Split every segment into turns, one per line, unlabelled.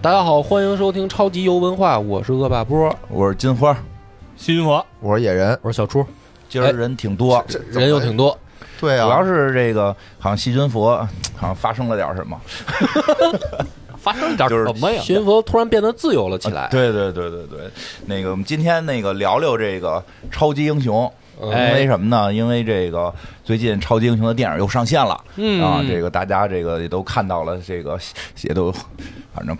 大家好，欢迎收听超级游文化，我是恶霸波，
我是金花，
新佛，
我是野人，
我是小初，
今儿人挺多，
哎
这怎么
人又挺多，
对
主
啊，
要是这个好像细菌佛好像发生了点什么，
发生点
就是
什哎么呀？
巡佛突然变得自由了起来。
呃对对对对对，那个我们今天那个聊聊这个超级英雄，
嗯
因
哎
为什么呢？因为这个最近超级英雄的电影又上线了，
嗯
啊，这个大家这个也都看到了，这个 也都反正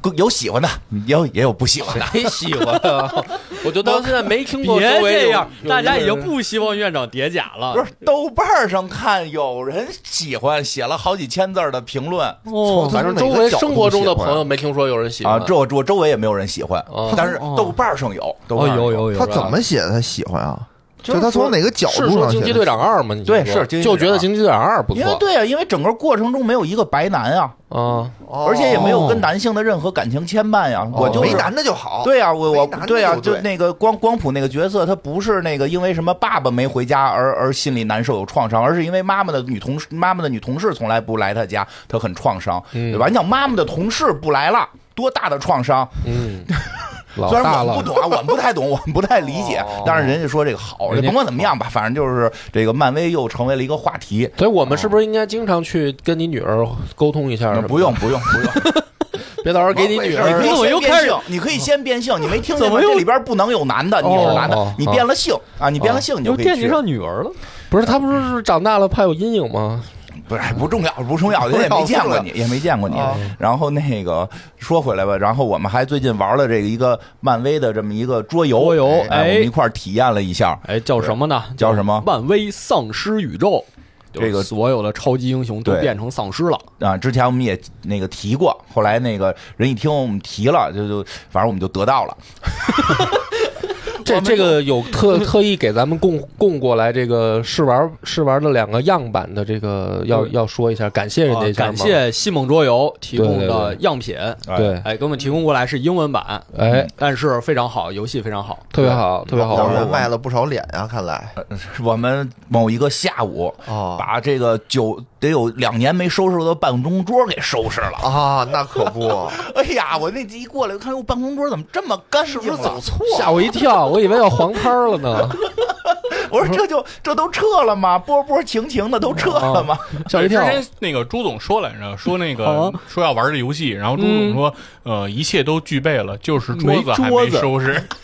各有喜欢的，也有也有不喜欢的。
谁喜欢啊？ 我就到现在没听 过。
别
周围有
这样，
有
大家已
有
经不希望院长叠甲了。
不是豆瓣儿上看有人喜欢，写了好几千字儿的评论
哦
咱是哪
周
个
围
角度
生活中的
喜欢
朋友没听说有人喜欢
啊，这我我周围也没有人喜欢
哦，
但是豆瓣儿上有，豆瓣儿上
有
他怎么写的他喜欢啊？
就是
就他从哪个角
是
度
说《
上
惊
写
奇
的
队长二》吗？你
对
就说
是惊奇
就
队长
觉得《惊奇队长二》不
因为
错
对啊，因为整个过程中没有一个白男啊，
啊。
哦
而且也没有跟男性的任何感情牵绊呀。我
哦
就
没
是
男的就好。
对啊，我我
没男的
对啊，
就
就
对
那个光光谱那个角色，他不是那个因为什么爸爸没回家而而心里难受有创伤，而是因为妈妈的女同事妈妈的女同事从来不来他家，他很创伤，对吧？你想妈妈的同事不来了。多大的创伤！
嗯，老
虽
大
然我们
了
不，懂啊，我们不太懂，我们不太理解。但是人家说这个好，
哦人家
甭管怎么样吧，反正就是这个漫威又成为了一个话题。
所以我们是不是应该经常去跟你女儿沟通一下？
呃不用，不用，不 用。
别到时候给你女
你可
儿
以
怎么
先
又
变
开始
性，你可以先变性，你没听见
怎
吗？
么又
这里边不能有男的，你
哦
是男
哦
的，你变了性啊，你变了性你就
又
可以
惦记
去。
哦上女儿了？
不是她不是长大了怕有阴影吗？
不是不重要，不 重要，人也没见过你，也没见过你。
哦
然后那个说回来吧，然后我们还最近玩了这个一个漫威的这么一个桌游，
桌游
哎，
哎
我们一块儿体验了一下。
哎，叫什么呢？
叫什么
漫威丧尸宇宙。就是
这个
所有的超级英雄都
对
变成丧尸了，
啊，之前我们也那个提过，后来那个人一听我们提了，就就反正我们就得到了。
这这个有 特特意给咱们供供过来这个试玩试玩的两个样板的这个要要说一下，啊感谢人家一
呃
下
感
嘛。
谢西梦桌游提供
对对
的
对
样品，
对，
哎，给我们提供过来是英文版，
哎，
但是非常好，游戏非常好，
特别好，特别好
老
玩
然
人
后
卖了不少脸呀，看来
我们某一个下午，
哦
把这个九得有两年没收拾过的办公桌给收拾了。
啊，那可不，
哎呀，我那一过来，看我办公桌怎么这么干净？是不是走错？
吓我一跳，我以为要黄摊儿了呢。
我说这就这都撤了吗？波波晴晴的都撤了吗？
吓我一
之
跳，
前那个朱总说来着，说那
啊
个说要玩这游戏，然后朱总说，呃，一切都具备了，就是桌
没
子还
桌
没
子
收拾。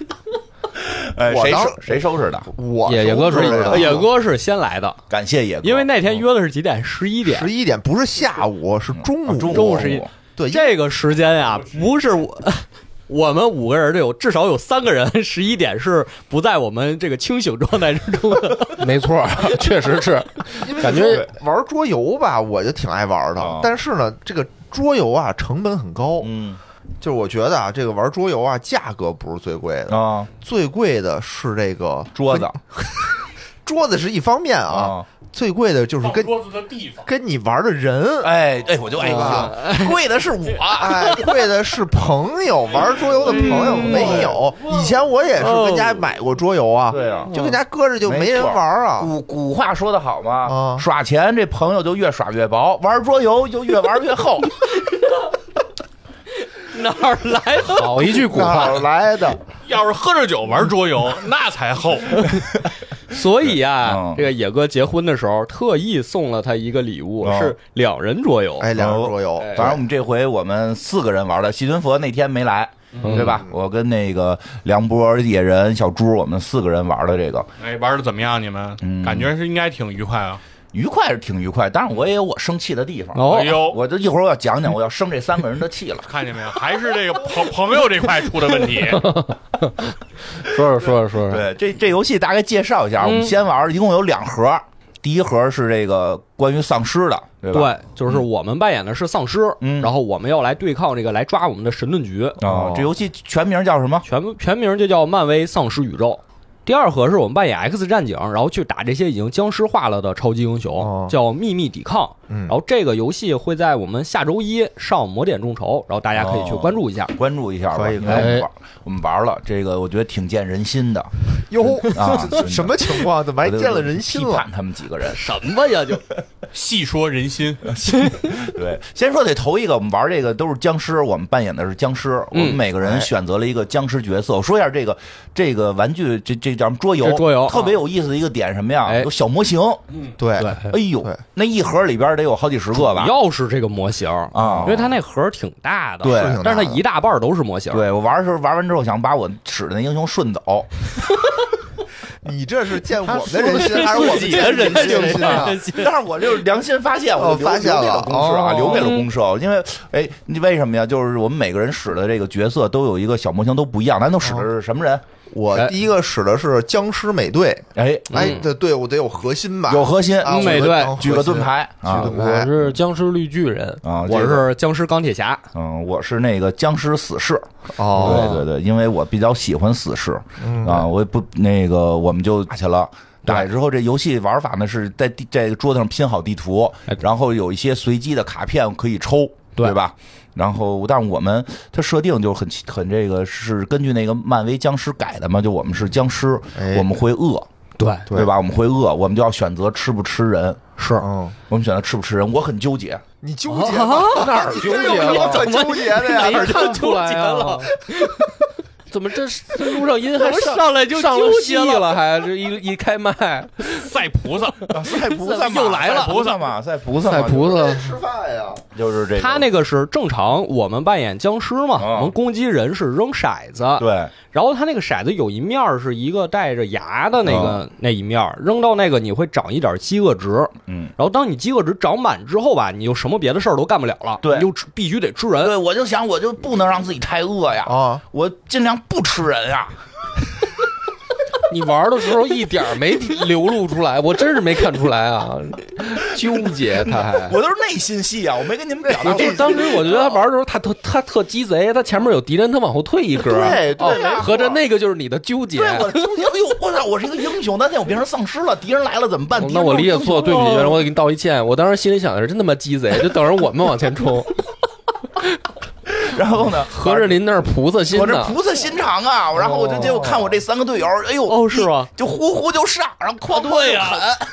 哎
我
谁
当
收谁收拾的？
我
野野哥
收
是
拾
一
的
个
呃野哥是先来的，
感谢野哥，
因为那天约的是几点？十一点。
十一点不是下午，是中午，
嗯啊中
午
是
是
一
一
对，
这个时间啊，不是我。 我们五个人就有至少有三个人十一点是不在我们这个清醒状态之中 的。
没错，确实是。
因为
感觉
这种玩桌游吧，我就挺爱玩
哦
的，但是呢，这个桌游啊成本很高，
嗯
就是我觉得啊，这个玩桌游啊价格不是最贵的，
啊
最贵的是这个
桌子
桌子是一方面啊，
啊，
最贵的就是跟
桌子的地方，
跟你玩的人，
哎哎，我就爱听，贵的是我。
哎，贵的是朋友，玩桌游的朋友没有。以前我也是跟家买过桌游啊，
对啊
就跟家搁着就没人玩啊。
古古话说得好嘛
啊，
耍钱这朋友就越耍越薄，玩桌游就越玩越 厚。
哪儿来的？
好一句古
哪
话
儿，来的？
要是喝着酒玩桌游， 那才厚。
所以啊
嗯，
这个野哥结婚的时候特意送了他一个礼物，
嗯
是两人桌游。
哎，两个桌游，
反正我们这回我们四个人玩的，细菌佛那天没来，对吧？我跟那个梁波、野人、小猪，我们四个人玩的这个，
哎，玩的怎么样？你们
嗯
感觉是应该挺愉快啊。
愉快是挺愉快，但是我也有我生气的地方。
哦
哎呦，
我这一会儿我要讲讲，我要生这三个人的气了。
看见没有？还是这个朋 朋友这块出的问题。
说着说着说着，
对，这这游戏大概介绍一下，我们先玩，一共有两盒，第一盒是这个关于丧尸的，对吧？
对，就是我们扮演的是丧尸，
嗯
然后我们要来对抗这个来抓我们的神盾局。
啊、
哦
这游戏全名叫什么？
全全名就叫《漫威丧尸宇宙》。第二盒是我们扮演 X 战警，然后去打这些已经僵尸化了的超级英雄，
哦
叫秘密抵抗。
嗯
然后这个游戏会在我们下周一上午某点众筹，然后大家可以
哦
去关注一下。
关注一下吧，
可以
因为我们
可
玩我们玩了这个，我觉得挺见人心的，
哟
啊，真的
什么情况？怎么还
我就
见了人心
批
了？
判他们几个人。
什么呀？就
细说人心，
对， 先说得头一个，我们玩这个都是僵尸，我们扮演的是僵尸，
嗯
我们每个人选择了一个僵尸角色。我说一下这个这个玩具，这这叫什么桌游？
这桌游
特别有意思的一个点什么呀？
哎
有小模型，
对
对
哎呦
嗯对，
那一盒里边得有好几十个吧？
要是这个模型
啊
因为它那盒儿挺大的，
对是
挺大的
但是它一大半儿都是模型。
对我玩的时候玩完之后，想把我使的那英雄顺走，
你这是见我们的人心，还是我们
自己的人
自己的
心
心啊？
但是我就是良心发现，我
哦
就留
发现
留给
了
了公社啊，
哦
留给了公社，因为哎，你为什么呀？就是我们每个人使的这个角色都有一个小模型都不一样，咱都使的是什么人？
我第一个使的是僵尸美队，
哎，
哦哎，对对，我得有核心吧？
有核心，嗯
啊，我
美队
得当核
举
心
个盾，牌
举
啊
盾
我
牌。
是僵尸绿巨人，
啊！
我
这个
是僵尸钢铁侠，
嗯，我是那个僵尸死士，
哦，
对对对，因为我比较喜欢死士
嗯
啊，我也不那个我们就打去了。打之后，这游戏玩法呢是在地在桌子上拼好地图
哎，
然后有一些随机的卡片可以抽，
对
对吧？然后，但我们它设定就很很这个是根据那个漫威僵尸改的嘛，就我们是僵尸，
哎
我们会饿，
对，
对
对吧？我们会饿，我们就要选择吃不吃人，
是，嗯，
我们选择吃不吃人，我很纠结，
你纠结吗？
哦
哪儿
啊
纠结
我
了？
可纠结的呀，
哪儿
看出来
哎纠结
啊
了？
怎么这这路上音还上
上来就
上了
纠
戏
结了
了，还这一一开麦，
赛菩萨，
赛 菩萨嘛
又来了
赛菩萨嘛，赛菩萨嘛，
赛菩萨
吃饭呀，
就是这个，
他那个是正常，我们扮演僵尸嘛，
啊
我们攻击人是扔骰子，
对，
然后他那个骰子有一面儿是一个带着牙的那个、
啊
那一面儿，扔到那个你会长一点饥饿值，
嗯。
然后当你饥饿值长满之后吧，你就什么别的事儿都干不了了，
对
你就吃必须得吃人，
对，我就想，我就不能让自己太饿
哦
呀，
啊，
我尽量不吃人啊呀。
你玩的时候 一点儿没流露出来，我真是没看出来啊，纠结他还。
我都是内心戏啊，我没跟你们表达。
我就当时我觉得他玩的时候，他特他特鸡贼，他前面有敌人，他往后退一格。
对对
哦
没错
合着那个就是你的纠结
对。我中间，哎呦，我操，我是一个英雄，但是我变成丧尸了，敌人来了怎么办？
哦那我理解错，对不起，原
敌人来
来
了
我得给你道一歉。我当时心里想的是，真他妈鸡贼，就等着我们往前冲。
然后 呢，啊
合着您那儿菩萨心哦
我这
呢？
菩萨心肠啊，然后我就结果看我这三个队友，哎呦，
哦是吗？
就呼呼就上，然后哐哐
啊对
就
呀
砍。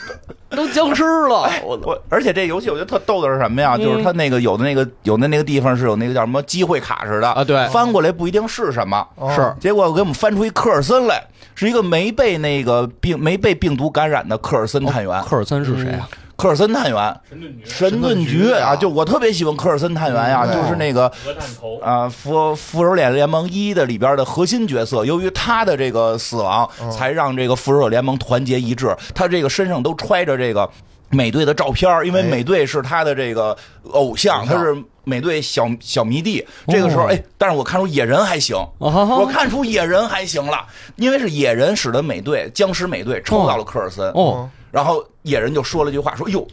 都僵尸了，我
我而且这游戏我觉得特逗的是什么呀？
嗯
就是它那个有的那个有的那个地方是有那个叫什么机会卡似的
啊对
翻过来不一定是什么。
哦
是
结果给我们翻出一科尔森来，是一个没被那个病没被病毒感染的科尔森探员。
科尔森是谁啊？
科尔森探员，神盾局啊，就我特别喜欢科尔森探员呀，
嗯
就是那个
核弹头，
啊，复复仇者联盟一的里边的核心角色，由于他的这个死亡，
嗯
才让这个复仇者联盟团结一致。他这个身上都揣着这个美队的照片儿，因为
哎
美队是他的这个偶像，
偶像哦
他是美队小小迷弟。这个时候，哎，但是我看出野人还行，
啊哈哈
我看出野人还行了，因为是野人使得美队僵尸美队抽到了科尔森，
哦
然后野人就说了一句话，说：“哟，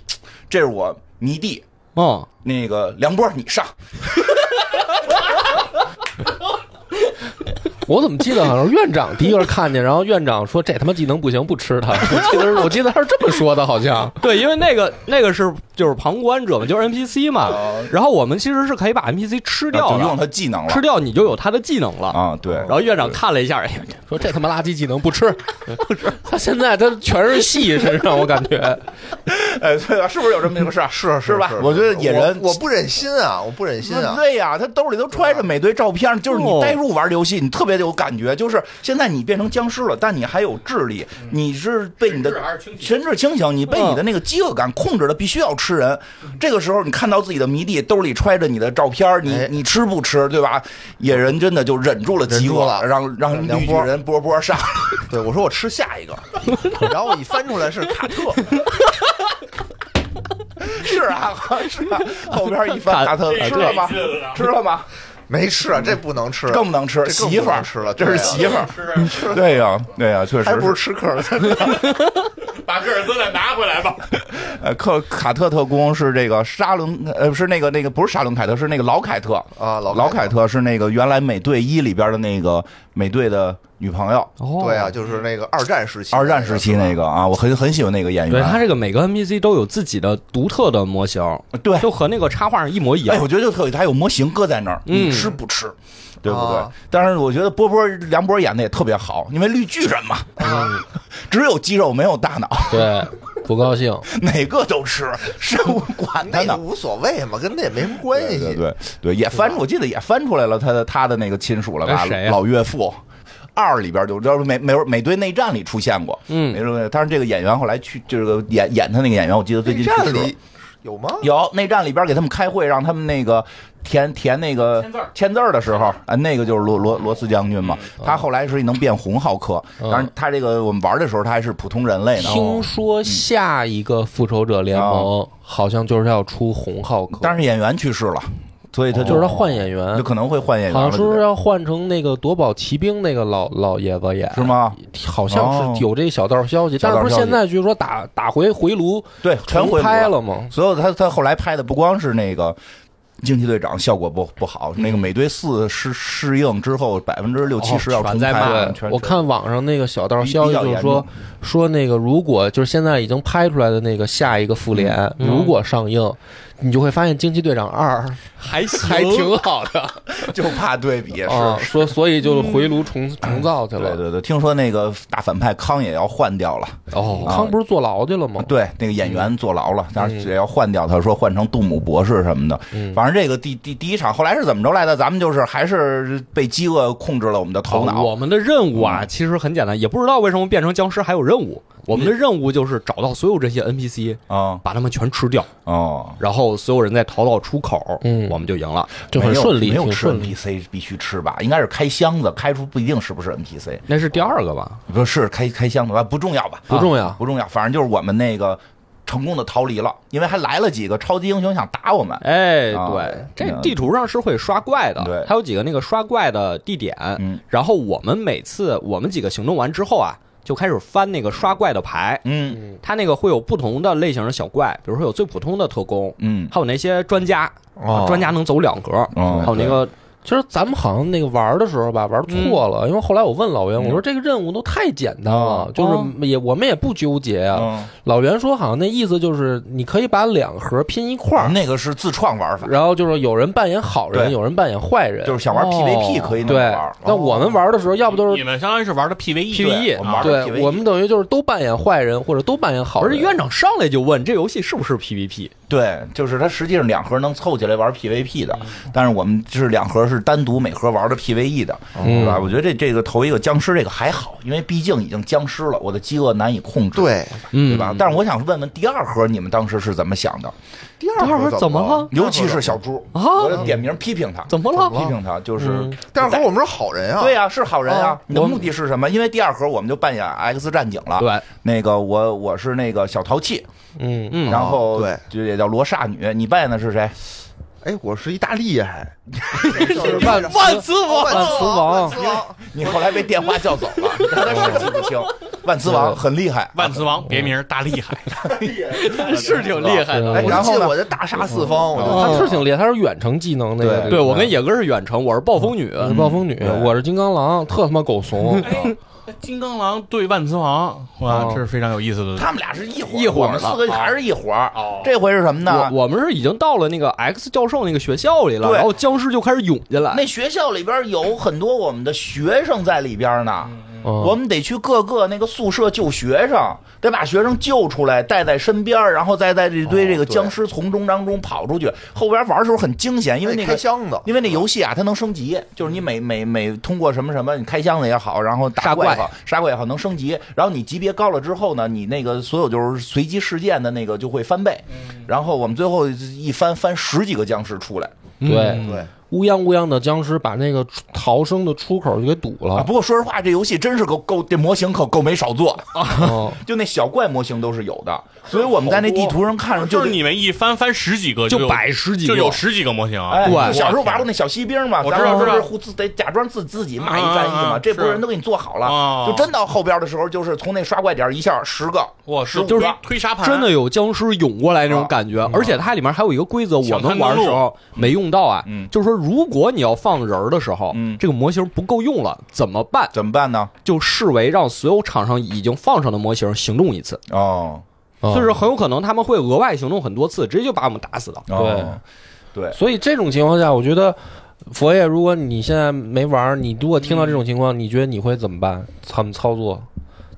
这是我迷弟，
哦，
那个梁波你上。”
我怎么记得好像是院长第一个看见，然后院长说这他妈技能不行，不吃它。我记得是我记得他是这么说的，好像。
对，因为那个那个是就是旁观者嘛，就是 NPC 嘛，然后我们其实是可以把 NPC 吃掉
哦啊就用
的，
他技能了
吃掉你就有他的技能了。哦
啊，对，
然后院长看了一下，哎呀，
说这他妈垃圾技能不吃，不吃。他现在他全是戏身上，我感觉。
哎，对吧？是不是有这么一个事儿？是
是啊
吧
是？
我觉得野人，
我我不忍心啊，我不忍心啊，哦
对呀，他兜里都揣着美队照片，就是你代入玩游戏，你特别有感觉。就是现在你变成僵尸了，但你还有智力，你是被你的
嗯神志还是清醒
神志清醒，你被
嗯
你的那个饥饿感控制了，必须要吃人。
嗯
这个时候，你看到自己的迷弟兜里揣着你的照片，你
哎
你吃不吃？对吧？野人真的就忍住了饥
忍住了
饿，让让
梁
绿巨
波
人波波上。
对，我说我吃下一个，然后我一翻出来是 卡特，
是啊， 是啊，后边一翻，卡特
卡
吃了吗
这个？
吃了吗？
没吃，这不能吃，
更不能吃，
这更不
媳妇儿
能吃了
这是
对啊
媳妇儿。对呀，对呀，确实
还不是吃科尔森呢，
把戈尔斯再拿回来吧。
呃，克卡特特工是这个沙伦，呃，是那个那个不是沙伦凯特，是那个老凯特
啊，老
老凯特是那个原来美队一里边的那个美队的女朋友，
哦
对啊，，就是那个二战时期，
二战时期那个啊，我很很喜欢那个演
对他
员。
这个每个 NPC 都有自己的独特的模型，
对，
就和那个插画上一模一样
哎，。我觉得就特他有模型搁在那儿，
嗯
你吃不吃，对不对？
啊
但是我觉得波波梁博演的也特别好，因为绿巨人嘛，
嗯
只有肌肉没有大脑，
对，不高兴。
哪个都吃，谁管他
那个
呢？
无所谓嘛，跟那也没什么关系。
对对对，也翻出，我记得也翻出来了他的他的那个亲属了吧？
哎谁呀
老岳父。二里边就知道美美美队内战里出现过，
嗯
没说，但是这个演员后来去这个演演他那个演员，我记得最
内
近去
战
世了
里有吗？
有内战里边给他们开会，让他们那个填填那个
签字儿
签字儿的时候，啊，那个就是罗罗罗斯将军嘛。他后来是能变红浩克，
嗯
当然他这个我们玩的时候他还是普通人类呢。哦
听
嗯
说下一个复仇者联盟好像就是要出红浩克，
但是演员去世了，所以他
哦就是他换演员
哦就，可能会换演员
好
了，
像说是
对
要换成那个夺宝奇兵那个老老爷子演，
不对是？吗？
好像
哦
是有这小道消息，
小
但
道
是不是
消息
现在据说打打回回炉
对，全
重
回
拍
了。
了吗？
所有他他后来拍的不光是那个。惊奇队长效果不不好，那个美队四试试映之后，百分
哦
之六七十要
全
重
在
拍
骂
了，
对
全
我看网上那个小道消息
比比较
就是
严
说
重
说那个如果就是现在已经拍出来的那个下一个复联，
嗯
如果上映，你就会发现《惊奇队长二》
还行
还挺好的
就怕对比是
啊，说所以就回炉重重造去
对
了。
对对，听说那个大反派康也要换掉了，
哦，
啊
康不是坐牢去了吗？
对，那个演员坐牢了，但是也要换掉。他说换成杜姆博士什么的，
嗯
反正这个第第第一场后来是怎么着来的？咱们就是还是被饥饿控制了我们的头
哦
脑
我。们的任务
嗯
啊，其实很简单，也不知道为什么变成僵尸还有任务。我们的任务就是找到所有这些 NPC，
啊
把他们全吃掉，
哦，
然后所有人再逃到出口，
嗯
我们就赢了。
就很
没有
顺利，
没有
挺
吃
顺利。
NPC 必须吃吧？应该是开箱子，开出不一定是不是 NPC，
那是第二个吧？
不是开开箱子吧？啊不重要吧？啊
不重要，
不重要，反正就是我们那个成功的逃离了，因为还来了几个超级英雄想打我们。
哎，
啊
对，这
嗯
地图上是会刷怪的，
对
它有几个那个刷怪的地点。
嗯
然后我们每次我们几个行动完之后啊，就开始翻那个刷怪的牌，
嗯
它那个会有不同的类型的小怪，比如说有最普通的特工，
嗯，
还有那些专家，
哦
专家能走两格，
哦
还有那个
其实咱们好像那个玩的时候吧，玩错了，因为后来我问老袁，我说这个任务都太简单了，就是也我们也不纠结啊。
嗯
老袁说好像那意思就是你可以把两盒拼一块儿，
那个是自创玩法，
然后就是有人扮演好人，
嗯对
有人扮演坏人，
就是想玩
哦
PVP 可以那
对
么玩儿。。
那我们玩的时候，要不都
你
是
们相当于是玩的 E，PVE，
E，啊
我
PVE
们玩的 E PVE
对，我们等于就是都扮演坏人或者都扮演好
不是
人。
院长上来就问这游戏是不是 PVP？
对，就是它实际上两盒能凑起来玩 PVP 的，但是我们是两盒是单独每盒玩的 PVE 的，
嗯
对吧？我觉得这这个头一个僵尸这个还好，因为毕竟已经僵尸了，我的饥饿难以控制，
对，
对
嗯
吧？但是我想问问第二盒你们当时是怎么想的？
第二
第二
回
回怎么了
尤其是小猪，
啊
我得点名批评他，
怎么
怎
了？
么了
批评他就是
嗯
第二回我们是好人啊，
对呀、是好人啊
哦。
你的目的是什么？因为第二盒我们就扮演 X 战警了。
对，
那个我我是那个小淘气，
嗯，
嗯
然后
哦对
就也叫罗刹女。你扮演的是谁？
哎，我是意大利 还
是万
万磁王
万磁王
万磁王，
你后来被电话叫走 了，你看他是记不清。万磁王很厉害，
万磁王别名儿大厉害，
是挺厉害嗯的。
哎
我
然
就
后
记
呢
得我这大杀四方，我就
他是挺厉害，他是远程技能那个。嗯
对
对我跟野哥是远程，我是暴风女，
我是暴风女，我是金刚狼，特他妈狗怂。
金刚狼对万磁王，哇，这是非常有意思的。
他们俩是一伙儿
一伙儿
我们四个
了
还是一伙儿
哦
这回是什么呢？
我我们是已经到了那个 X 教授那个学校里了，
对
然后僵尸就开始涌进来。
那学校里边有很多我们的学生在里边呢。我
我
们得去各个那个宿舍救学生，得把学生救出来，带在身边，然后再在这堆这个僵尸丛中当中跑出去。后边玩的时候很惊险，因为那
开
个。
箱子，
因为那游戏啊，它能升级，就是你每每每通过什么什么，你开箱子也好，然后打
杀
怪也
怪
好，杀怪也好，能升级。然后你级别高了之后呢，你那个所有就是随机事件的那个就会翻倍。然后我们最后一翻翻十几个僵尸出来，
对
嗯
对，
乌泱乌泱的僵尸把那个出逃生的出口就给堵
啊，
了。
不过说实话，这游戏真是够够，这模型可够没少做，
哦
就那小怪模型都是有的，所以我们在那地图上看着
就是
得
你们一翻翻十几个有
就百十几个
就有十几个模型啊。
哎，
对
就小时候玩过那小锡兵嘛，
我
咱
知道
们
知道
是不是自得假装自自己骂一战役
啊啊
嘛？
啊
这波
是
人都给你做好
哦
了，就真到后边的时候，就是从那刷怪点一下十个，
哇，
15
就是
个
推沙盘，啊
真的有僵尸涌过来那种感觉，而且它里面还有一个规则，我
抢
们
滩
玩的
登
时
陆
候没用到啊
嗯，
就是说如果你要放人儿的时候
嗯，
这个模型不够用了怎么办？
怎么办呢？
就视为让所有场上已经放上的模型行动一次，
哦，
哦
就是很有可能他们会额外行动很多次，直接就把我们打死的。
哦，对，
所以这种情况下，我觉得佛爷，如果你现在没玩儿，你如果听到这种情况，你觉得你会怎么办？怎么操作？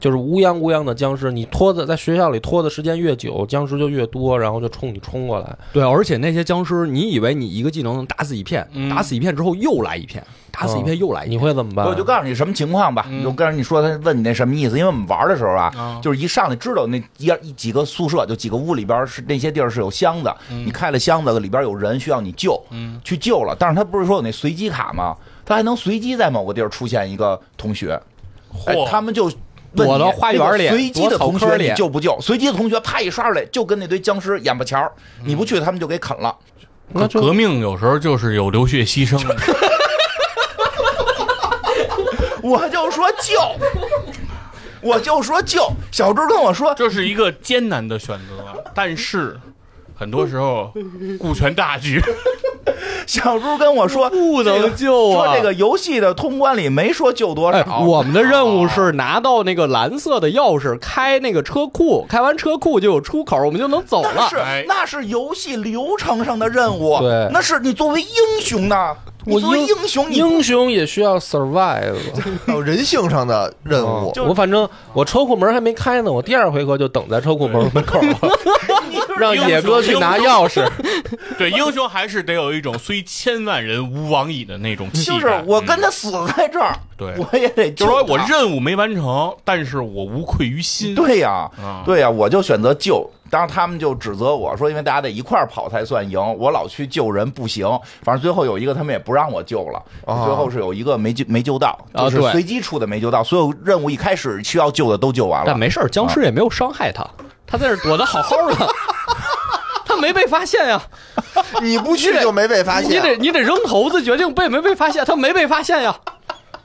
就是乌泱乌泱的僵尸，你拖的在学校里拖的时间越久，僵尸就越多，然后就冲你冲过来。
对，啊而且那些僵尸，你以为你一个技能能打死一片，
嗯
打死一片之后又来一片，打死一
啊
片又来一
你
片，
会怎么办？
我就告诉你什么情况吧，我告诉你说他问你那什么意思，因为我们玩的时候啊
嗯啊，
就是一上来知道那一二一几个宿舍就几个屋里边是那些地儿是有箱子，
嗯
你开了箱子里边有人需要你救，去救了，但是他不是说有那随机卡吗？他还能随机在某个地儿出现一个同学，哎
嚯，
他们就问你
躲到花园里
那个随机的同
躲草
学
坑里
你救不救？随机的同学啪一刷出来，就跟那堆僵尸眼巴前儿，
嗯
你不去他们就给啃了。
那就
革命有时候就是有流血牺牲的。
我就说救，我就说救。小周跟我说，
这是一个艰难的选择，但是很多时候顾全大局。
小周跟我说
不能救啊！
说这个游戏的通关里没说救 多少，
哎，我们的任务是拿到那个蓝色的钥匙，开那个车库，开完车库就有出口，我们就能走
那
了。
是那是游戏流程上的任务，
对
那是你作为英雄呢，你
我
作为
英
英雄，你
英雄也需要 survive。
还有人性上的任务，
哦
我反正我车库门还没开呢，我第二回合就等在车库门门口了，让野哥去拿钥 匙。
对，英雄还是得有一种虽千万人吾往矣的那种气概。
就是我跟
嗯
他死在这儿，
对
我也得救
就是
他，
说我任务没完成，但是我无愧于 心。
对呀、
啊
对呀、我就选择救。当然，他们就指责我说，因为大家得一块儿跑才算赢，我老去救人不行。反正最后有一个他们也不让我救了，
哦
最后是有一个没救没救到，
啊
就是
对
随机出的没救到，所有任务一开始需要救的都救完
但
了。
没事儿，僵尸也没有伤害他，他在这儿躲得好好的，他没被发现呀、
你不去就没被发
你得
现。
你得扔骰子决定被没被发现，他没被发现呀、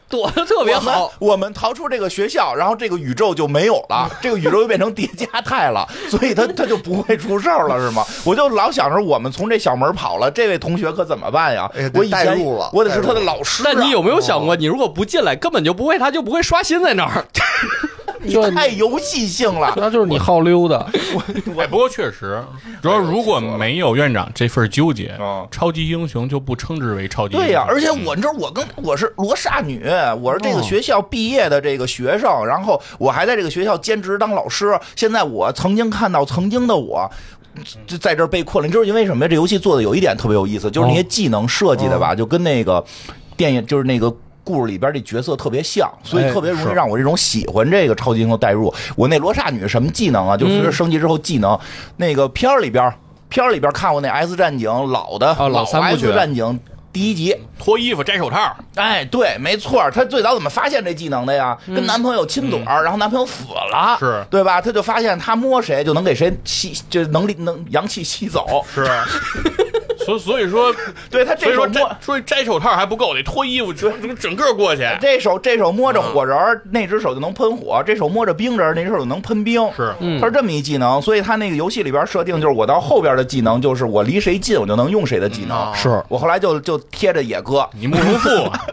躲得特别
我们啊
好。
我们逃出这个学校，然后这个宇宙就没有 了，这个宇宙就变成叠加态了， 所以他他就不会出事儿了， 是吗？我就老想着我们从这小门跑了，这位同学可怎么办呀
哎呀？
我以
代
前
入了
我得是
代入
他的老师啊。
但你有没有想过，你如果不进来，根本就不会，他就不会刷新在 那儿。
你
这
太游戏性了，
那就是你好溜达，
哎，不过确实，主要如果没有院长这份纠结
啊，
超级英雄就不称之为超级英 雄。
对呀、而且我你知道，我跟我是罗刹女，我是这个学校毕业的这个学生，然后我还在这个学校兼职当老师。现在我曾经看到曾经的我。就在这儿被困了，你知道因为什么呀？这游戏做的有一点特别有意思，就是那
哦
些技能设计的吧，就跟那个电影，就是那个故事里边这角色特别像，所以
哎
特别容易
是
让我这种喜欢这个超级英雄代入。我那罗刹女什么技能啊？就随
嗯
着升级之后技能，那个片儿里边片儿里边看过那 S 战警老的、
啊老三部曲
S 战警第一集，
脱衣服摘手套，
哎，对，没错儿，她最早怎么发现这技能的呀？
嗯
跟男朋友亲嘴儿，然后男朋友死了，
是
对吧？她就发现她摸谁就能给谁吸，就能力能阳气吸走。
是。所所以说，
对她
所
这
以
手
说摘
摸，
说摘手套还不够，得脱衣服整整个过去。
这手这手摸着
嗯
火人儿，那只手就能喷火；这手摸着冰人儿，那只手就能喷冰。
是
她是这么一技能，所以她那个游戏里边设定就是，我到后边的技能就是我离谁近我就能用谁的技
嗯
能。
是
我后来就就贴着野哥，
啊你慕容复啊，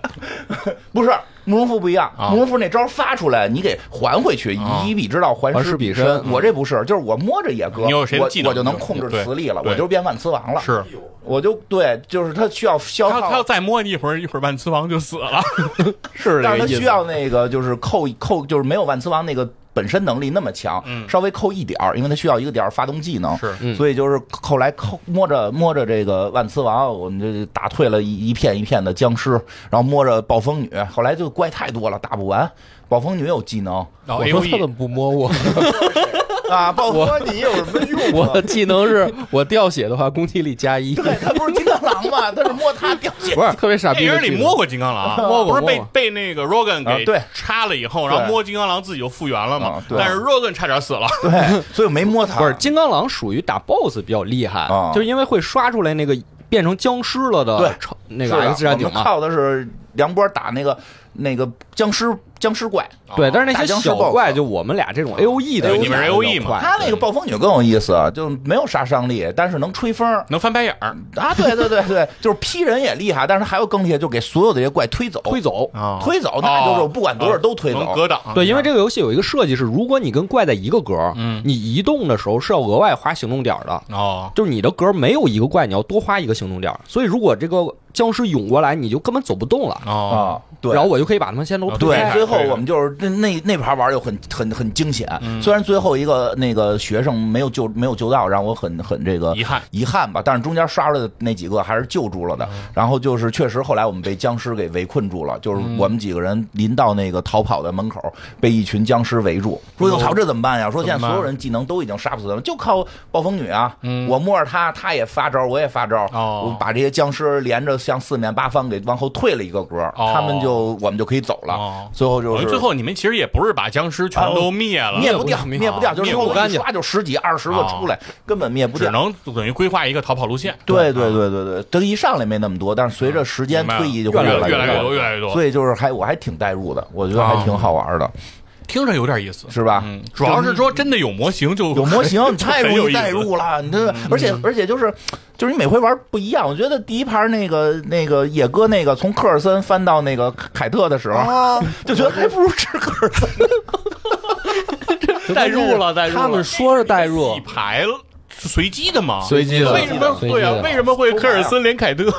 不是慕容复不一样，
啊
慕容复那招发出来，你给还回去，
啊
以彼之道还
还施
施
彼
彼
身
我这不是，就是我摸着野哥，
嗯你有谁的
我
技能
我就能
就
控制
对
磁力了，
对
我就是变万磁王了。
是，
我就对，就是他需要消
他他要
耗，
再摸你一会儿，一会儿万磁王就死了。
是
但是他
这个意
需
思。
要那个就是扣扣，就是没有万磁王那个本身能力那么强，
嗯
稍微扣一点儿，因为他需要一个点儿发动技能。
是
嗯
所以就是后来扣摸着摸着这个万磁王，我们就打退了一一片一片的僵尸，然后摸着暴风女，后来就怪太多了，打不完。暴风女有技 能
哦
然后
我
A
说
O
他怎
E
么不摸 我？
啊，暴风
说你有什么用啊？
我的技能是我掉血的话，攻击力加一。
对他不是金刚狼狼嘛，他是摸他 掉血。
不是特别傻逼
电影
的剧
里
情。
摸过金 刚狼，
摸过
不是被
摸过
被那个 Rogan
啊
给
对
插了以后，然后
对
摸金刚狼自己就复原了嘛
啊。对
但是 Rogan 差点死了，
对，所以我没摸他。
不是金刚狼属于打 BOSS 比较厉害
啊，
就是因为会刷出来那个变成僵尸了
对
的超那
是
个
的
X 战警
我们
嘛。
靠的是梁波打那个那个僵尸僵尸怪，
对，但是那
大
些
僵尸
小
BOSS
怪，就我们俩这种 A O E 的，
对你们是 AOE 嘛
他那个暴风女更有意思，啊就没有杀伤力，但是能吹风儿
能翻白眼儿
啊！对对对对， 就是劈人也厉害，但是还有更厉害，就给所有的这些怪推走，
推走。
啊
推走，那就是我不管多少都推
哦能
走。
格挡。
对，因为这个游戏有一个设计是，如果你跟怪在一个格，
嗯
你移动的时候是要额外花行动点儿的，
哦，
就是你的格没有一个怪，你要多花一个行动点儿。所以如果这个僵尸涌过来，你就根本走不动了，
哦，
啊，对，
然后我就可以把他们先都
啊
推
对嗯
开
最后我们就是那那那盘玩就很很很惊险，虽然最后一个那个学生没有救没有救到，让我很很这个
遗憾
遗憾吧。但是中间刷出来的那几个还是救助了的。
嗯
然后就是确实后来我们被僵尸给围困住了，就是我
嗯
们几个人临到那个逃跑的门口，被一群僵尸围住，说：“
嗯
哟，操，这怎么办呀？”说现在所有人技能都已经杀不死他们，就靠暴风女啊！我摸着她，她也发招，我也发招，
嗯哦
我把这些僵尸连着向四面八方给往后退了一个格，
哦
他们就我们就可以走了。
哦
最后就
等
是啊
于最后你们其实也不是把僵尸全都灭了，
灭不掉，
灭
灭不掉，就是
灭不
我
干
一
净啊
刷就十几二十个出来，根本灭不
只
掉。
能等于规划一个逃跑路线。
对对对对对，这一上来没那么多，但是随着时间
啊明白了
推移就
越
会
来
越
来越
多，
越来越多，
所以就是还我还挺代入的，我觉得还挺好玩的，
听着有点意思，
是吧？
嗯，主要是说真的有模型就
有模 型，你太
很有
容
意
易
思嗯
代入了。你这，而且而且就是，就是你每回玩不一样。我觉得第一盘那个那个野哥那个从科尔森翻到那个凯特的时候，
啊，
就觉得还不如吃科尔森。
代入了，代入了。
他们说是代入
洗，牌了，是随机的嘛？
随机的
为什么
随机的
对啊？为什么会科尔森连 凯特？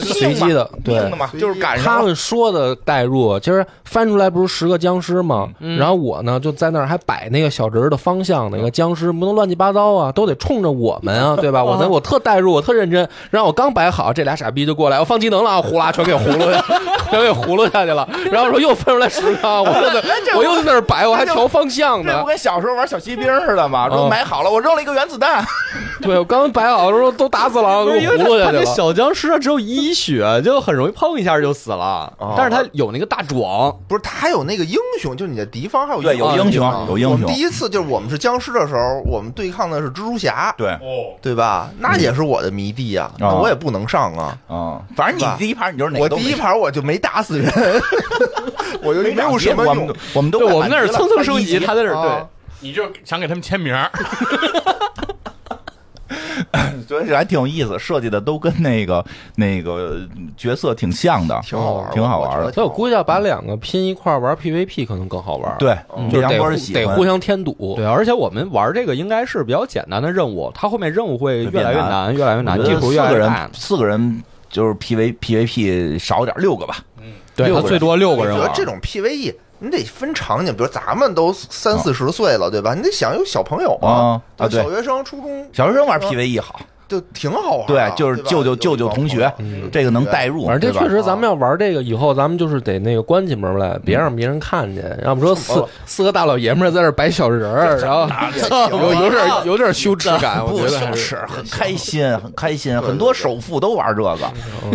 随机的，对
硬的。嘛，就是赶上
他
了
们说的代入，就是翻出来不是十个僵尸吗？
嗯
然后我呢就在那儿还摆那个小人儿的方向，那个僵尸不能乱七八糟啊，都得冲着我们啊，对吧？我在我特代入，我特认真。然后我刚摆好，这俩傻逼就过来，我放技能了啊，呼啦全给葫芦下， 全给葫芦下去了。然后说又分出来十个啊，我又在我又在那儿摆，我还调方向
这
呢
不。跟小时候玩小骑兵似的吗？说
嗯
买好了，我扔了一个原子弹，
对我刚摆好的时候都打死狼，
不
给我
是因为
葫芦
他
下
他
去
这
了。
小僵尸啊只有一血，就很容易碰一下就死了。
哦
但是他有那个大壮，
不是，他还有那个英雄，就是你的敌方还有
对有英雄
啊
有英雄
我们第一次就是我们是僵尸的时候，我们对抗的是蜘蛛侠，
对，
哦，
对吧？那也是我的迷弟啊，那我也不能上啊。
嗯，反正
是吧
你第一盘你就是哪
我
个都
第
没
一盘我就没打死人，我就
没
没有
长
什
进
么
我
用
们。我们都
对我们那
快
是
满级
蹭
了
蹭升级，他在那儿
啊
你就想给他们签名儿，
所以还挺有意思，设计的都跟那个那个角色挺像的，
挺好玩
哦
的
挺好玩
我
的
觉。
所以我估计要把两个拼一块儿玩 PVP 可能更好玩。，
对，嗯
就是
杨
得嗯
波
互
是喜
得
欢
互相添堵。
对，而且我们玩这个应该是比较简单的任务，它后面任务会越来越难，越来越
我觉
难，
得
地图
四
越来
个
越
人
大。
四个人就是 PV PVP 少点儿，六个吧，
对，
六
它
个人
最多六
我
个人
觉得
玩。
这种 PVE 你得分场景，比如咱们都三四十岁了，对吧？你得想有小朋友
啊啊
对
对
小学生、初中
小学生玩
嗯
PVE E 好，
就挺好玩
对
的。，
就是
吧
救救救救同学，嗯这个能代入，
反正这
对吧
确实，咱们要玩这个以后，咱们就是得那个关起门来，别让别人看见。要不说
哦
四四个大老爷们儿在这儿摆小人 儿，然后
啊
有有点有点羞耻
啊
感，我
不
觉得
羞
还是。
耻，很开心，很开心。很多首富都玩这 个，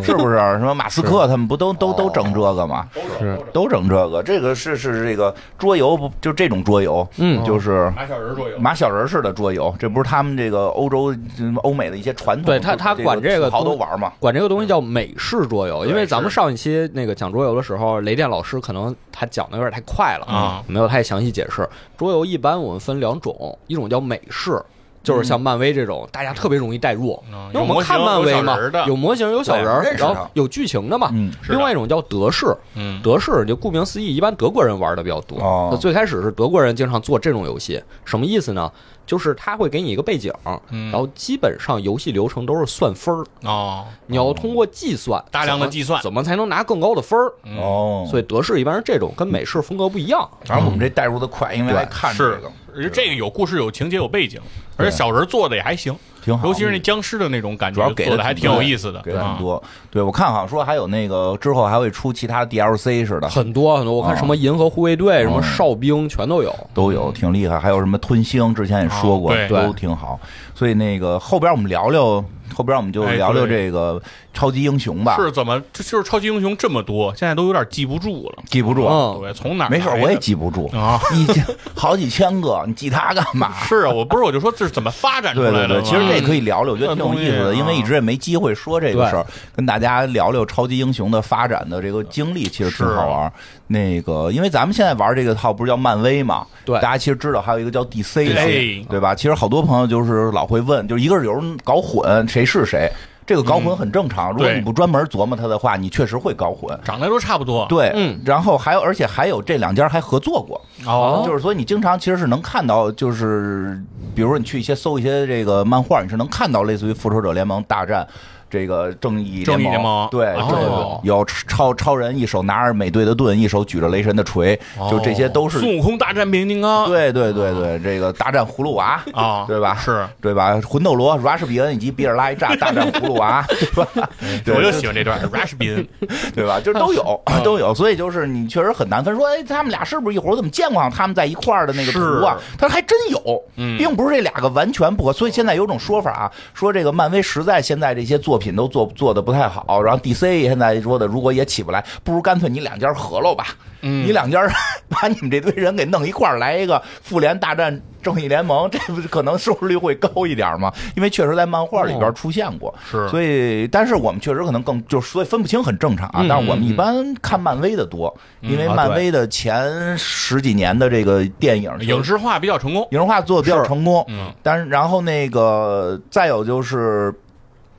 是不是？什么马斯克他们不都都都整这个吗？
是
都整这个，这个是是这个桌游，不就这种桌游？嗯，就是
马小人桌游
马小人式的桌游，这不是他们这个欧洲、嗯欧美的一些传统？
对他他管
这
这个
土豪都
东
玩嘛。
管这个东西叫美式桌游，因为
嗯对
咱们
是
上一期那个讲桌游的时候，雷电老师可能他讲的有点太快了
啊
没有太详细解释。桌游一般我们分两种，一种叫美式，就是像漫威这种，大家特别容易代入，
嗯
因为我
有模
们
型
看漫威嘛
有小人的，
有模型有小人儿
对，认识
然
它
后有剧情的嘛。
嗯
是的
另外一种叫德式，
嗯，
德式就顾名思义，一般德国人玩的比较多。
哦
那最开始是德国人经常做这种游戏，什么意思呢？就是他会给你一个背景，
嗯
然后基本上游戏流程都是算分儿，
哦，
你要通过计算，
大量
怎
的
么
计算
怎么才能拿更高的分儿？
嗯
哦，
所以德式一般是这种，跟美式风格不一样。
嗯反正我们这代入的快，因为还看这
是
个。，
而且这个有故事、有情节、有背景，而且小人做的也还行，
挺好。
尤其是那僵尸的那种感
主要
觉，
给的
做的还挺有意思的，
给了
啊
很多。对我看好像说还有那个之后还会出其他的 DLC 似的，
很多很多，我看什么银河护卫队、什么哨兵全都有。
都有，挺厉害。还有什么吞星，之前也说过，
哦对
都挺好。所以那个后边我们聊聊，后边我们就
哎
聊聊
对
这个超级英雄吧。
是怎么？这就是超级英雄这么多，现在都有点记不住了。
记不住，
嗯，
对，从哪儿
没事，
来的
我也记不住，
啊。
一千好几千个，你记它干嘛？
是啊，我不是我就说这是怎么发展出
对对
来的
对，
啊吗？
其实这可以聊聊，我觉得挺有意思
这东
的，
西
因为
啊
一直也没机会说这个事儿，跟大家聊聊超级英雄的发展的这个经历，其实挺好玩儿。那个，因为咱们现在玩这个套不是叫漫威嘛？
对
大家其实知道还有一个叫 DC 的
对，
对吧？其实好多朋友就是老会问，就是一个是有人搞混谁是谁，这个搞混很正常。如果
对
你不专门琢磨它的话，你确实会搞混。
长得都差不多。
对，
嗯
然后还有，而且还有这两家还合作过，
哦，
就是所以你经常其实是能看到，就是比如说你去一些搜一些这个漫画，你是能看到类似于复仇者联盟大战。这个正义
正义
联
联盟
对，
哦
这个有超超人一手拿着美队的盾，一手举着雷神的锤，
哦
就这些都是
孙悟空大战变形金刚。
对对对对，这个大战葫芦娃
啊，
对吧？
是，
对吧？魂斗罗、r u s 比恩以及比尔拉一炸大战葫芦娃， 对吧？对
我就喜欢 这段 Rush Bin。
对吧？就是都有 都有，所以就是你确实很难分说，哎，他们俩是不是一伙儿？我怎么见过他们在一块儿的那个图啊？他说还真有，
嗯
并不是这俩个完全不合。所以现在有种说法啊，说这个漫威实在现在这些作品都做做的不太好，然后 DC 现在说的如果也起不来，不如干脆你两家合喽吧，你两家 把你们这堆人给弄一块儿来一个复联大战。正义联盟，这不是可能收视率会高一点吗？因为确实在漫画里边出现过，
是
所以，但是我们确实可能更就是，所以分不清很正常啊。
嗯
但是我们一般看漫威的多，
嗯
因为
啊
漫威的前十几年的这个电影
影视化比较成功。
影视化做的比较成功。
嗯，
但是然后那个再有就是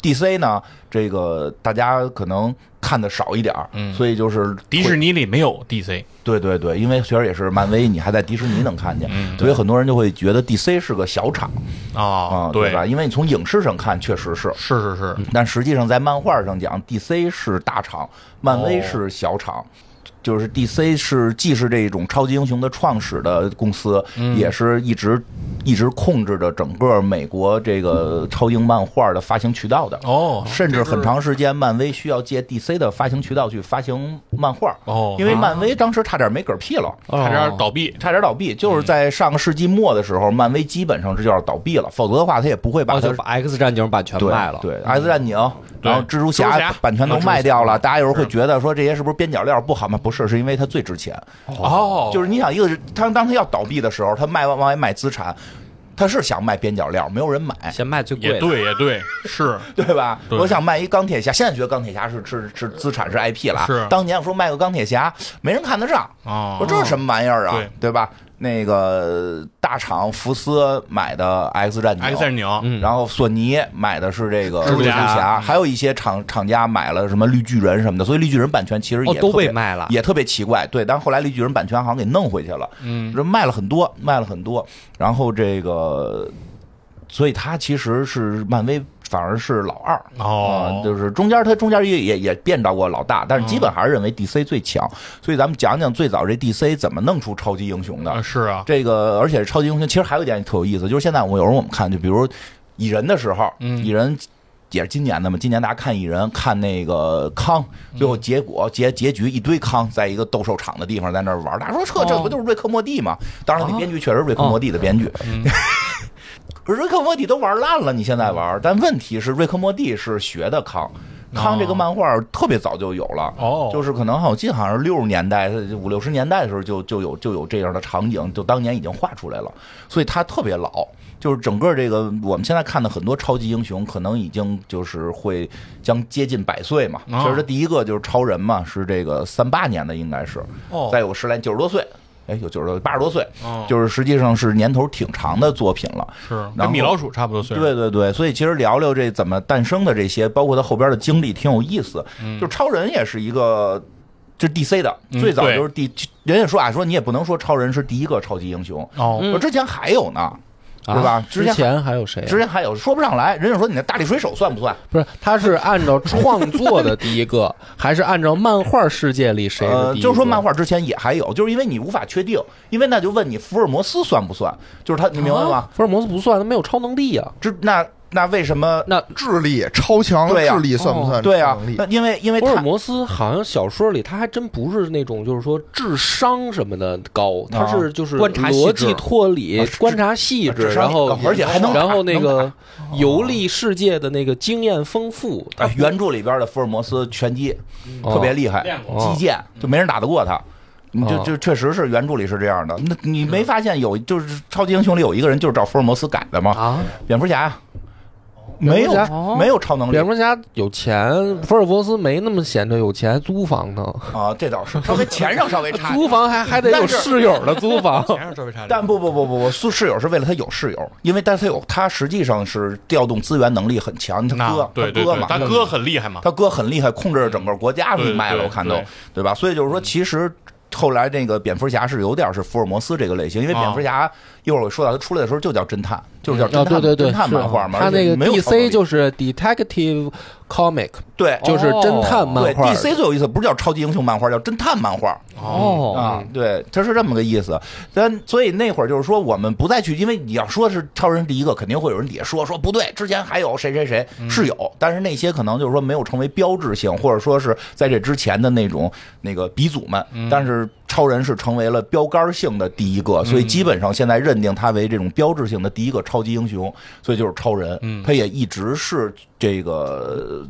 DC 呢，这个大家可能看的少一点儿，
嗯
所以就是
迪士尼里没有 DC，
对对对，因为确实也是漫威，你还在迪士尼能看见，
嗯
所以很多人就会觉得 DC 是个小厂啊
啊，，对
吧？嗯因为你从影视上看，确实是。
是是是，
但实际上在漫画上讲，DC 是大厂，漫威
哦
是小厂。就是 DC 是既是这种超级英雄的创始的公司，
嗯
也是一直一直控制着整个美国这个超英漫画的发行渠道的。
哦
甚至很长时间，漫威需要借 DC 的发行渠道去发行漫画，
哦
因为漫威当时差点没嗝屁了。
差点倒闭。
差点倒闭，就是
嗯
在上个世纪末的时候，漫威基本上这就要倒闭了，否则的话，他也不会把
哦，
它
就把 X 战警版全
啊对
卖了。
对，《X 战警》，然后
嗯对
蜘蛛
蜘蛛
侠
侠
版权都
啊
卖
蜘蛛
掉
侠
了，大家有时候会
是
觉得说这些是不是边角料不好吗？不是，是因为它最值钱。
哦
就是你想，一个是他当他要倒闭的时候，他卖往外卖资产，他是想卖边角料，没有 人买。
先卖最贵的。
也对也对，是
对吧？
对
我想卖一钢铁侠，现在觉得钢铁侠是是是资产是 IP 了啊。
是
当年我说卖个钢铁侠，没人看得上，
啊
我说这是什么玩意儿啊？
对
吧？那个大厂福斯买的 X 战警
X 战警，
嗯
然后索尼买的是这个
蜘蛛侠
还有一些厂厂家买了什么绿巨人什么的，所以绿巨人版权其实也
哦，
特
都
别
被卖了。
也特别奇怪，对，但后来绿巨人版权好像给弄回去了，
嗯，
这卖了很多，卖了很多，然后这个，所以它其实是漫威反而是老二，啊
哦，
就是中间他中间也也也变着过老大，但是基
嗯
本还是认为 DC 最强，所以咱们讲讲最早这 DC 怎么弄出超级英雄的
啊，是啊，
这个，而且超级英雄其实还有一点特有意思，就是现在我们有时候我们看，就比如蚁人的时候，
嗯
蚁人也是今年的嘛，今年大家看蚁人，看那个康，
嗯
最后结果结结局一堆康在一个斗兽场的地方在那儿玩，大家说
哦
这这不就是瑞克莫蒂吗？当然，那编剧确实瑞克莫蒂的编剧。
哦
瑞克莫蒂都玩烂了，你现在玩，但问题是瑞克莫蒂是学的康。康这个漫画特别早就有了，
哦
就是可能好，我记得好像是六十年代、五六十年代的时候就就有就有这样的场景，就当年已经画出来了，所以它特别老。就是整个这个我们现在看的很多超级英雄，可能已经就是会将接近百岁嘛。
啊
其实第一个就是超人嘛，是这个三八年的应该是，
哦
再有十来九十多岁，哎，有九十多八十多岁，
哦
就是实际上是年头挺长的作品了。
是
然
跟
后
米老鼠差不多岁数。
对对对，所以其实聊聊这怎么诞生的这些，包括他后边的经历，挺有意思。就超人也是一个，就是 DC 的，
嗯
最早
对
就是第，人家说啊，说你也不能说超人是第一个超级英雄，
哦
我之前还有呢。对吧
啊
之
之
前
前还有谁啊？
之前还有说不上来，人家说你那大力水手算不算？
不是，他是按照创作的第一 个，还是按照漫画世界里谁是
呃，
第一个？
就是说漫画之前也还有，就是因为你无法确定，因为那就问你福尔摩斯算不算？就是他，你明白吗
啊？？福尔摩斯不算，他没有超能力啊呀、
这那那为什么？
那
智力超强，
对呀
智力算不算
对啊
能力，
那因为因为
福尔
他
摩斯好像小说里他还真不是那种就是说智商什么的高，他是就是
观察细
逻
致
辑脱理
啊、
观察细致，
智商
然后
高而且还能
然后那
打
个 游历世界的那个经验丰富，
啊原著里边的福尔摩斯拳击
哦
特别厉害，
练过
击剑就没人打得过他。你就
哦
就确实是原著里是这样的，那你没发现有就是超级英雄里有一个人就是照福尔摩斯改的吗？
啊，
蝙蝠侠没有
蝙哦
没有超能力
蝙蝠侠有钱，福尔摩斯没那么闲着有钱，还租房呢，
啊，这倒是稍微钱上稍微差 一点
租房还还得有
但是
室友的租房，
前上稍微差点，
但不不不不不，宿室友是为了他有室友，因为但是他有他实际上是调动资源能力很强，他
那
哥
对对
他哥
对
嘛，，
他哥很厉害嘛，
他哥很厉害，控制着整个国家
对对
卖了，
对
我看都
对嗯
对吧？所以就是说，其实后来这个蝙蝠侠是有点是福尔摩斯这个类型，因为
啊
蝙蝠侠一会儿我说到他出来的时候就叫侦探，就是叫
啊，
侦
对
探
对对，
侦探
是
漫画嘛，
他
而且
那个
没有超能
DC
力
就是 Detective Comic，
对。
就是
哦
侦探漫
对
画。
，DC 最有意思，不是叫超级英雄漫画，叫侦探漫画。
哦，
啊，对，他是这么个意思。但所以那会儿就是说，我们不再去，因为你要说是超人第一个，肯定会有人底下说说不对，之前还有谁谁谁是有，但是那些可能就是说没有成为标志性，或者说是在这之前的那种那个鼻祖们。但是超人是成为了标杆性的第一个，所以基本上现在认定他为这种标志性的第一个超级英雄，所以就是超人。他也一直是这个。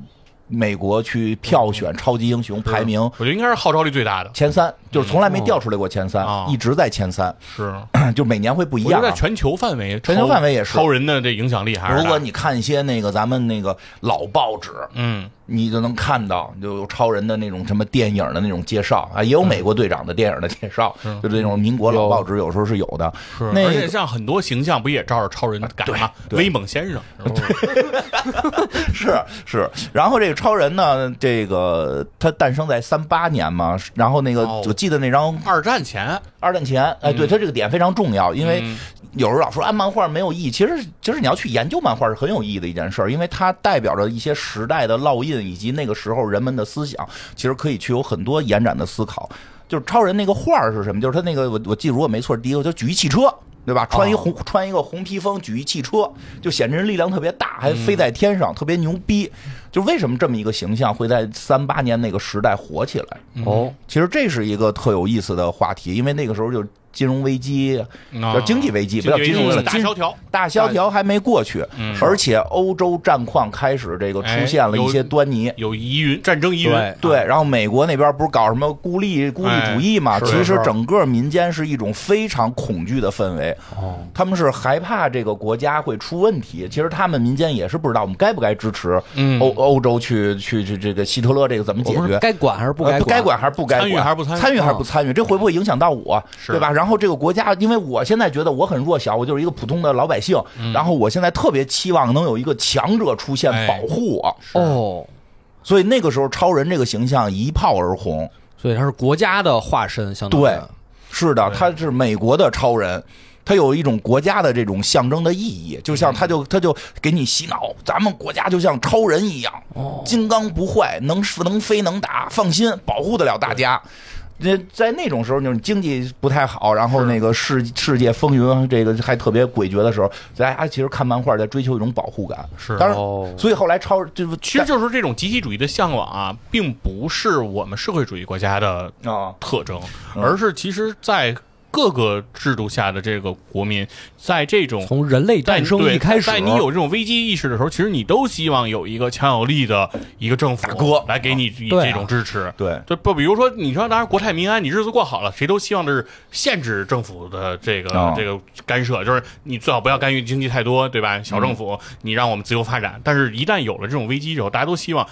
美国去票选超级英雄排名
我觉得应该是号召力最大的，
前三，就是从来没掉出来过前三，
嗯哦
一直在前三，
是，
就每年会不一
我觉
样、
得在
啊。
全啊球范围，
全球
超
范围也是
超人的这影响力还是大
如果你看一些那个咱们那个老报纸，
嗯
你就能看到就有超人的那种什么电影的那种介绍啊，也
嗯
有美国队长的电影的介绍，就这种民国老报纸有时候是有的。
是，
那
而且像很多形象不也照着超人改吗？
对对
威猛先生是吧
是是，然后这个超人呢，这个他诞生在三八年嘛，然后那个
哦
我记得那张
二战前
二战前，哎，对他这个点非常重要，因为有人老说啊，漫画没有意义，其实其实你要去研究漫画是很有意义的一件事儿，因为它代表着一些时代的烙印，以及那个时候人们的思想，其实可以去有很多延展的思考。就是超人那个画儿是什么？就是他那个我我记得如果没错，第一个就举一汽车。对吧？穿一红、穿一个红披风，举一汽车，就显得人力量特别大，还飞在天上，特别牛逼。就为什么这么一个形象会在三八年那个时代火起来？
哦，
其实这是一个特有意思的话题，因为那个时候就金融危机，叫
啊
经济危机，不叫金融
经
危
济
机，
大
金
萧条，嗯
大萧条还没过去，而且欧洲战况开始这个出现了一些端倪。
哎有啊疑云战争疑云，啊
对
对，然后美国那边不是搞什么孤立孤立主义嘛？
哎是
其实
是
整个民间是一种非常恐惧的氛围，
哦
他们是害怕这个国家会出问题。其实他们民间也是不知道我们该不该支持
嗯
欧欧洲去去去这个希特勒这个怎么解
我不
决
是？该管还是不该
呃
管？
管还是不该
参与
管
还是不参与嗯
与还是不参与，这会不会影响到我，
是
对吧？然后这个国家，因为我现在觉得我很弱小，我就是一个普通的老百姓，然后我现在特别期望能有一个强者出现
嗯哎
保护我，
哦，
所以那个时候超人这个形象一炮而红。
所以他是国家的化身，相当于
对，是的，他是美国的超人。他有一种国家的这种象征的意义，就像他就他就给你洗脑，咱们国家就像超人一样，金刚不坏，能能飞能打，放心，保护得了大家。那在那种时候，就是经济不太好，然后那个世世界风云这个还特别诡谲的时候，大家其实看漫画在追求一种保护感。
是
当然，
哦
所以后来超就是
其实就是这种集体主义的向往啊，并不是我们社会主义国家的
啊，
特征，
嗯
而是其实，在各个制度下的这个国民，在这种
从人类
在
诞生一开始，
在你有这种危机意识的时候，其实你都希望有一个强有力的一个政府
哥
来给你以
对啊
这种支持。
对
就不比如说，你说当然国泰民安，你日子过好了，谁都希望的是限制政府的这个、
哦
这个干涉，就是你最好不要干预经
嗯
济太多，对吧？小政府，你让我们自由发展。但是，一旦有了这种危机之后，大家都希望。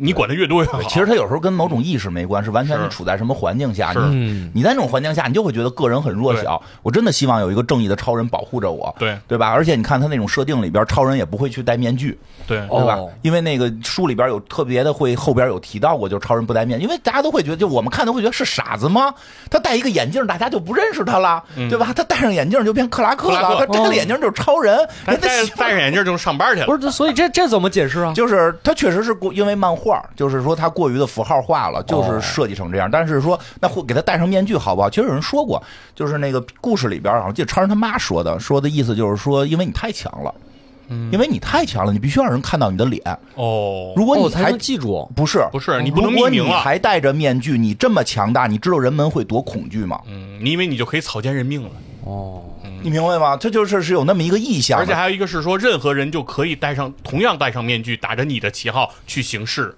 你管的越多越好。
其实他有时候跟某种意识没关，是完全
是
你处在什么环境下，
是
你
嗯，
你在那种环境下，你就会觉得个人很弱小。我真的希望有一个正义的超人保护着我，
对
对吧？而且你看他那种设定里边，超人也不会去戴面具，
对，
哦
对吧？因为那个书里边有特别的会后边有提到过，就超人不戴面，因为大家都会觉得，就我们看都会觉得是傻子吗？他戴一个眼镜，大家就不认识他了，对吧？他戴上眼镜就变克拉克了，
嗯克拉克
他摘
哦
了眼镜就是超人，
他
人家
戴
媳妇儿
戴上眼镜就上班去了。
不是，这所以这这怎么解释啊？
就是他确实是过，因为漫画，就是说他过于的符号化了，就是设计成这样。但是说那会给他戴上面具好不好？其实有人说过，就是那个故事里边儿，好像记得超人他妈说的，说的意思就是说，因为你太强了，因为你太强了，你必须让人看到你的脸。
哦，
如果
哦
你
我才
还
能记住。
不是
不是你不能
如果
匿名
你
了
还戴着面具，你这么强大，你知道人们会多恐惧吗？
嗯，你以为你就可以草菅人命了？
你明白吗？他就是是有那么一个意向的，
而且还有一个是说，任何人就可以戴上同样戴上面具，打着你的旗号去行事，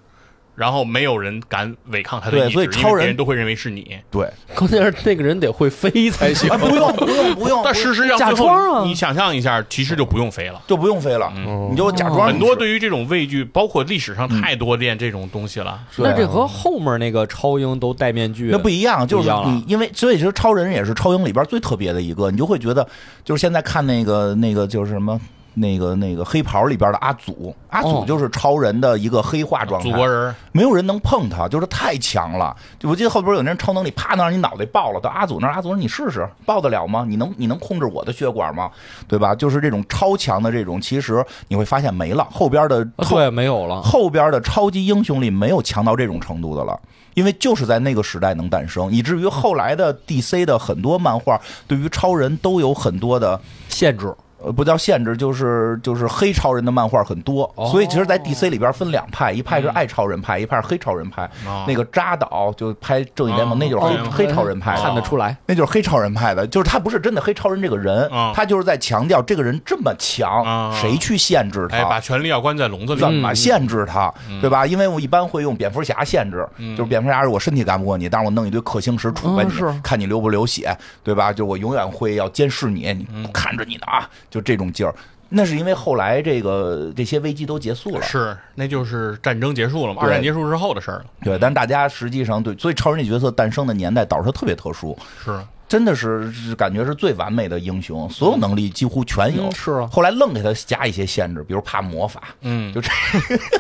然后没有人敢违抗他的
对
意志，
所以超
因为
人
别人都会认为是你。
对，
关键是那个人得会飞才行
哎，。不用不用不用，
但
不
事实上，
假
最后
装啊
你想象一下，其实就不用飞了。
就不用飞了，你就假装
很多
对
对于这种畏惧，包括历史上太多练这种东西了。
那这和后面那个超英都戴面具，
那不一样，就
不一
是
样了
你因为所以其实超人也是超英里边最特别的一个，你就会觉得就是现在看那个那个就是什么。那个那个黑袍里边的阿祖，阿祖
哦
就是超人的一个黑化状态，
祖国人
没有人能碰他，就是太强了。就我记得后边有那人超能力，啪能让你脑袋爆了，到阿祖那儿，阿祖说你试试，爆得了吗？你能你能控制我的血管吗？对吧？就是这种超强的这种，其实你会发现没了，后边的
啊
后
对，没有了。
后边的超级英雄里没有强到这种程度的了，因为就是在那个时代能诞生，以至于后来的 DC 的很多漫画对于超人都有很多的
限制。
呃不叫限制，就是就是黑超人的漫画很多，
哦
所以其实，在 DC 里边分两派，一派是爱超人派，一派是黑超人派。
嗯啊，
那个扎导就拍正义联盟，
哦
那就是黑
哦
黑超人派的，
看得出来，
那就是黑超人派的，就是他不是真的黑超人这个人
哦，
他就是在强调这个人这么强
哦，
谁去限制
哎，把
他？
权力要关在笼子里。
怎么限制他，
嗯
对吧？因为我一般会用蝙蝠侠限制，就是蝙蝠侠是我身体干不过你，但是我弄一堆克星石杵吧
嗯
你，
是
看你流不流血，对吧？就我永远会要监视你，你看着你呢啊，就这种劲儿。那是因为后来这个这些危机都结束了，
是，那就是战争结束了嘛，
对
二战结束之后的事儿了。
对。但大家实际上对，所以超人这角色诞生的年代导致他特别特殊，
是，
真的是是感觉是最完美的英雄，所有能力几乎全有。
嗯是啊
后来愣给他加一些限制，比如怕魔法，
嗯，
就这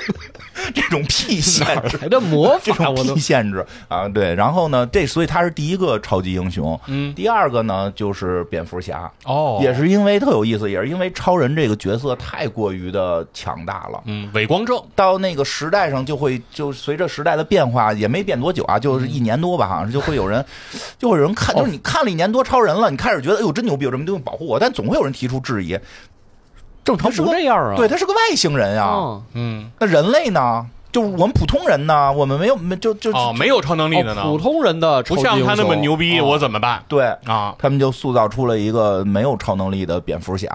这种屁限制。
来的魔
这
法
种
我都
屁限制啊，对，然后呢，这所以他是第一个超级英雄，
嗯
第二个呢就是蝙蝠侠，
哦
也是因为特有意思，也是因为超人这个角色太过于的强大了，
嗯，伪光正。
到那个时代上就会就随着时代的变化，也没变多久啊，就是一年多吧，好像是就会有人，就会有人
哦
看，就是你看了一年多超人了，你开始觉得哎呦真牛逼，有这么多东西保护我，但总会有人提出质疑，
正常不这样啊。
对他是个外星人呀、
啊，
嗯，
那人类呢？就是我们普通人呢，我们没有没就就
哦，没有超能力的呢
哦，普通人的超
不
级
像他那么
英雄
牛逼，
哦
我怎么办
对，
啊？
他们就塑造出了一个没有超能力的蝙蝠侠，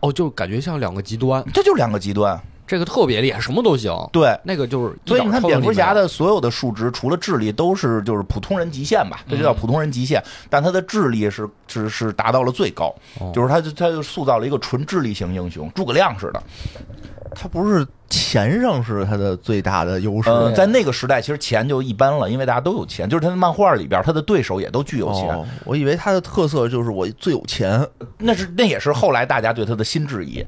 哦，就感觉像两个极端，
这就两个极端，
这个特别厉害，什么都行。
对。
那个就是一
所以你看，
点
蝙蝠侠
超能力
的所有的数值，除了智力，都是就是普通人极限吧，这就叫普通人极
嗯
限。但他的智力是是是达到了最高，
哦
就是他就他就塑造了一个纯智力型英雄，诸葛亮似的。
他不是钱上是他的最大的优势，
呃，在那个时代，其实钱就一般了，因为大家都有钱。就是他的漫画里边，他的对手也都具有钱，
哦，我以为他的特色就是我最有钱，
那是那也是后来大家对他的新质疑。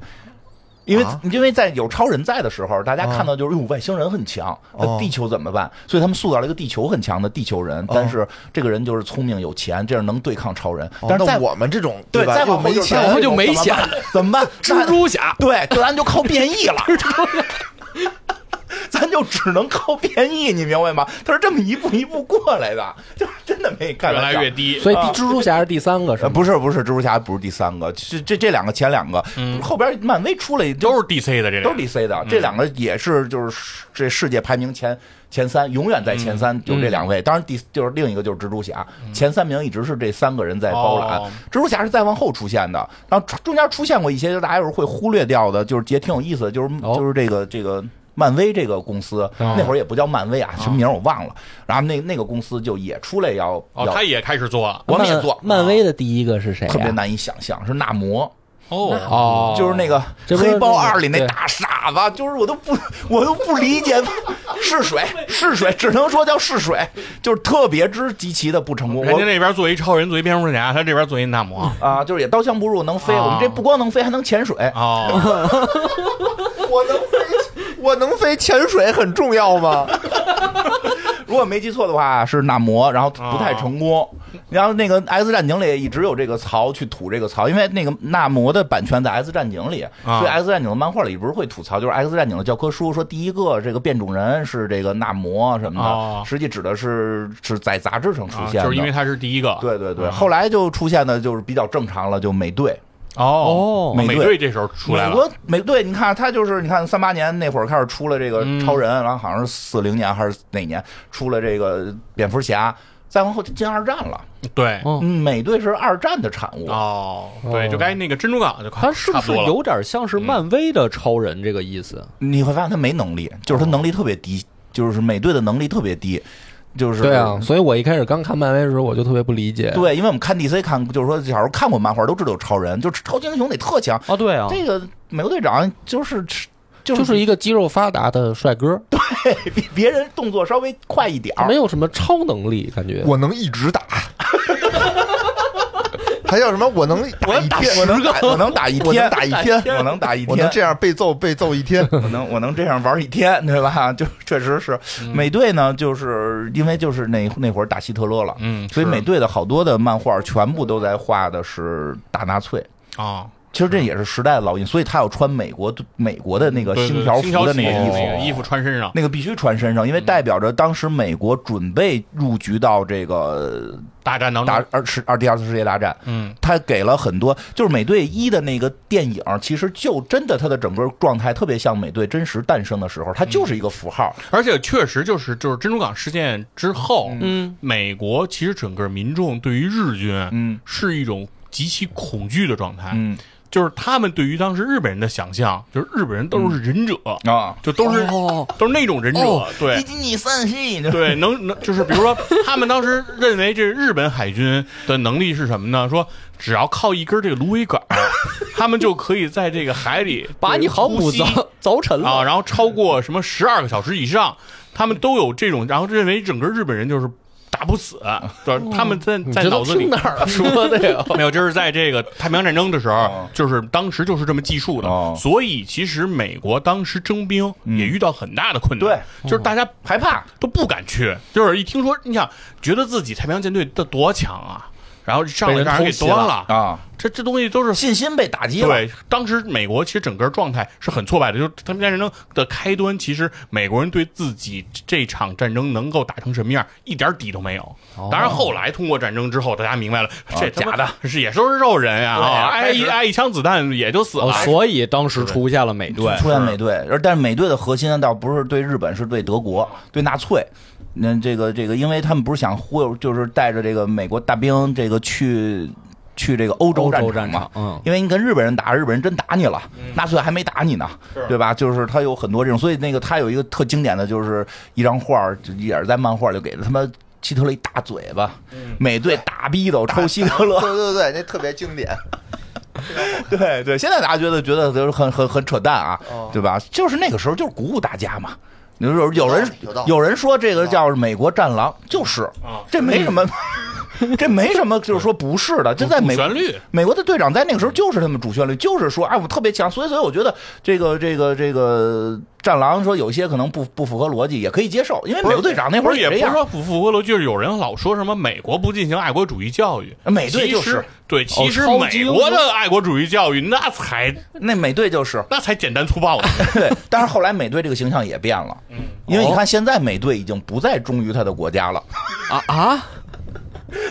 因为、
啊
因为在有超人在的时候，大家
啊
看到就是哟、外星人很强，那
哦
地球怎么办？所以他们塑造了一个地球很强的地球人，但是这个人就是聪明有钱，这样能对抗超人。
哦
但是
那
在
我们这种
对
吧？
再
又
往后
没
就是
钱，
我们就没钱，
怎 么办？
蜘蛛侠
那对，咱就靠变异了。咱就只能靠变异，你明白吗？他是这么一步一步过来的，就是真的没开
越
玩
来
笑
越低，
所以
啊
蜘蛛侠是第三个是
呃，
吗？
不是不是，蜘蛛侠不是第三个，这这这两个前两个，
嗯
后边漫威出来就
都是 DC 的这
都
俩
是 DC 的，这两个也是就是这世界排名前前三，永远在前三，
嗯
有这两位。当然第就是另一个就是蜘蛛侠，前三名一直是这三个人在包揽
哦。
蜘蛛侠是再往后出现的，然后中间出现过一些就大家有时候会忽略掉的，就是也挺有意思的，就是
哦
就是这个这个。漫威这个公司
哦
那会儿也不叫漫威啊，什么名儿我忘了。然后那那个公司就也出来要
哦，
要
他也开始做了。
我们也做
啊
啊
漫漫威的第一个是谁、呀
特别难以想象，是纳摩。
哦，
哎哦，
就是那个
这
《
不是
黑豹二》里那
对
大傻子，就是我都不 我都不理解， 试水试水，只能说叫试水，就是特别之极其的不成功。
人家
我
那边做一超人，做一蝙蝠侠，他这边做一 纳摩。
啊，就是也刀枪不入，能飞。
哦
啊
我们这不光能飞，还能潜水。
哦，
我能飞，我能飞，潜水很重要吗？
如果没记错的话，是纳摩，然后不太成功。然后那个《X 战警》里也一直有这个槽去吐这个槽，因为那个纳摩的版权在《X 战警》里，
啊
所以《X 战警》的漫画里不是会吐槽，就是《X 战警》的教科书说第一个这个变种人是这个纳摩什么的，
哦
实际指的是是在杂志上出
啊
现的，
就是因为他是第一个。
对对对，
嗯
后来就出现的就是比较正常了，就美队。
哦
美
美
队
队这时候出来
美
了。
国美队，你看他就是你看三八年那会儿开始出了这个
嗯
超人，然后好像是四零年还是哪年出了这个蝙蝠侠，再往后就进二战了。
对。
哦
嗯，美队是二战的产物。
哦，
哦
对，就该那个珍珠港就快
他是
差
不
不
是
多了。
有点像是漫威的超人这个意思？
你会发现他没能力，就是他能力特别低，就是美队的能力特别低，呃就是
对啊，。所以我一开始刚看漫威的时候，我就特别不理解。
对，因为我们看 DC 看，就是说小时候看过漫画，都知道有超人，就是超级英雄得特强。
啊，对啊，
这个美国队长就是就
就是一个肌肉发达的帅哥，
比别人动作稍微快一点儿
没，有什么超能力，感觉。
我能一直打。 还叫什么？我能打一天，我能
打我能打一
我能
天，
打一天，
我能打一
我能
天，
这样被揍被揍一天。
我能我能这样玩一天，对吧？ 就确实是美队呢，就是因为就是那那会儿打希特勒了，
嗯
所以
是
美队的好多的漫画全部都在画的是大纳粹。
啊，
其实这也是时代的烙印，所以他要穿美国美国的那个
对对
星条
星
服的
旗
那个衣
那
服，
衣服穿身上。
那个必须穿身上，因为代表着当时美国准备入局到这个
大战当
打
中，
二次二第二次世界大战。
嗯，
他给了很多，就是美队一的那个电影，其实就真的他的整个状态特别像美队真实诞生的时候，他就是一个符号。
而且确实就是就是珍珠港事件之后，
嗯，
美国其实整个民众对于日军
嗯
是一种极其恐惧的状态，
嗯
就是他们对于当时日本人的想象，就是日本人都是忍者，
啊，
就都是
哦
都是那种忍者，对。
一你三十，
对，能能就是比如说，他们当时认为这日本海军的能力是什么呢？说只要靠一根这个芦苇杆儿，他们就可以在这个海里
把你航母
呼 吸
凿凿沉
啊，
了，哦
然后超过什么十二个小时以上，他们都有这种，然后认为整个日本人就是打不死，对吧，他们在
哦你
在
这
脑
都
子里
听哪儿说的呀？
没有，这是在这个太平洋战争的时候
哦，
就是当时就是这么计数
哦嗯
的，所以其实美国当时征兵也遇到很大的困难，对，就是大家
害怕。
都不敢去，就是一听说你想觉得自己太平洋舰队的多强啊，然后上来让人给端了，
啊，
这这东西都是
信心被打击了。，
对，当时美国其实整个状态是很挫败的，就是太平洋战争的开端，其实美国人对自己这场战争能够打成什么样一点底都没有。
哦
当然，后来通过战争之后，大家明白了，这假的，是也都是肉人呀，
对啊
啊挨
开始
一挨一枪子弹也就死
哦
了。
所以当时出现了美队，
出现美队，而但是美队的核心倒不是对日本，是对德国，对纳粹。那这个这个，因为他们不是想忽悠，就是带着这个美国大兵这个去去这个欧洲
欧洲
场
战
嘛
场，。嗯，
因为你跟日本人打，日本人真打你了，纳粹还没打你呢，对吧？就是他有很多这种，所以那个他有一个特经典的就是一张画儿，就也是在漫画里给了他妈希特勒一大嘴巴，美队打逼斗抽希特勒，
对对对，那特别经典。
对对，现在大家觉得觉得就是很很很扯淡啊
哦，
对吧？就是那个时候就是鼓舞大家嘛。有有有人
有道理
有人说这个叫美国战狼，就是
啊
这没什么，这没什么， 就是说不是的，这在美
主旋律
美国的队长在那个时候就是他们主旋律，就是说，哎，我特别强，所以所以我觉得这个这个这个战狼说有些可能不不符合逻辑，也可以接受，因为美国队长那会
不
儿
是也
这
不是
样，
说不符合逻辑，就是有人老说什么美国不进行爱国主义教育，
呃美队就
其
是哦
实对，其实
超级
美
英
国
雄
的爱国主义教育那才
那美队就是，
那才简单 粗暴的，
对，但是后来美队这个形象也变了，因为你看现在美队已经不再忠于他的国家了。
啊啊，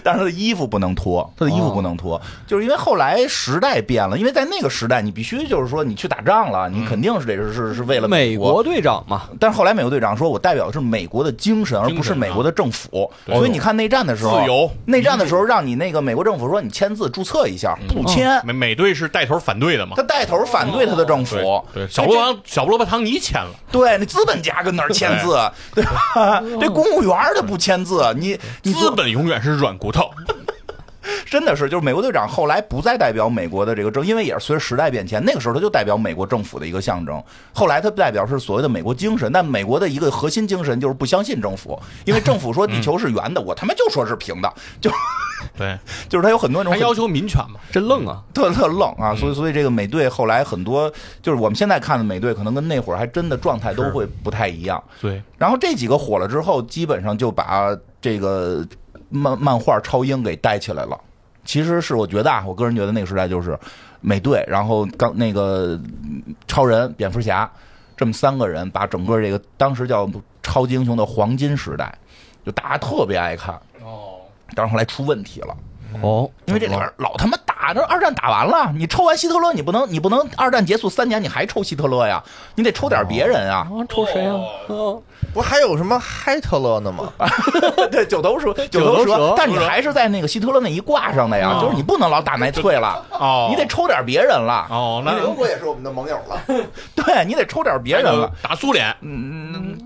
但是他的衣服不能脱，他的衣服不能脱，就是因为后来时代变了，因为在那个时代，你必须就是说你去打仗了，你肯定是得是是是为了
美
国。
国队长嘛，
但是后来美国队长说，我代表的是美国的精神，而不是美国的政府。
对
所以你看内战的时候，
自由
内战的时候让你那个美国政府说你签字注册一下，不签，
美美队是带头反对的嘛
他。带头反对他的政
对
府。
哦对，小罗王小罗伯唐尼签了，
对你资本家跟那儿签字，对吧？这公务员儿他不签字，你你
资本永远是软骨头。
真的是，就是美国队长后来不再代表美国的这个政，因为也是随着时代变迁，那个时候他就代表美国政府的一个象征。后来他代表是所谓的美国精神，但美国的一个核心精神就是不相信政府，因为政府说地球是圆的，我他妈就说是平的，就
对，
就是他有很多那
嗯 还
种
要
很
求嗯民权嘛，
真愣啊！
特特愣啊，所以所以这个美队后来很多就是我们现在看的美队，可能跟那会儿还真的状态都会不太一样。
对，
然后这几个火了之后，基本上就把这个漫漫画超英给带起来了。其实是我觉得啊，我个人觉得那个时代就是美队，然后刚那个嗯超人、蝙蝠侠这么三个人，把整个这个当时叫超级英雄的黄金时代，就大家特别爱看。
哦，
但是后来出问题了。
哦，
因为这里边老他妈打，这二战打完了，你抽完希特勒，你不能，你不能二战结束三年你还抽希特勒呀，你得抽点别人啊。
啊，抽谁啊？哦，
不还有什么嗨特勒呢 吗？
对，九头蛇，九
头
头
蛇
蛇，嗯但你还是在那个希特勒那一挂上的呀，就是你不能老打纳粹了，
哦，
你得抽点别人了，
哦，那
德国也是我们的盟友了，
对你得抽点别人了。
打苏联
嗯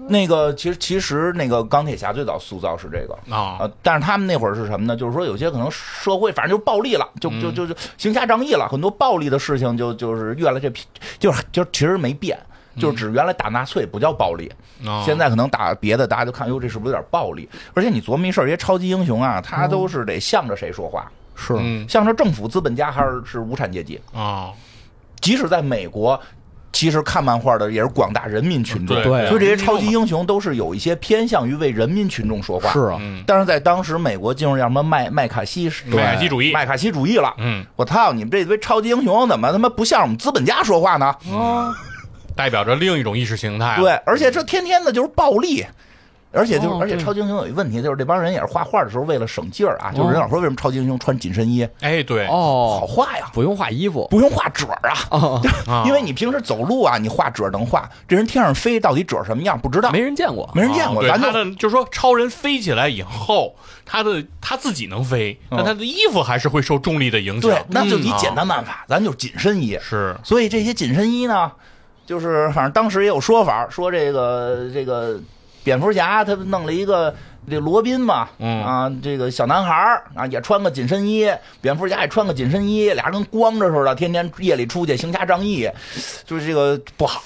那个其实其实那个钢铁侠最早塑造是这个。
啊
呃，但是他们那会儿是什么呢？就是说有些可能社会反正就暴力了，就就就就行侠仗义了，很多暴力的事情就就是越来越偏，就是就其实没变，就是只原来打纳粹不叫暴力，
啊，
现在可能打别的大家就看哟这是不是有点暴力？而且你琢磨一事儿，这些超级英雄啊，他都是得向着谁说话，
是
嗯
向着政府、资本家还是是无产阶级？
啊，
即使在美国，其实看漫画的也是广大人民群众，
嗯对
对啊
所以这些超级英雄都是有一些偏向于为人民群众说话。
是，啊，
嗯
但是在当时美国进入叫什么麦麦卡锡时
麦卡锡主义
麦卡锡主义了。
嗯，
我操！你们这堆超级英雄怎么他妈不向我们资本家说话
哎
呢？
代表着另一种意识形态，
对，，而且这天天的就是暴力，而且就是、
哦
而且
对
超级英雄有一问题，就是这帮人也是画画的时候为了省劲儿啊，就是人老说为什么超级英雄穿紧身衣、
哎，对，
好啊
哦，
画呀，
不用画衣服
不用画褶儿啊，
哦，
啊
因为你平时走路啊，你画褶儿能画，这人天上飞到底褶儿什么样不知道，
没
没
人见过，
人见过，
哦对
咱
他
就
的就是说，超人飞起来以后，他的他自己能飞，但他的衣服还是会受重力的影
嗯
响。
对，那就
嗯
以
啊
简单办法，咱就紧身衣。
是
所以这些紧身衣呢，就是反正当时也有说法，说这个这个蝙蝠侠他弄了一个这罗宾嘛，
嗯
啊，这个小男孩儿啊也穿个紧身衣，蝙蝠侠也穿个紧身衣，俩人跟光着似的，天天夜里出去行侠仗义，就是这个不好。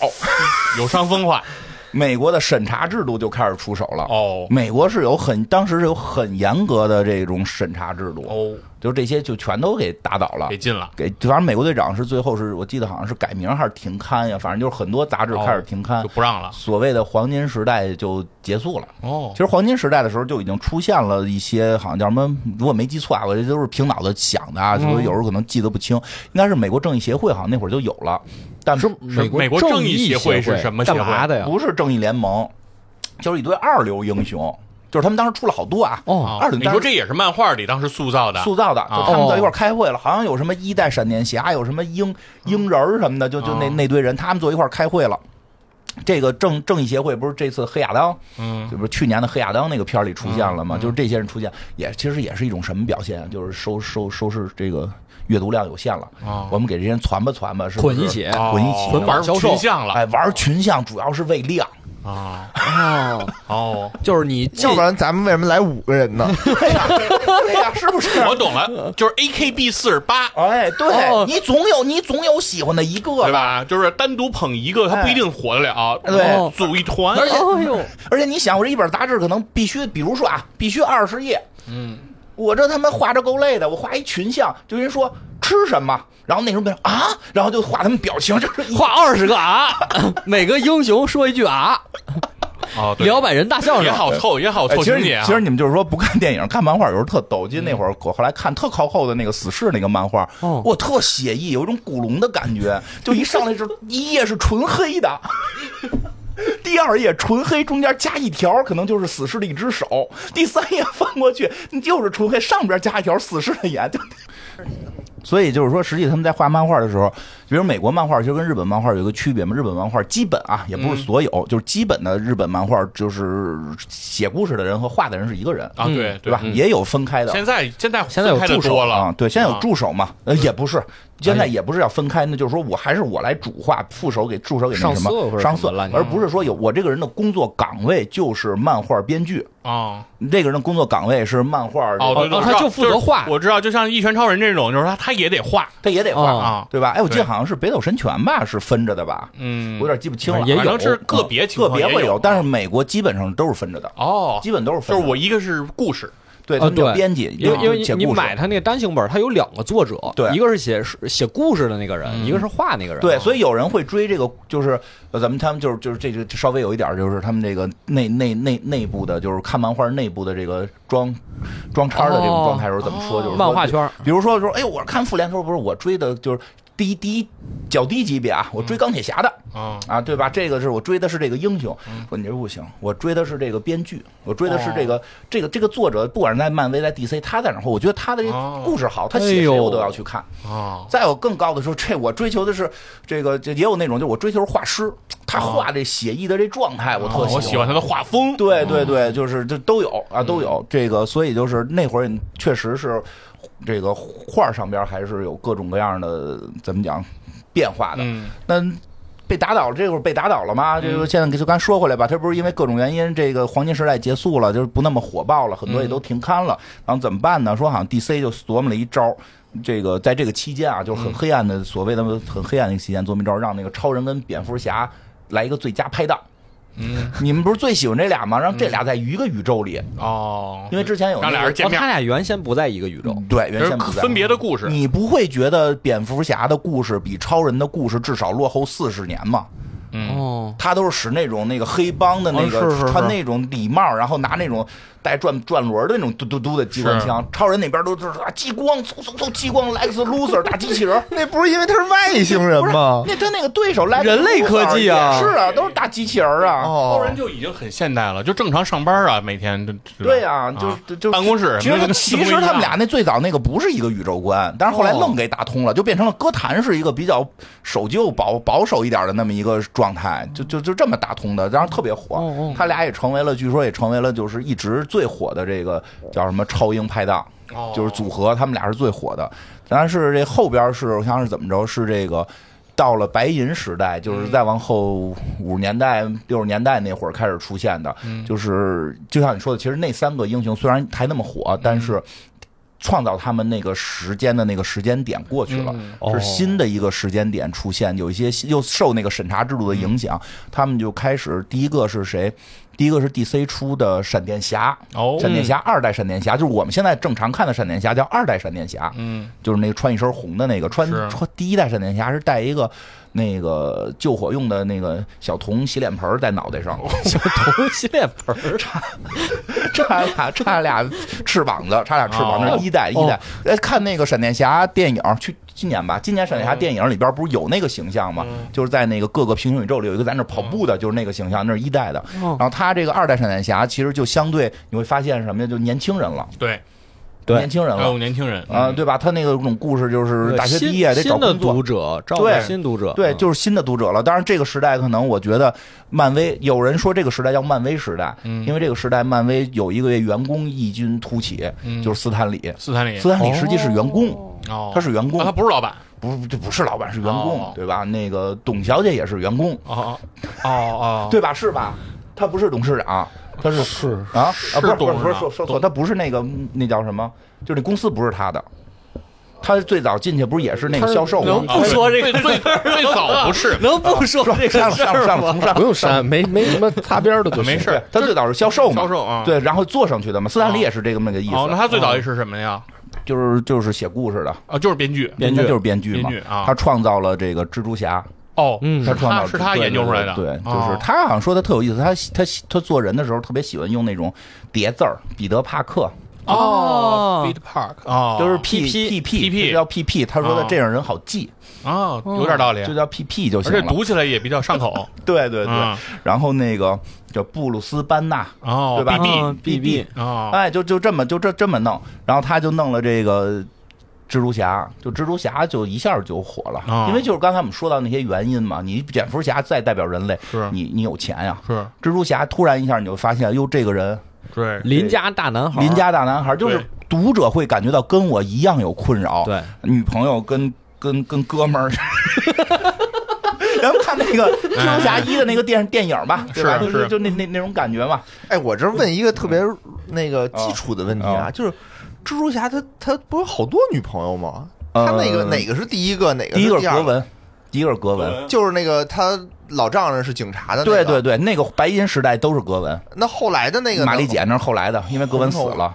有伤风化
美国的审查制度就开始出手了。
哦
美国是有很当时是有很严格的这种审查制度，
哦，
就这些就全都给打倒了
给。禁了。
给，反正美国队长是最后是我记得好像是改名还是停刊呀，反正就是很多杂志开始停刊，
哦就不让了
所谓的黄金时代就结束了。
哦
其，实黄金时代的时候就已经出现了一些好像叫什么，如果没记错啊，我这都是凭脑子想的啊，
嗯
所以有时候可能记得不清。应该是美国正义协会，好像那会儿就有了，
嗯
但
是
美国
正
正义
义
协会是
协
什么
干
协会
嘛的呀？
不是正义联盟，就是一堆二流英雄，就是他们当时出了好多啊，
哦，
二
你
零
说这也是漫画里当时塑造的，
塑造的，就他
哦
们在一块儿开会了，好像有什么一代闪电侠，有什么鹰鹰人儿什么的，就就那
哦
那堆人，他们坐一块儿开会了。这个正正义协会不是这次黑亚当，
嗯
这不是去年的黑亚当那个片儿里出现了吗？就是这些人出现，也其实也是一种什么表现？啊就是收收收视这个阅读量有限了，
哦
我们给这些人传吧传吧，是不
混
是
一起
哦
混一起，
捆绑
玩
销售
群像了
哎，玩群像主要是为量，
啊
哦，
哦，
就是你进
要不然咱们为什么来五个人呢？
对呀、对呀、是不是？
哦我懂了，就是 A K B 四十八。
哎，对、
哦
你总有你总有喜欢的一个
对
吧？
吧？就是单独捧一个，他不一定火得了。
对
哦组一 团，
而且
哎呦，
而且你想，我这一本杂志可能必须，比如说啊，必须二十页。嗯，我这他妈画着够累的，我画一群像，就人说吃什么，然后那时候变成啊，然后就画他们表情，就是一
画二十个啊， 每个英雄说一句啊，
哦，对
两百人大笑哦
也
声。
好凑，也好
哎
凑
其实
情
你
节啊。
其实你们就是说不看电影看漫画，有时候特逗。记得那会儿我后来看特靠后的那个死侍那个漫画，
哦
我特写意，有一种古龙的感觉，就一上来就一页是纯黑的。 第二页纯黑，中间加一条，可能就是死侍的一只手；第三页翻过去，你就是纯黑，上边加一条死侍的眼。就所以就是说，实际他们在画漫画的时候，比如美国漫画其实跟日本漫画有一个区别嘛，日本漫画基本啊，也不是所有，
嗯
就是基本的日本漫画就是写故事的人和画的人是一个人，
啊，对
对吧？也有分开的。啊
现在现在
现在有
分开的
助手
多了啊嗯哎
啊，对，现在有助手嘛？呃，也不是，现在也不是要分开，那就是说我还是我来主化，副手给助手给那
上
什么
色或者
上
什么
色
乱，七八
而
糟
嗯
不是说有我这个人的工作岗位就是漫画编剧，
啊。
这个人的工作岗位是漫画
哦，对对，
哦
我
他
知道
就负责
是
画
我知道，就像一拳超人这种，就是他他也得画
他也得画，
哦
啊，
对吧？哎，我记得
对
好像是北斗神拳吧，是分着的吧？
嗯，
啊我有点记不清了，
也
反
有
正是个别情
个
况
别
也
会
有，
但是美国基本上都是分着的，
哦，
基本都是分
就
着
是
的。
我一个是故事，
对
啊
他们叫
对
编辑，
因为因为
写
你
故事
买他那个单行本，他有两个作者，
对嗯
一个是写写故事的那个人，一个是画那个人。
对，所以有人会追这个，就是呃咱们他们就是就是这个稍微有一点儿，就是他们这个内内内内部的，就是看漫画内部的这个装装叉儿的这种
哦
状态时候怎么说，就是说
漫画圈儿
比如说说，哎，我看复联的时候不是我追的就是第一第一较低级别啊，我追钢铁侠的。
啊，
啊，对吧？这个是我追的是这个英雄，
嗯
说你这不行，我追的是这个编剧，我追的是这个、
哦
这个这个作者，不管是在漫威在 DC，他在哪儿后，我觉得他的这个
哦
故事好，他
哎
写谁
呦
我都要去看。
啊，
再有更高的说，这我追求的是这个，这也有那种，就我追求是画师，他画这写意的这状态，我特
哦我喜欢他的画风，嗯
对对对，就是这都有啊，都有这个，所以就是那会儿确实是这个画上边还是有各种各样的怎么讲变化的。
嗯，
那被打倒了，这会儿被打倒了吗？这个现在就刚说回来吧，他不是因为各种原因，这个黄金时代结束了，就是不那么火爆了，很多也都停刊了。然后怎么办呢？说好像 DC 就琢磨了一招。这个在这个期间啊，就是很黑暗的，所谓的很黑暗的期间，琢磨一招，让那个超人跟蝙蝠侠来一个最佳拍档。
嗯，
你们不是最喜欢这俩吗？让这俩在一个宇宙里，
哦，
因为之前有
让俩
那个
人见
哦，
面
他，俩原先不在一 个宇宙。
对原
就是
先不在
分别的故事，
你不会觉得蝙蝠侠的故事比超人的故事至少落后四十年吗？
嗯，
哦，
他都是使那种那个黑帮的那个、
哦是是是
穿那种礼帽，然后拿那种带转转轮的那种嘟嘟嘟的机关枪。超人那边都就是啊激光，嗖嗖嗖激光，Lex Luthor 大机器 人。
那不是因为他是外星人吗？
那他那个对手来
人类科技啊
是啊，都是大机器人啊。
哦
超人就已经很现代了，就正常上班啊，每天就
对啊，就就就
办公室
其实
那
他
个
其实他们俩那最早那个不是一个宇宙观，但是后来
哦
愣给打通了，就变成了歌坛是一个比较守旧保保守一点的那么一个状态，就就就这么打通的，然后特别
哦
火
哦。
他俩也成为了，据说也成为了就是一直最火的这个叫什么超英拍档，
哦
就是组合，他们俩是最火的。但是这后边是我想是怎么着，是这个。到了白银时代，就是再往后五十年代、六十年代那会儿开始出现的，
嗯
就是就像你说的，其实那三个英雄虽然还那么火，但
嗯
是创造他们那个时间的那个时间点过去了，
嗯
是新的一个时间点出现，有一些新又受那个审查制度的影响，
嗯
他们就开始第一个是谁？第一个是 DC 出的闪电侠，
哦，
闪电侠二代闪电侠，就是我们现在正常看的闪电侠叫二代闪电侠，
嗯，
就是那个穿一身红的那个，穿
是
穿第一代闪电侠是戴一个那个救火用的那个小铜洗脸盆儿在脑袋上，
小童洗脸盆 儿，
差俩差俩翅膀子，差俩翅膀，那
哦
是一代一代。哎，看那个闪电侠电影，去今年吧，今年闪电侠
嗯
电影里边不是有那个形象吗？就是在那个各个平行宇宙里有一个在那跑步的，
嗯
就是那个形象，那是一代的。
哦
然后他这个二代闪电侠其实就相对你会发现什么呀？就年轻人了，
对，
对嗯
年轻人
还
了
有。年轻人嗯
啊、对吧？他那个种故事就是大学
新
毕业得找
新的
工作，
读者，照顾
对
新读者，嗯
嗯
对，就是新的读者了。当然，这个时代可能我觉得漫威有人说这个时代叫漫威时代，
嗯
因为这个时代漫威有一个员工异军突起，就是斯坦李。
斯坦李
斯坦李实际是员工，
嗯哦，
他是员工
啊他不是老板
不是这不是老板，是员工
哦，
对吧？那个董小姐也是员工，
哦哦哦，
对吧？是吧？他不是董事长，他是
是
啊啊，不是
董
不是不是
事长
说说错，
董
他不是那个那叫什么？就是那公司不是他的，他最早进去不是也是那个销售吗
能？不说这个
啊最 最最早不是
能不说这个事
上了上了
儿
上了
吗？
从上
啊不用删，没没什么擦边 的就行
没事
对
儿，
他最早是销售嘛，
销售啊
对，然后做上去的嘛。斯坦利
哦
也是这个那个意思，嗯
哦，那他最早也是什么呀？
就是就是写故事的，
啊，就是编剧
编剧就是编剧嘛
编剧啊
他创造了这个蜘蛛侠，
哦，
嗯
他创造
是他
对
研究出来的
对，对
哦
就是他好像说他特有意思，他他他做人的时候特别喜欢用那种叠字儿，彼得帕克
哦
，Beat Park 哦，
就是 P P
PP
P
PP
这叫 P P，他说的
哦
这样人好记，
啊，有点道理，
就叫 P P 就
而
行
且
了。
读起来也比较上口
对对对
嗯，
然后那个叫布鲁斯班纳，
哦，
对吧
？BB
嗯 BB
啊，
哎，就就这么就这这么弄，然后他就弄了这个蜘蛛侠，就蜘蛛侠就一下就火了，
啊
因为就是刚才我们说到那些原因嘛，你蝙蝠侠再代表人类，
是
你你有钱呀，
是
蜘蛛侠突然一下你就发现，哟，这个人
对，
邻家大男孩儿，
邻家大男孩，就是
啊对
读者会感觉到跟我一样有困扰，
对，
女朋友跟跟跟哥们儿。 咱们看那 个《蜘蛛侠一》的那个电电影吧，对吧？
哎是
就是就那那那种感觉嘛。
哎，我这问一个特别那个基础的问题
哦
啊，就是蜘蛛侠他他不是好多女朋友吗？
呃
他那个哪个是第一个，哪个
第一个
是嗯
是
第
格
二个？
文，第一个是格文，
就是那个他老丈人是警察的，
对对。对，那个白银时代都是格文，
那后来的那个呢啊
玛丽姐那是后来的，因为格文死了。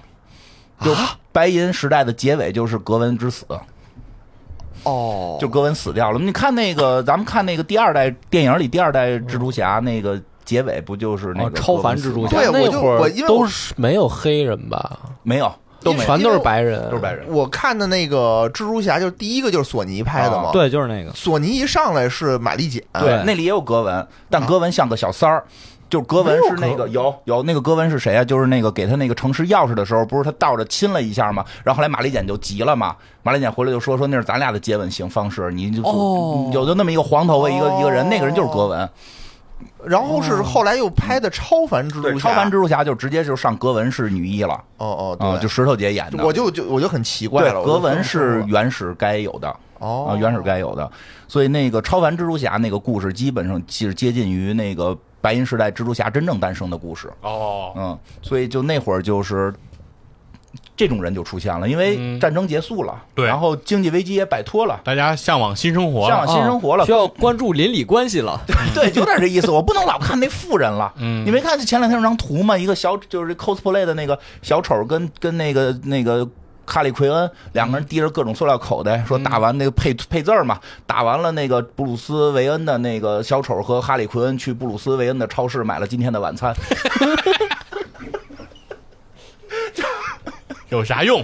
就白银时代的结尾就是格文之死，
哦，
就格文死掉了。你看那个，咱们看那个第二代电影里第二代蜘蛛侠那个结尾不就是那个
哦超凡蜘蛛侠
格文死吗
对
那
我就
会
我
儿
因为
都
我
是没有黑人吧，
没有，
都没有
全都是白
呃
人，
都是白人。
我看的那个蜘蛛侠，就是第一个就是索尼拍的嘛。
啊，
对，就是那个，
索尼一上来是玛丽姐，
对，啊那里也有格文，但格文像个小三儿。就是格文是那个有有那个格文是谁啊？就是那个给他那个城市钥匙的时候，不是他倒着亲了一下吗？然后后来玛丽简就急了嘛，玛丽简回来就说说那是咱俩的接吻行方式，你就、
哦
有就那么一个黄头发一个、一个人，那个人就是格文，
然后
哦
是后来又拍的超凡蜘
对，
蛛侠，
超凡蜘蛛侠就直接就上格文是女一了
哦哦，
啊、
对，
就石头姐演的，
我就就我就很奇怪
对
了，我就
格文是
分不清了
原始该有的。啊
哦，，
原始该有的。所以那个超凡蜘蛛侠那个故事，基本上是接近于那个白银时代蜘蛛侠真正诞生的故事。
哦，
嗯，所以就那会儿就是这种人就出现了，因为
嗯
战争结束了，
对
然后经济危机也摆脱了。
大家向往啊新生活
向往
了，
新生活了
需，要关注邻里关系了。
对，有点这意思。我不能老看那富人了，
嗯
你没看前两天有张图吗？一个小就是 cosplay 的那个小丑跟跟那个那个哈利奎恩两
嗯
个人提着各种塑料口袋，说打完那个配配字儿嘛，打完了那个布鲁斯韦恩的那个小丑和哈利奎恩去布鲁斯韦恩的超市买了今天的晚餐，
有啥用？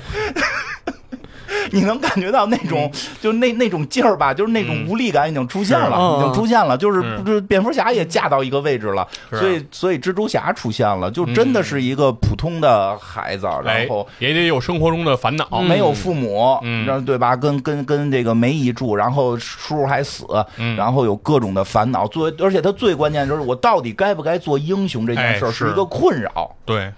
你能感觉到那种就那那种劲儿吧，就是那种
嗯
无力感已经出现了，
嗯
已经出现了，就是
嗯
就是蝙蝠侠也架到一个位置了，
是嗯
所以所以蜘蛛侠出现了，就真的是一个普通的孩子，然
哎
后。，
也得有生活中的烦恼，
没有父母，
嗯
然后对吧？跟跟跟这个梅姨住，然后叔叔还死，
嗯
然后有各种的烦恼。作为，而且他最关键就是，我到底该不该做英雄这件事儿
哎是
一个困扰
对，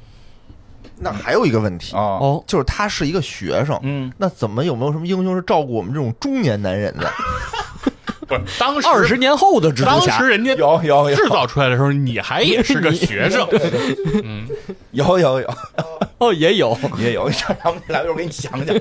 那还有一个问题，
啊。
哦，
就是他是一个学生，
嗯，
那怎么有没有什么英雄是照顾我们这种中年男人的？
不是当时
二十年后的蜘
当
蛛侠
时，人家
有有有
制造出来的时候，你还也是个 学生，嗯，
有有有
哦，也有，
也有，让他们来，一会儿给你想想。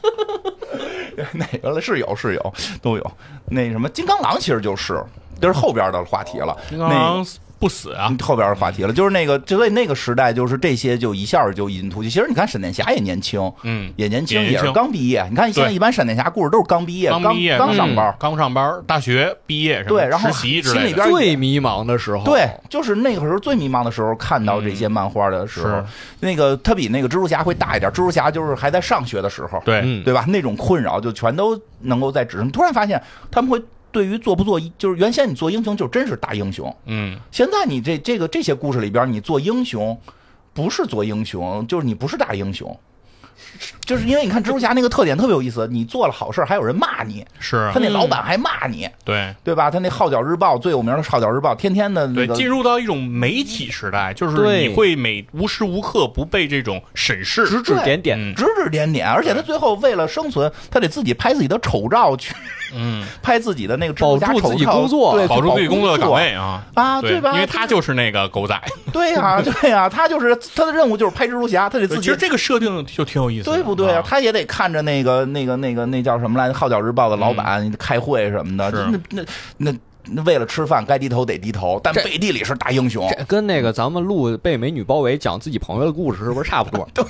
哪个了？是有是有都有。那什么，金刚狼其实就是，这是后边的话题了。
金
那嗯
刚狼不死啊，
后边的话题了，就是那个，所以那个时代，就是这些就一下就引出去。其实你看闪电侠也年轻，
嗯
也年轻，
也
也
年轻
是刚毕业。你看现在
对
一般闪电侠故事都是刚毕业，刚
毕业，
刚上班
嗯，刚上班，大学毕业什么
对然后
实习之类
心里边
的，
最迷茫的时候，
对，就是那个时候最迷茫的时候，看到这些漫画的时候，
嗯
那个他比那个蜘蛛侠会大一点。蜘蛛侠就是还在上学的时候，
对，
嗯，
对吧？那种困扰就全都能够在纸上。突然发现他们会对于做不做，就是原先你做英雄就真是大英雄，
嗯，
现在你这这个这些故事里边，你做英雄不是做英雄，就是你不是大英雄。就是因为你看蜘蛛侠那个特点特别有意思，你做了好事儿还有人骂你，
是啊
他，那老
嗯
板还骂你，
对。
对吧？他那《号角日报》最有名的《号角日报》，天天的那
对，
个
进入到一种媒体时代，就是
对
你会每无时无刻不被这种审视，
指指点点，
嗯
指指点点，而且他最后为了生存，他得自己拍自己的丑照去，
嗯，
拍自己的那个蜘蛛侠
保住自
丑
己
照
工作
对，
保住自己
工
工作的岗位啊
啊对吧
因为他就是那个狗仔，
对呀、对呀、他就是他的任务就是拍蜘蛛侠，他得自
对
己
其实这个设定就挺有意思的，
对不对啊
啊？？
他也得看着那个、那个、那个、那叫什么来着？《号角日报》的老板开会什么的，
嗯是
那那那那为了吃饭该低头得低头，但
这
背地里是大英雄。
这跟那个咱们录被美女包围讲自己朋友的故事是不是差不多？对，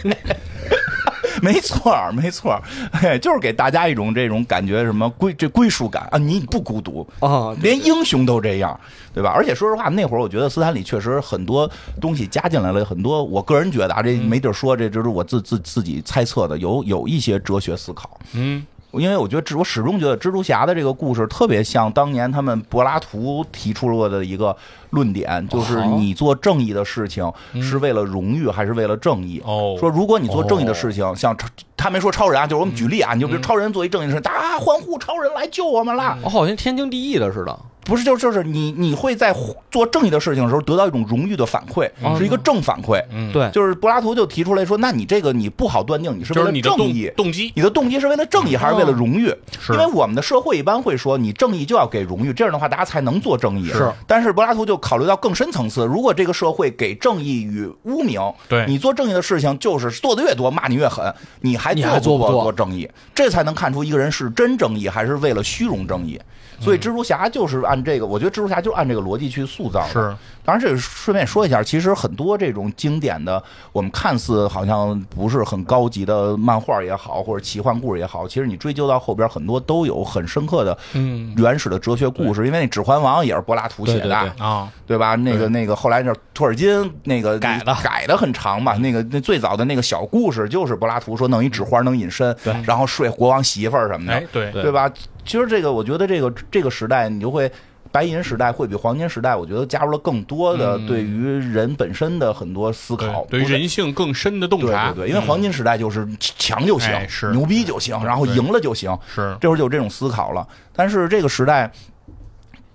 没错儿，没错儿，嘿，就是给大家一种这种感觉，什么归这归属感啊，你不孤独。
啊，
连英雄都这样，对吧？而且说实话，那会儿我觉得斯坦李确实很多东西加进来了，很多我个人觉得啊，这
嗯
没地儿说，这就是我自自自己猜测的，有有一些哲学思考。
嗯，
因为我觉得蜘，我始终觉得蜘蛛侠的这个故事特别像当年他们柏拉图提出过的一个论点，就是
哦
你做正义的事情是为了荣誉还是为了正义？
嗯哦
说如果你做正义的事情，像超他没说超人啊，就是我
嗯嗯
们举例啊，你就比如超人做一正义的事，大家欢呼超人来救我们啦。
我好像天经地义的似的，
不是，就就是你你会在做正义的事情的时候得到一种荣誉的反馈，是一个正反馈。
嗯
对
就是柏拉图就提出来说，那你这个你不好断定你是为
就是
了
你的
正
动
义。
动机
你的动机是为了正义还是为了荣誉？
是
因为我们的社会一般会说，你正义就要给荣誉，这样的话大家才能做正义。
是，
但是柏拉图就考虑到更深层次，如果这个社会给正义与污名，
对
你做正义的事情就是做的越多，骂你越狠，你还
你还
做
做不
做
做
正义？这才能看出一个人是真正义还是为了虚荣正义。所以蜘蛛侠就是按这个，我觉得蜘蛛侠就是按这个逻辑去塑造的。
是，
当然，这顺便说一下，其实很多这种经典的，我们看似好像不是很高级的漫画也好，或者奇幻故事也好，其实你追究到后边，很多都有很深刻的
嗯
原始的哲学故事。因为那《指环王》也是柏拉图写的，
对对对
啊，
对吧？那个那个后来那托尔金那个
改的
改的很长嘛。那个那最早的那个小故事就是柏拉图说弄一纸花能隐身，然后睡国王媳妇儿什么的
哎，，对，
对
嗯对吧？其实这个我觉得这个这个时代，你就会白银时代会比黄金时代，我觉得加入了更多的对于人本身的很多思
对
考，
嗯对于
不是
人性更深的洞
对
察，嗯
对对，因为黄金时代就是强就行
哎，是
牛逼就行，然后
对
赢了就行，
是
这会儿就有这种思考了。但是这个时代，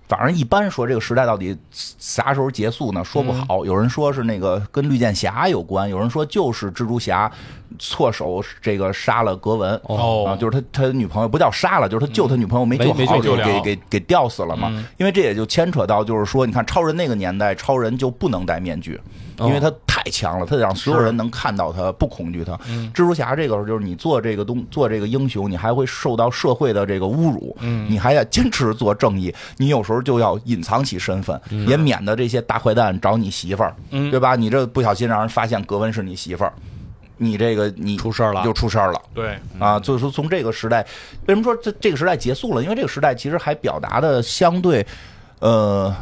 反正一般说这个时代到底啥时候结束呢？说不好。有人说是那个跟绿箭侠有关，有人说就是蜘蛛侠错手这个杀了格文，
哦
啊就是他他女朋友不叫杀了，就是他救他女朋友没
没
救
没
好，
救
就
了
给给给吊死了嘛
嗯。
因为这也就牵扯到就是说，你看超人那个年代，超人就不能戴面具。因为他太强了，他得让所有人能看到他，不恐惧他。蜘蛛侠这个时候就是你做这个东做这个英雄，你还会受到社会的这个侮辱，你还得坚持做正义，你有时候就要隐藏起身份，也免得这些大坏蛋找你媳妇儿，
嗯
对吧？你这不小心让人发现格温是你媳妇儿，你这个你
出事儿了
就出事儿了。
对，
嗯
啊，所以说从这个时代，为什么说这这个时代结束了？因为这个时代其实还表达的相对，呃。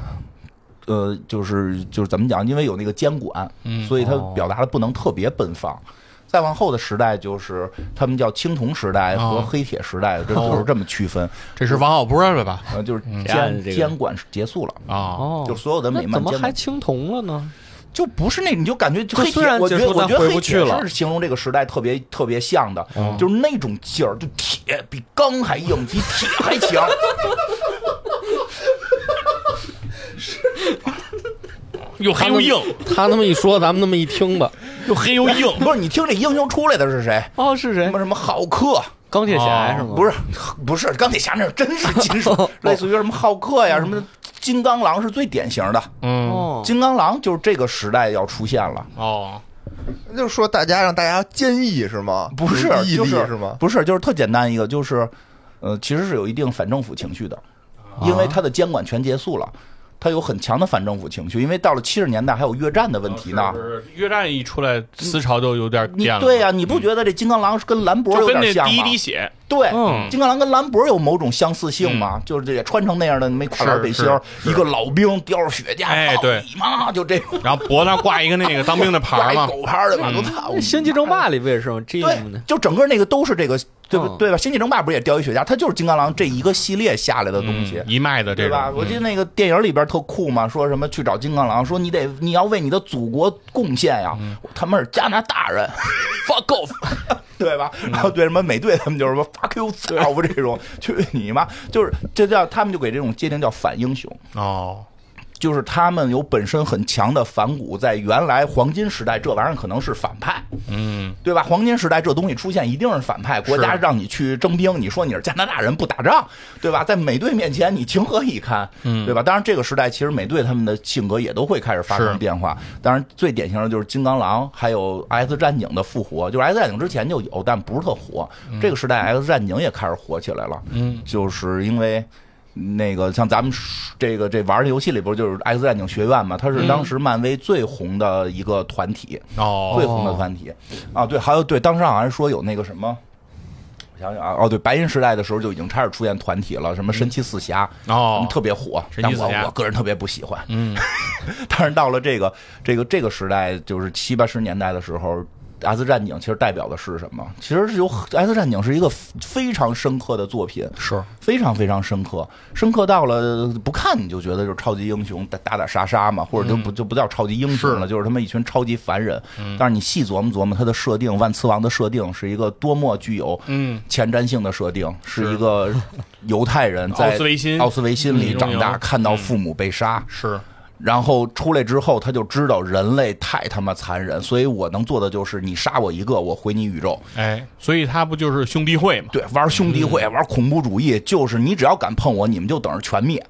呃，就是就是怎么讲？因为有那个监管，
嗯
所以它
哦
表达的不能特别奔放。再往后的时代，就是他们叫青铜时代和
哦
黑铁时代，这
哦
就是这么区分。
这是王小波了吧？
呃，就是
这样
监
嗯这个
监管结束了，
啊，
哦
就所有的美
那
漫
怎么
监
还
管
青铜了呢？
就不是那，你就感觉黑
虽
铁
然，
我觉
结
得
束
我
但
觉得
回
黑
不去
铁
了
是形容这个时代特别特别像的，就是那种劲儿，就铁比钢还硬，比铁还强。
又黑又硬，
他那么一说，咱们那么一听吧，
又黑又硬，
不是你听这英雄出来的是谁？
哦，是谁
什么？什么浩克？
钢铁侠是吗？
不是不是钢铁侠那种真是金属，类似于什么浩克呀什么。金刚狼是最典型的，
嗯，
哦，
金刚狼就是这个时代要出现了。
哦，
就是说大家让大家坚毅是吗？
不是
有，毅
就
力
是
吗？
不是，就是特简单一个，就是，呃，其实是有一定反政府情绪的，因
啊
为它的监管全结束了，它有很强的反政府情绪，因为到了七十年代还有越战的问题呢。
哦是是越战一出来，思潮就有点
你
变了，嗯
对呀、你不觉得这金刚狼是跟兰博
就
有
跟那
点像
第一
吗？
滴血，
对，
嗯
金刚狼跟兰博有某种相似性
嗯
吗？就是这也穿成那样的没跨栏背心儿，一个老兵叼着雪茄，
哎
操
对
你妈就这种
然后脖子上挂一个那个当兵的牌
挂
儿
一
嘛，嗯
狗牌儿的，我操！
那星际争霸里不也是吗？GM
对
呢，？
就整个那个都是这个，对不
嗯
对吧？星际争霸不是也叼一雪茄？它就是金刚狼这一个系列下来的东西
嗯，，一脉的这
哎对吧？
种，
我记得那个电影里边特酷嘛，说什么去找金刚狼，说你得你要为你的祖国贡献呀，
嗯
我他们是加拿大人 ，fuck off，对 吧？
嗯
然后对什么美队他们就是说 fuck you，操这种，去你妈！就是这叫他们就给这种界定叫反英雄，
哦，
就是他们有本身很强的反骨，在原来黄金时代这玩意儿可能是反派，
嗯，
对吧？黄金时代这东西出现一定是反派，国家让你去征兵，你说你是加拿大人不打仗，对吧？在美队面前你情何以堪，
嗯
对吧？当然这个时代其实美队他们的性格也都会开始发
是
生变化。当然最典型的就是金刚狼，还有 X 战警的复活，就是 X 战警之前就有，但不是特火。这个时代 X 战警也开始火起来了，
嗯，
就是因为。那个像咱们这个这玩的游戏里边就是 X 战警学院嘛，它是
嗯
当时漫威最红的一个团体，最
哦，
红的团体啊，对，还有对，当时好像说有那个什么，我想想啊，哦，对，白银时代的时候就已经开始出现团体了，什么神奇四侠，
哦
特别火，
神
但
奇四
我
侠
我个人特别不喜欢。
嗯，
但是到了这个这个这个时代，就是七八十年代的时候， 《S 战警》其实代表的是什么？其实是有《S 战警》是一个非常深刻的作品，
是
非常非常深刻，深刻到了呃不看你就觉得就是超级英雄打打打杀杀嘛，或者
嗯
就不就不叫超级英雄了，就是他们一群超级凡人。但是你细琢磨琢磨，它的设定，万磁王的设定是一个多么具有
嗯
前瞻性的设定，是一 个犹太人在
奥斯维辛
奥斯维辛里
嗯
长大，
嗯
看到父母被杀，
是
然后出来之后，他就知道人类太他妈残忍，所以我能做的就是你杀我一个，我回你宇宙。
哎，所以他不就是兄弟会嘛？
对，玩兄弟
嗯
会，玩恐怖主义，就是你只要敢碰我，你们就等着全灭。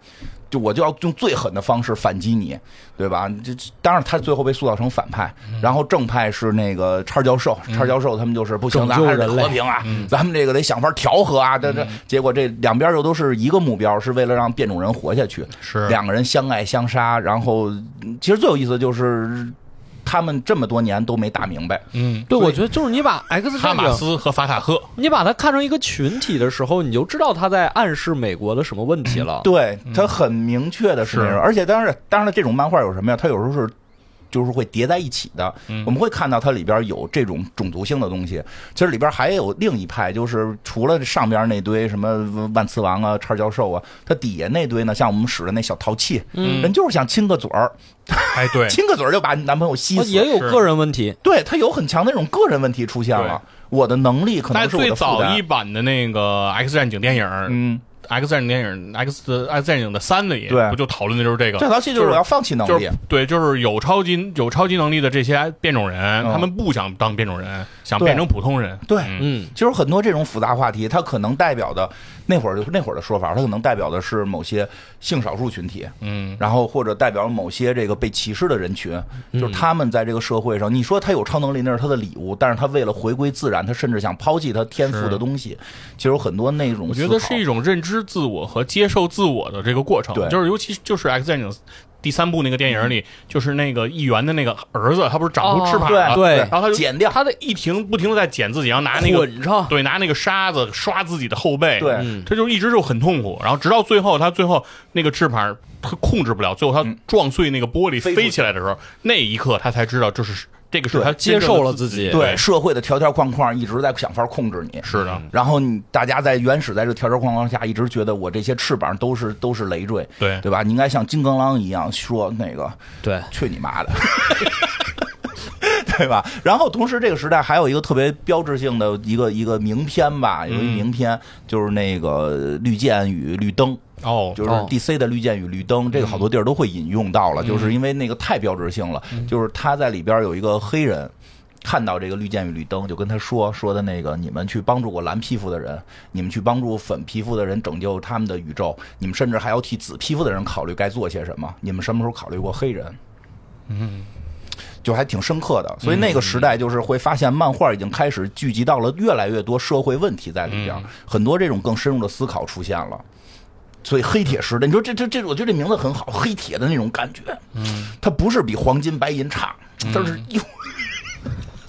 就我就要用最狠的方式反击你，对吧？这这当然，他最后被塑造成反派，
嗯
然后正派是那个叉教授，叉教授他们就是不行，
拯
咱
救
还是得
人类嗯
和平啊，咱们这个得想法调和啊。这这结果这两边又都是一个目标，是为了让变种人活下去。
是
两个人相爱相杀，然后嗯其实最有意思的就是他们这么多年都没打明白。
嗯，
对，我觉得就是你把 X
哈
战
马
警，
斯和法塔赫，
你把它看成一个群体的时候，你就知道他在暗示美国的什么问题了。
嗯
啊
对他很明确的是那种，
是
而且当然，当然了，这种漫画有什么呀？它有时候是。就是会叠在一起的，我们会看到它里边有这种种族性的东西。其实里边还有另一派，就是除了上边那堆什么万磁王啊、叉教授啊，它底下那堆呢，像我们使的那小淘气，人就是想亲个嘴儿，
哎，对，
亲个嘴儿就把男朋友吸
哦
死。
也有个人问题，
对他有很强的那种个人问题出现了，我的能力可
在
能是我
最
的负
早
担
一。版的那个《X 战警》电影，
嗯，
X 战警电影 X 的 X 战警的三里，
对
不就讨论的就是这个
这。淘气就是我要放弃能
就
力
是。对，就是有超级有超级能力的这些变种人，
嗯
他们不想当变种人，想
对
变成普通人。
对
嗯
嗯，
其实很多这种复杂话题，它可能代表的那会儿就那会儿的说法，它可能代表的是某些性少数群体，
嗯，
然后或者代表某些这个被歧视的人群，就是他们在这个社会上，你说他有超能力那是他的礼物，但是他为了回归自然，他甚至想抛弃他天赋的东西。其实有很多那种
我
思考，
觉得是一种认知自我和接受自我的这个过程
对。嗯
就是尤其就是 X 战警第三部那个电影里，就是那个议员的那个儿子，他不是长出翅膀了？
哦对
然后他就
剪掉
他的一停不停的在剪自己，然后拿那个
混上
对，拿那个沙子刷自己的后背，
对
嗯
他就一直就很痛苦，然后直到最后，他最后那个翅膀他控制不了，最后他撞碎那个玻璃
嗯飞出去
飞起来的时候，那一刻他才知道，这是这个是
对
他
接
真正的
受了自己。
对社会的条条框框一直在想法控制你。
是的，
然后你大家在原始在这条条框框下，一直觉得我这些翅膀都是都是累赘，
对
对吧？你应该像金刚狼一样说那个
对，
去你妈的， 对吧？然后同时这个时代还有一个特别标志性的一个一个名片吧，有一
嗯
名片、就是那个绿箭与绿灯。
哦，
就是 DC 的绿箭与绿灯，这个好多地儿都会引用到了，就是因为那个太标志性了。就是他在里边有一个黑人。看到这个绿箭与绿灯，就跟他说说的那个，你们去帮助过蓝皮肤的人，你们去帮助粉皮肤的人拯救他们的宇宙，你们甚至还要替紫皮肤的人考虑该做些什么。你们什么时候考虑过黑人？就还挺深刻的。所以那个时代就是会发现，漫画已经开始聚集到了越来越多社会问题在里边，很多这种更深入的思考出现了。所以黑铁时代，你说这这这，我觉得这名字很好，黑铁的那种感觉，嗯，它不是比黄金白银差，
嗯
它是有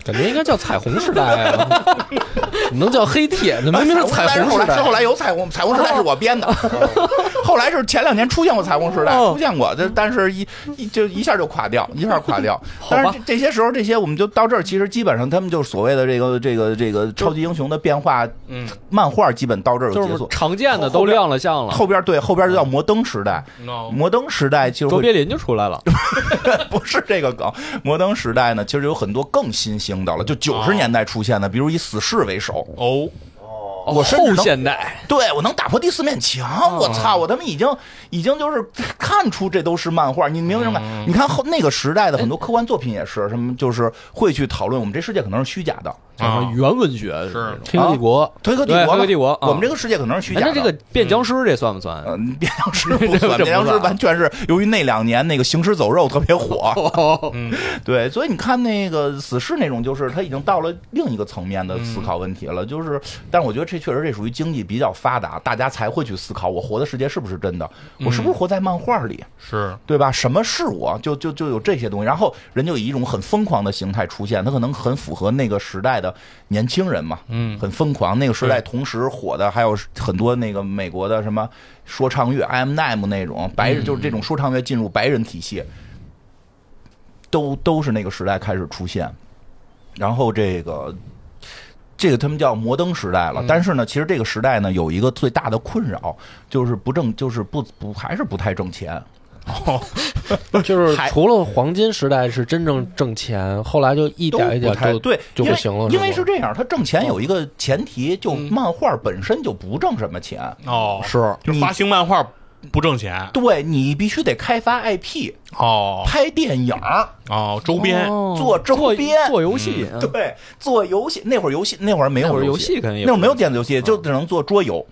感觉应该叫彩虹时代啊， 怎么能叫黑铁呢？明明是彩
但是
虹
后
时
来是
代哦
后。来有彩虹，彩虹时代是我编的，后来是前两年出现过彩虹时代，
哦
出现过，这但是一一就一下就垮掉，一下 垮掉。但是这这些时候，这些我们就到这儿，其实基本上他们就是所谓的这个这个这个超级英雄的变化，嗯，漫画基本到这儿
就
有
是
结
我们
束。
常见的都亮了相了，
后边对后边就
嗯
叫摩登时代，
哦
摩登时代其实
卓
会
别林就出来了。
不是这个梗。摩登时代呢，其实有很多更新兴的了，
嗯
就九
啊
十年代出现的，比如以死侍为首，
哦，
我甚至
后
能
现代，
对我能打破第四面墙，我操！
嗯
我他妈已经已经就是 看出这都是漫画，你明白吗？
嗯
你看后那个时代的很多科幻作品也是什么，就是会去讨论我们这世界可能是虚假的，
什么
啊
原文学
是
这
黑
种
客帝国，
推克帝
对
国嘛，
推克帝国啊
我们这个世界可能是虚
哎
假
那
的。
这个变僵尸这算不算？
嗯，变 相师不
这
算，
这
变相
不
师
算啊
完全是由于那两年那个行尸走肉特别 火，
哦
对，所以你看那个死侍那种，就是他已经到了另一个层面的思考问题
嗯
了，就是，但是我觉得这确实这属于经济比较发达，大家才会去思考我活的世界是不是真的，我是不是活在漫画里，
是
对吧？什么是我？就就就有这些东西，然后人就以一种很疯狂的形态出现，他可能很符合那个时代的年轻人嘛，嗯，很疯狂。那个时代同时火的还有很多那个美国的什么说唱乐，I M N M 那种白人，就是这种说唱乐进入白人体系，都都是那个时代开始出现。然后这个。这个他们叫摩登时代了，但是呢，其实这个时代呢有一个最大的困扰，就是不挣，就是不不还是不太挣钱。
就是
还
除了黄金时代是真正挣钱，后来就一点一点
都不太
就
对，
就
因
不
为
行了，
因为是
是吗
这样，他挣钱有一个前提，就漫画本身就不挣什么钱。
哦，
是
就是发行漫画不挣钱
对你必须得开发 IP，
哦
拍电影儿，
哦，周边
做周边
做游戏，嗯
对，做游戏那会儿游戏那会儿没
那会
有
儿游
戏，
戏肯定也
那会儿没有
不是
电子游戏，就只能做桌游，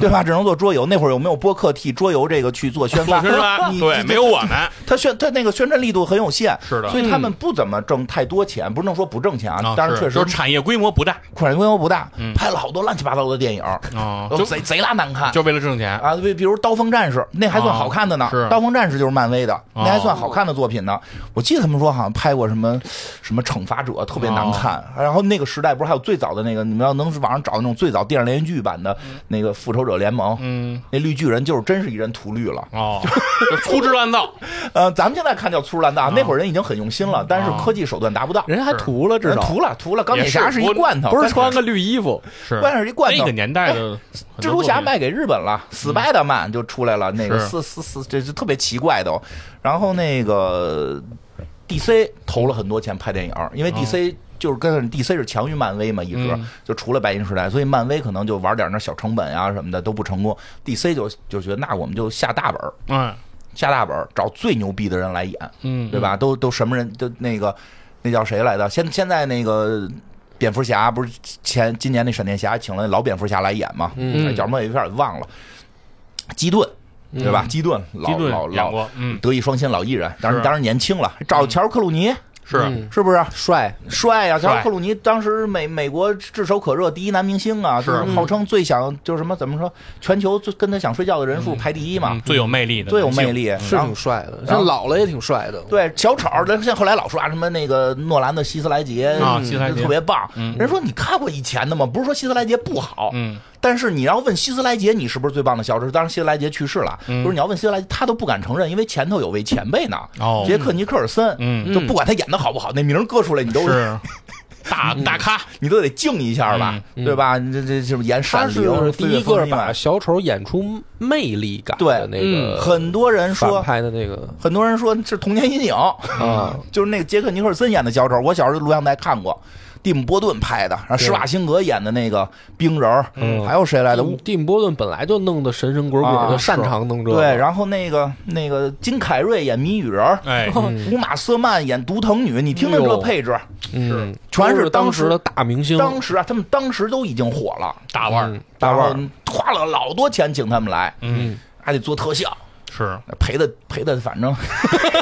对吧？只能做桌游。那会儿有没有播客替桌游这个去做 宣
做
发？
宣传，
你啊
对，没有我们
他宣他那个宣传力度很有限，
是的
所以他们不怎么挣太多钱，不能说不挣钱啊
啊，，
当然确实
就是产业规模不大
款式规模不大
嗯，
拍了好多乱七八糟的电影，
啊，
哦都
就
贼贼拉难看。
就为了挣钱
啊，比比如《刀锋战士》，那还算好看的呢。
哦是啊
刀锋战士》就是漫威的，那还算好看的作品呢。我记得他们说好像拍过什么什么《惩罚者》，特别
啊
难看。然后那个时代不是还有最早的那个，你们要能网上找那种最早电视连续剧版的那个《复仇者联盟》，
嗯
那绿巨人就是真是一人涂绿了。
哦， 就粗制 滥造，
呃，咱们现在看叫粗制滥
啊
造，那会儿人已经很用心了，但是科技手段达不到。
人还涂了，至
人
少
涂了涂了，钢铁
啊也是
侠是一
我
罐头，
不是
钢
穿个绿衣服，
是
铁侠是一罐头
那个。年代的很
蜘
多
蛛侠
作品嗯
卖给日本了，Spider Man 就出来了，那个
是
四四四，这是特别奇怪的哦。然后那个 DC 投了很多钱拍电影儿，因为
哦
DC 就是跟 DC 是强于漫威嘛，一直
嗯
就除了白银时代，所以漫威可能就玩点那小成本啊什么的都不成功，DC 就就觉得那我们就下大本儿，
嗯
下大本儿找最牛逼的人来演，
嗯，
对吧？都都什么人都那个那叫谁来的？现现在那个蝙蝠侠不是前今年那闪电侠请了老蝙蝠侠来演嘛？
嗯
哎叫什么我有点忘了，基顿对吧？基顿老
嗯基顿
老
演
老
过，嗯
德艺双馨老艺人，当然
是
当然年轻了，找乔治克鲁尼
是
嗯
是不是？
帅，
帅呀、乔
帅
治克鲁尼当时美美国炙手可热第一男明星啊，
是
就是号称最想就是什么怎么说，全球最跟他想睡觉的人数排第一嘛，
嗯最有魅力的，
最有魅，力，嗯
是
然后
挺帅的，
然后
像老了也挺帅的。
对，小丑儿，人家后来老说啊什么那个诺兰的《希斯莱杰》
啊
嗯
希斯莱杰
特别棒。
嗯
人说你看过以前的吗？不是说希斯莱杰不好，
嗯
但是你要问希斯莱杰你是不是最棒的小丑，当然希斯莱杰去世了，
嗯
就是你要问希斯莱杰，他都不敢承认，因为前头有位前辈呢，
哦
杰克尼克尔森，
嗯
就不管他演的好不好，那名儿搁出来你都
是大
嗯
大咖，
你都得敬一下吧，
嗯
对吧？你这这这
他
演闪
是
灵，
第一
飞
个
越
把
风
小丑演出魅力感的
对
那个，
嗯很多人
反
说，
派的那个
很多人说是童年阴影。
啊，
就是那个杰克尼克尔森演的小丑，我小时候录像带看过，蒂姆·波顿拍的，然后施瓦辛格演的那个冰人儿，
嗯
还有谁来的？乌
蒂姆·波顿本来就弄得神神鬼鬼
啊
的，
是
擅长弄这个。
对，然后那个那个金凯瑞演谜语人儿，
哎，
嗯
乌玛·瑟曼演独藤女，你听听
哎
这
呦
配置，
嗯，
全
都
是
是当
当时
的大明星，
当时啊，他们当时都已经火了，
大腕儿
嗯，大腕儿
然后花了老多钱请他们来，
嗯
还得做特效，
是
赔的赔的，反正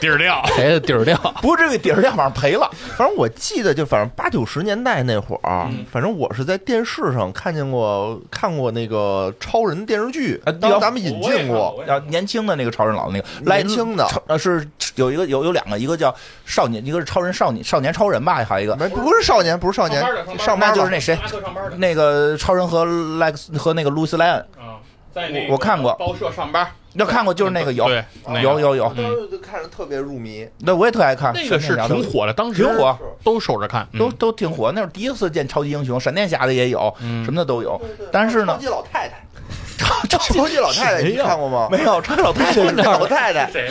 底儿掉，
谁的底儿掉？
不 是这个底儿量，反正赔了。
反正我记得，就反正八九十年代那会儿，啊反正我是在电视上看见过看过那个超人电视剧，当时咱们引进过，
啊，年轻的那个超人老的那个，来
年轻的
超呃是有一个有有两个，一个叫少年，一个是超人少年少年超人吧，还有一个
没不是少年，不是少年，上
那
班了
就是那谁，
上班
那个超人和莱克斯和那个路易斯莱恩，
啊，在
我我看过
报社上班，
要看过就是那个有
对，那
有
个
有有，
当时就看着特别入迷。
那我也特爱看，
那个是
聊的
挺火的，嗯当时
挺火，
都守着看，
都都挺火，那是第一次见超级英雄，闪电侠的也有，
嗯
什么的都有，但是呢
超级，老太太，
超超
超级老太太，你看过吗？
没有超级老太
超级
太，
老太太，
谁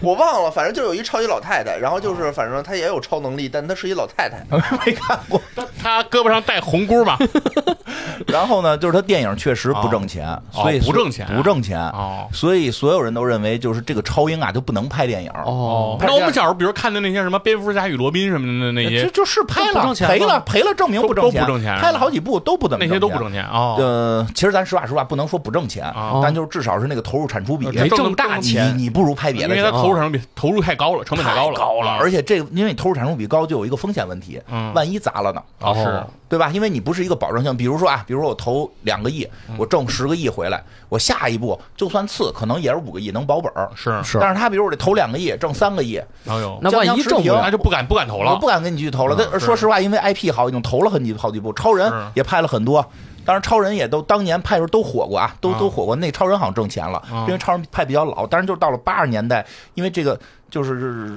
我忘了，反正就有一超级老太太，然后就是反正她也有超能力，但她是一老太太。
没看过。
他胳膊上戴红箍 嘛，
然后呢，就是他电影确实不挣钱，所以
不挣钱啊
不挣钱。
哦
所以所有人都认为，就是这个超英啊就不能拍电影儿，
哦
拍
那
电
我
影
们小时候，比如看的那些什么蝙蝠侠与罗宾什么的那
就
些，
就是拍
都不
了
挣钱
赔
吗
了赔了，证明
都
不挣
都不挣钱
拍了好几部都不怎么
那些都不挣钱哦，
呃，其实咱实话实话，不能说不挣钱
哦，
但就是至少是那个投入产出比
没挣挣大钱
你你不如拍别
因
的
为他
钱。啊
投入产出比投入太高了，成本
太
高了，
高了，
嗯
而且这因为你投入产出比高，就有一个风险问题，
嗯
万一砸了呢，
哦
对吧？因为你不是一个保证性，比如说啊，比如说我投两个亿，
嗯
我挣十个亿回来，我下一步就算次，可能也是五个亿能保本儿，
是是，
是
但是他比如我得投两个亿，挣三个亿，
哎呦，
那万一挣不
江
那
了
江，
哎就不敢不敢投
我
了嗯
不，敢跟你继续投了。但
是嗯
说实话，因为 IP 好，已经投了很几好几部，超人
是
也拍了很多。当然，超人也都当年拍的时候都火过啊，都
啊
都火过。那超人好像
嗯
挣钱了，因为超人拍比较老。但是就到了八十年代，因为这个就是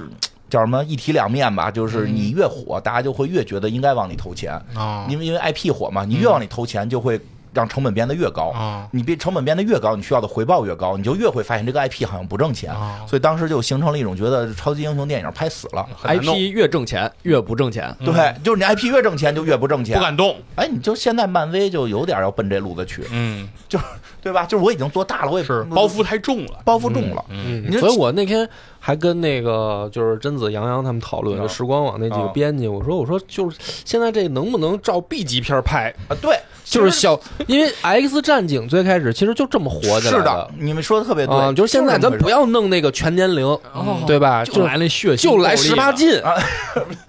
叫什么一体两面吧，就是
嗯
你越火，大家就会越觉得应该往你投钱，
啊
因为因为 IP 火嘛，你越往里投钱，就会让成本变得越高。
啊
你变成本变得越高，你需要的回报越高，你就越会发现这个 IP 好像不挣钱，
哦
啊
所以当时就形成了一种觉得超级英雄电影拍死了。哎
很难弄
IP 越挣钱越不挣钱，
嗯
对，就是你 IP 越挣钱就越不挣钱
不。敢动，
哎，你就现在漫威就有点要奔这路子去，
嗯，
就是对吧？就是我已经做大了，我也
是包袱太重了，
包袱重了。
嗯
你，这
所以我那天还跟那个就是甄子、杨洋他们讨论，
啊
就时光网那几个
啊
编辑，我说我说就是现在这能不能照 B 级片拍？
啊，对，
就是
其实
小，因为 X 战警最开始其实就这么火起来
是的，你们说的特别对，
啊，就是现在咱不
要
要弄那个全年龄，对吧？哦就
来那血腥，
就来十八，禁
啊，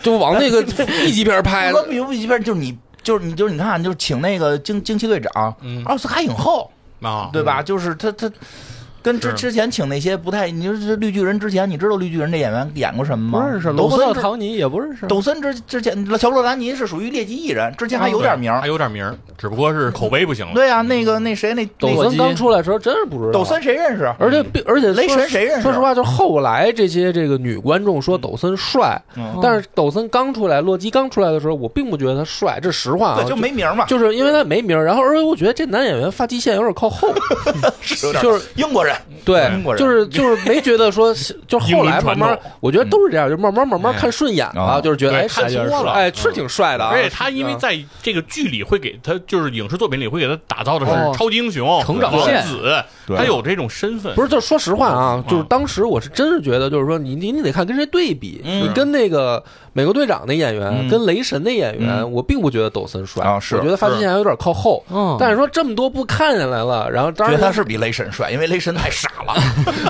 就往那个 B 级片 拍
说，比如一边就是你。就是你，就是你看，就是请那个惊惊奇队长，
嗯
奥斯卡影后，
啊，
对
嗯
吧？就是他他跟之
是
之前请那些不太，你就是绿巨人之前，你知道绿巨人这演员演过什么
不
吗？
认识罗伯
抖
特·
森之
唐尼也不认识。
抖森之之前，乔布洛兰尼是属于劣迹艺人，之前还有
啊
点名儿
还。有点名儿，只不过是口碑不行了。
对啊，那个那谁那那
抖
个
森刚出来的时候真是不知道。
抖森谁认识？
而且并而且
雷
说
神谁认识
说实话，就是后来这些这个女观众说抖森帅，
嗯
但是抖森刚出来，洛基刚出来的时候，我并不觉得他帅，这实话啊，
对，就没名儿嘛，
就是因为他没名儿，然后而且我觉得这男演员发际线有点靠后，
有点
就是
英国人。
对
英国，人
就是就是没觉得说，就后来慢
英文
慢
传统，
我觉得都是这样，就慢慢慢慢
哎
看顺眼了，
哦
就是觉得
对
哎
看
是
多了
哎是挺帅的啊，
而且他因为
啊
在这个剧里会给他，就是影视作品里会给他打造的
哦
是超级英雄、
成长
王
线
子，
对
他有这种身份，
不是，就说实话啊
嗯，
就是当时我是真是觉得，就是说你你你得看跟谁对比，
嗯
你跟那个美国队长那演员，
嗯
跟雷神那演员，
嗯
我并不觉得抖森帅
啊是
我觉得发际线还有点靠后。
嗯，
但是说这么多部看下来了，然后当
觉得他
然
是比雷神帅，因为雷神太傻了。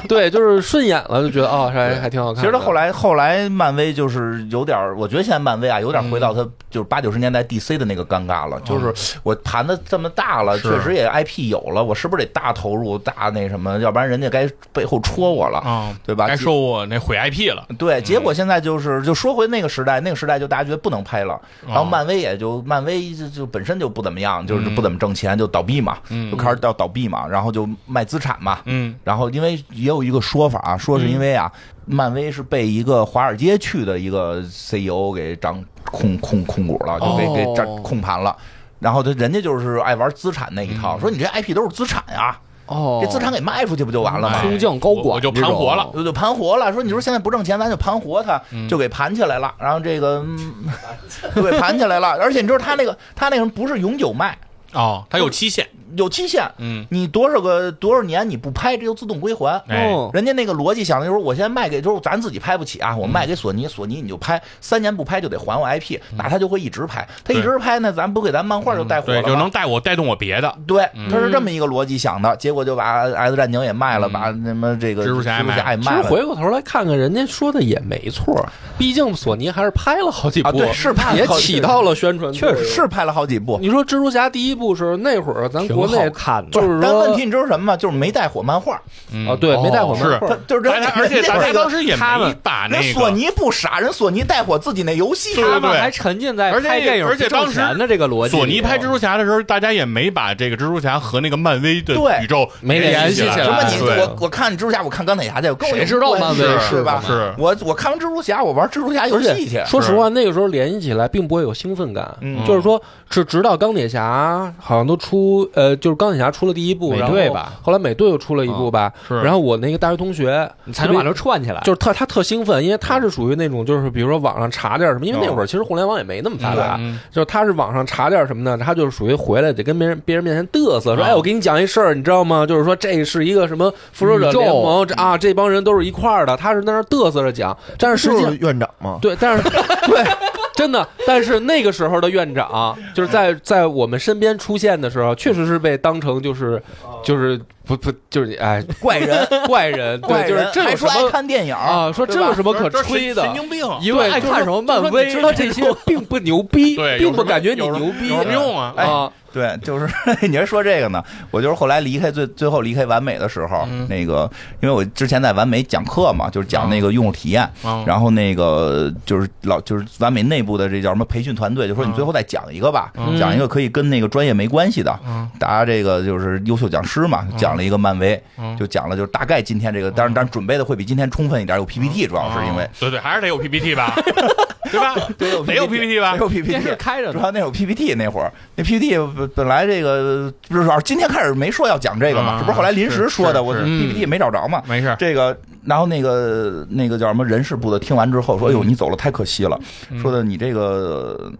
对，就是顺眼了，就觉得哦，还还挺好
其
看的。
实他后来后来漫威就是有点儿，我觉得现在漫威啊有点儿回
嗯
到他就是八九十年代 DC 的那个尴尬了，就是我盘子这么大了，
是
确实也 IP 有了，我是不是得大投入大那什么，要不然人家该背后戳我了，
啊，
对吧
该说嗯我那毁 IP 了，
对，结果现在就是就说回那个时代，那个时代就大家觉得不能拍了，然后
哦
漫威也就漫威就就本身就不怎么样，就是
嗯
不怎么挣钱，就倒闭嘛，
嗯
就开始要倒闭嘛，然后就卖资产嘛。
嗯，
然后，因为也有一个说法啊，说是因为啊，漫威是被一个华尔街去的一个 CEO 给掌控控控股了，就给给
哦
占控盘了。然后他人家就是爱玩资产那一套，说你这 IP 都是资产呀、
嗯哦，嗯
这资产给卖出去不就完了吗？
哎
空降高管
我我就盘活了，
就就盘活了，说你说现在不挣钱，咱就盘活它，
嗯
就给盘起来了。然后这个、嗯 就给盘起来了，而且你知道他那个他那什么不是永久卖，
哦，他有期限，
有期限，
嗯，
你多少个多少年你不拍，这就自动归还。
哎，
哦
人家那个逻辑想的就是，我现在卖给就是咱自己拍不起
嗯
啊，我卖给索尼，索尼你就拍，三年不拍就得还我 IP，那
嗯
他就会一直拍，他一直拍呢，咱不给咱漫画就带火了
对，
吗
就能嗯带我带动我别的，
对，他是这么一个逻辑想的，结果就把
嗯
《X 战警》也卖了，把什么这个
蜘蛛侠
侠
也卖了
也
其
卖
实
了，
回过头来看看，人家说的也没错，毕竟索尼还是拍了好几部，
啊对是拍了
也
好几
起到了宣传，
确实。是拍了好几部。
嗯
你说蜘蛛侠第一部是那会儿咱
挺
国内
好看的
就是
但
说
问题你知道什么吗？就是没带火漫画，
嗯
啊，，对，没带火
是
漫画
他就是
哎
人，
他而且
人家
咱
那
当
个
时也
他
没
们
把那
人
个
索尼不傻，人索尼带火自己那游戏，啊
对
他
对
们
对
还沉浸在
而且
拍电影
而且
不挣
当时
钱的这个逻辑里，
索尼拍蜘蛛侠的时候，大家也没把这个蜘蛛侠和那个漫威的
对
宇宙
没联系
系
起
来。
来
什么你
对
我我看蜘蛛侠，我看钢铁侠去，我跟我有
谁知道
关系
漫威
是
是
吧？
是
我我看完蜘蛛侠，我玩蜘蛛侠游
而
哎戏去啊
且，说实话，那个时候联系起来并不会有兴奋感，
嗯
就是说，是直到钢铁侠好像都出，呃，就是钢铁侠出了第一部，
美
然后
队吧
后来美队又出了一部吧，
是
然后我那个大学同学
你才能把
特别
这串起来，
就是特他特兴奋，因为他是属于那种就是比如说网上查点什么，因为那
哦
会儿其实互联网也没那么发达，
嗯
就是他是网上查点什么呢？他就是属于回来得跟别人别人面前嘚瑟，说
啊
哎，我给你讲一事儿，你知道吗？就是说这是一个什么复仇者
宇宙
联盟这啊，这帮人都是一块儿的，他是在那儿嘚瑟着讲，但是实际
就
上
是院长嘛，
对，但是对，真的，但是那个时候的院长，就是在在我们身边出现的时候，确实是被当成就是
哦
就是不不就是哎
怪人，
怪 人，
怪
对，就是
人，
这
还
有什
说爱
么
看电影
啊？说这
对吧
有什么可
这是
吹的
神？经病，啊
一
对
问爱
就是
看什么
就是
漫
说
威，
你知道这些并不牛逼，
对，
并
有
不
什么
感觉你
有什么
牛逼
有什么用啊？
啊。
哎对，就是 你还说这个呢，我就是后来离开最最后离开完美的时候，那个因为我之前在完美讲课嘛，就是讲那个用户体验，
嗯
然后那个就是老就是完美内部的这叫什么培训团队，就说你最后再讲一个吧，
哦
讲一个可以跟那个专业没关系的，
嗯
大家这个就是优秀讲师嘛，讲了一个漫威，
嗯
就讲了就是大概今天这个，
哦
当然当然准备的会比今天充分一点，有 PPT 主要是因为
对对，还是得有 PPT 吧， 对吧？
对有
得有 PPT 吧
得有 PPT，
电视开着
主
呢，
要那有 PPT 那会儿，那 PPT 本本来这个不是今天开始没说要讲这个嘛，
啊
这不是后来临时说的，
是嗯
我
是
PPT 没找着嘛。
没事，
这个，然后那个那个叫什么人事部的，听完之后说：“哎
嗯
呦，你走了太可惜了。”说的你这个，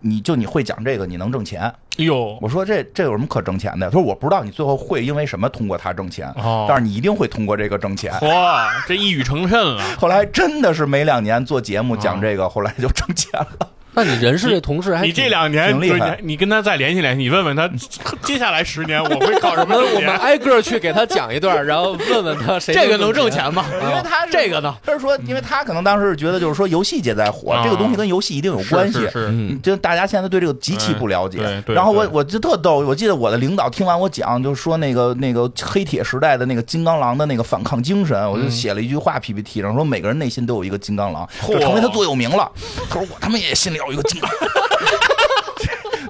你就你会讲这个，你能挣钱。
哟，
我说这这有什么可挣钱的？他说我不知道你最后会因为什么通过它挣钱，
哦
但是你一定会通过这个挣钱。
嚯，这一语成谶了。
后来真的是没两年做节
哦
目讲这个，后来就挣钱了。
那你人事这同事还
你这
挺
两年
挺厉
对
害
你你跟他再联系联系，你问问他接下来十年我会靠什么啊
我们
挣
我 们
钱？
挨个去给他讲一段，然后问问他谁
这
这
个
个
能
能
挣
挣
钱
钱吗？
因为他是
哦这个呢，嗯哦
他是说，因为他可能当时是觉得，就是说游戏界在火，
啊
这个东西跟游戏一定有关系嗯
是。是是
就大家现在对这个极其不了解
嗯哎对，对
然后我
对
我就特逗，我记得我的领导听完我讲，就说那个那个黑铁时代的那个金刚狼的那个反抗精神，
嗯
我就写了一句话 PPT 上说每个人内心都有一个金刚狼，
嚯
就成为他座右铭了。他说我他妈也心里有一个金刚。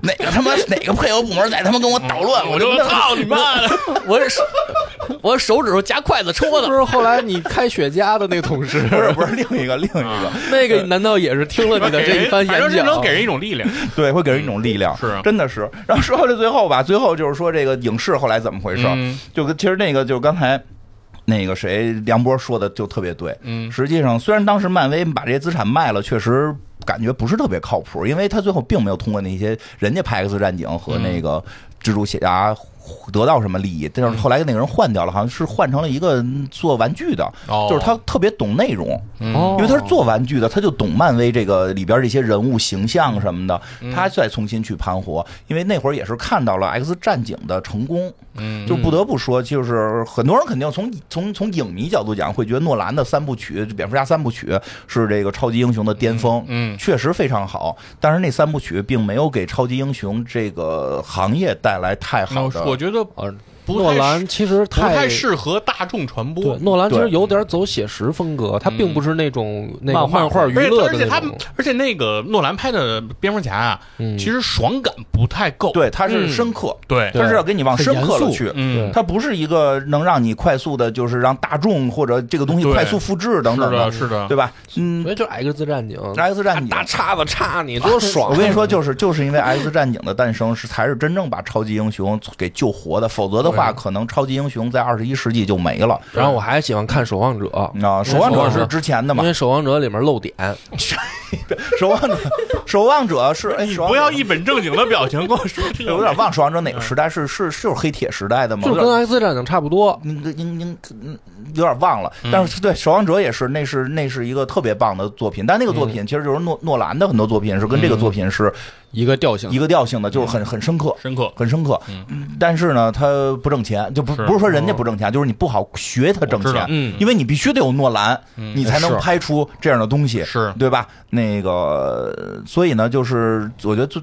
哪个他妈哪个配合部门再他妈跟我捣乱，
嗯我
就
就操你妈 的！
我 手我手指头夹筷子戳
不
的，
是后来你开雪茄的那同事，
不是不是另一个另一
啊
个，
那个难道也是听了你的这一番演
反正是能
讲
给？人一种力量。
对，会给人一种力量，
是啊
真的是。然后说到这最后吧，最后就是说这个影视后来怎么回事儿？
嗯
就跟其实那个就刚才。那个谁，梁波说的就特别对。
嗯
实际上，虽然当时漫威把这些资产卖了，确实感觉不是特别靠谱，因为他最后并没有通过那些人家拍 X 战警和
嗯
那个蜘蛛侠得到什么利益。但是后来那个人换掉了，好像是换成了一个做玩具的，
哦
就是他特别懂内容。
哦
因为他是做玩具的，他就懂漫威这个里边这些人物形象什么的，
嗯
他再重新去盘活。因为那会儿也是看到了《X 战警》的成功，
嗯
就不得不说，就是很多人肯定从从从影迷角度讲，会觉得诺兰的三部曲《蝙蝠侠》三部曲是这个超级英雄的巅峰，
嗯嗯
确实非常好。但是那三部曲并没有给超级英雄这个行业带来太
那
好的。
我觉得不
诺
太
兰
适
其实
不太
太
适合大众传
对，
播。
诺兰其实
对嗯
有点走写实风格，他并不是那种那个漫画娱
而且
乐
而
的
且
那
他
种。，嗯
而且那个诺兰拍的蝙蝠侠啊，其实爽感不太够。
对，他是深刻，
嗯对
他是要给你往深刻了去，
嗯，
它不是一个能让你快速的，就是让大众或者这个东西
对
快速复制等
是
等
的，
的，
是的
对。吧？嗯
所以就是 X 战啊警，
，X 战警。
大哎叉子插你多爽！啊
我跟你说，就是就是因为 X 战警的诞生是才是真正把超级英雄给救活的，否则的话，可能超级英雄在二十一世纪就没了。
然后我还喜欢看《守望者》，
啊，守望
守
者
望者
是之前的
因
嘛？
为《守望者》里面漏点，
嗯守望者，守望者是哎，
你
守望
不要
者
一本正经的表情跟我说这个，
有点忘守望者哪个时代是是是就是黑铁时代的吗？
就
有
是跟 X 战
点
警差不多。
应应应嗯有点忘了，
嗯
但是对《守望者》也是，那是那是一个特别棒的作品，但那个
嗯
作品其实就是诺诺兰的很多作品是跟这个作品是
一个调性
一个调性的，就是
嗯
很很深刻。
深刻。
很深刻，嗯但是呢，他不挣钱，就不
是哦
不是说人家不挣钱，就是你不好学他挣
我知道嗯
钱，因为你必须得有诺兰，你才能
是
拍出这样的东西，
是
对吧？那个，所以呢，就是我觉得最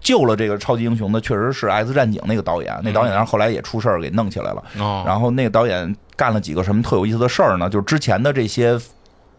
救了这个超级英雄的，确实是《X 战警》那个导演，那
嗯
导演然后后来也出事儿给弄起来了，
哦，
然后那个导演干了几个什么特有意思的事儿呢？就是之前的这些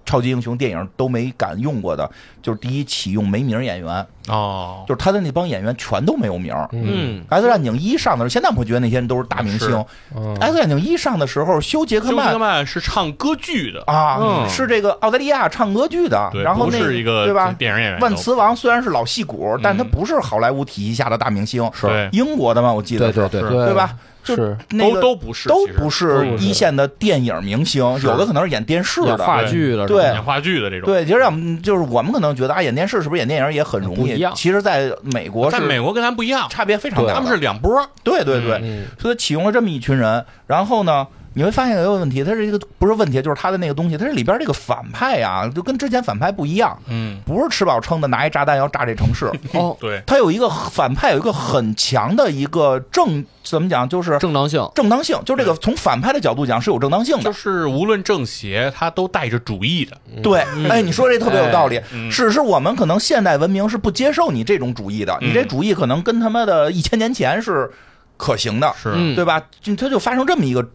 超级英雄电影都没敢用过的，就是第一启用没名儿演员，
哦，
就是他的那帮演员全都没有名儿。
嗯，
X 战警一上的时候，现在我们会觉得那些人都是大明星
是。
嗯
X 战警一上的时候，休·杰克
休斯
曼
特曼是唱歌剧的，
啊，
嗯
是这个澳大利亚唱歌剧的，
对，
然后
不
那
是一个
对吧？
电影演员都，
万磁王虽然是老戏骨，但他不是好莱坞体系下的大明星，
对
英国的嘛，我记得
对
是，
对对
是
对
对？吧？就
就是
那个
都都不是，
都
其实
不是一线的电影明星，
是
有的可能是演电视
演
的。
话剧了，
对
演话剧的这种。
对，其实让我们就是我们可能觉得啊，演电视是不是演电影也很容
不一
易
样？
其实，在美国
在美
是
国跟咱不一样，
差别非常大的。
他们是两波儿。
对对对，
嗯，
所以启用了这么一群人，然后呢，你会发现有一个问题，它是一个不是问题，就是它的那个东西，它是里边这个反派啊，就跟之前反派不一样，
嗯，
不是吃饱撑的拿一炸弹要炸这城市，
哦，
对，
它有一个反派有一个很强的一个正怎么讲，就是
正当性，
正当性，就这个从反派的角度讲是有正当性的
就，是无论正邪，他都带着主义的，
嗯
对，哎，你说这特别有道理
哎
嗯。
只是我们可能现代文明是不接受你这种主义的，
嗯
你这主义可能跟他妈的一千年前是可行的，
是，
嗯
对吧？就它就发生这么一个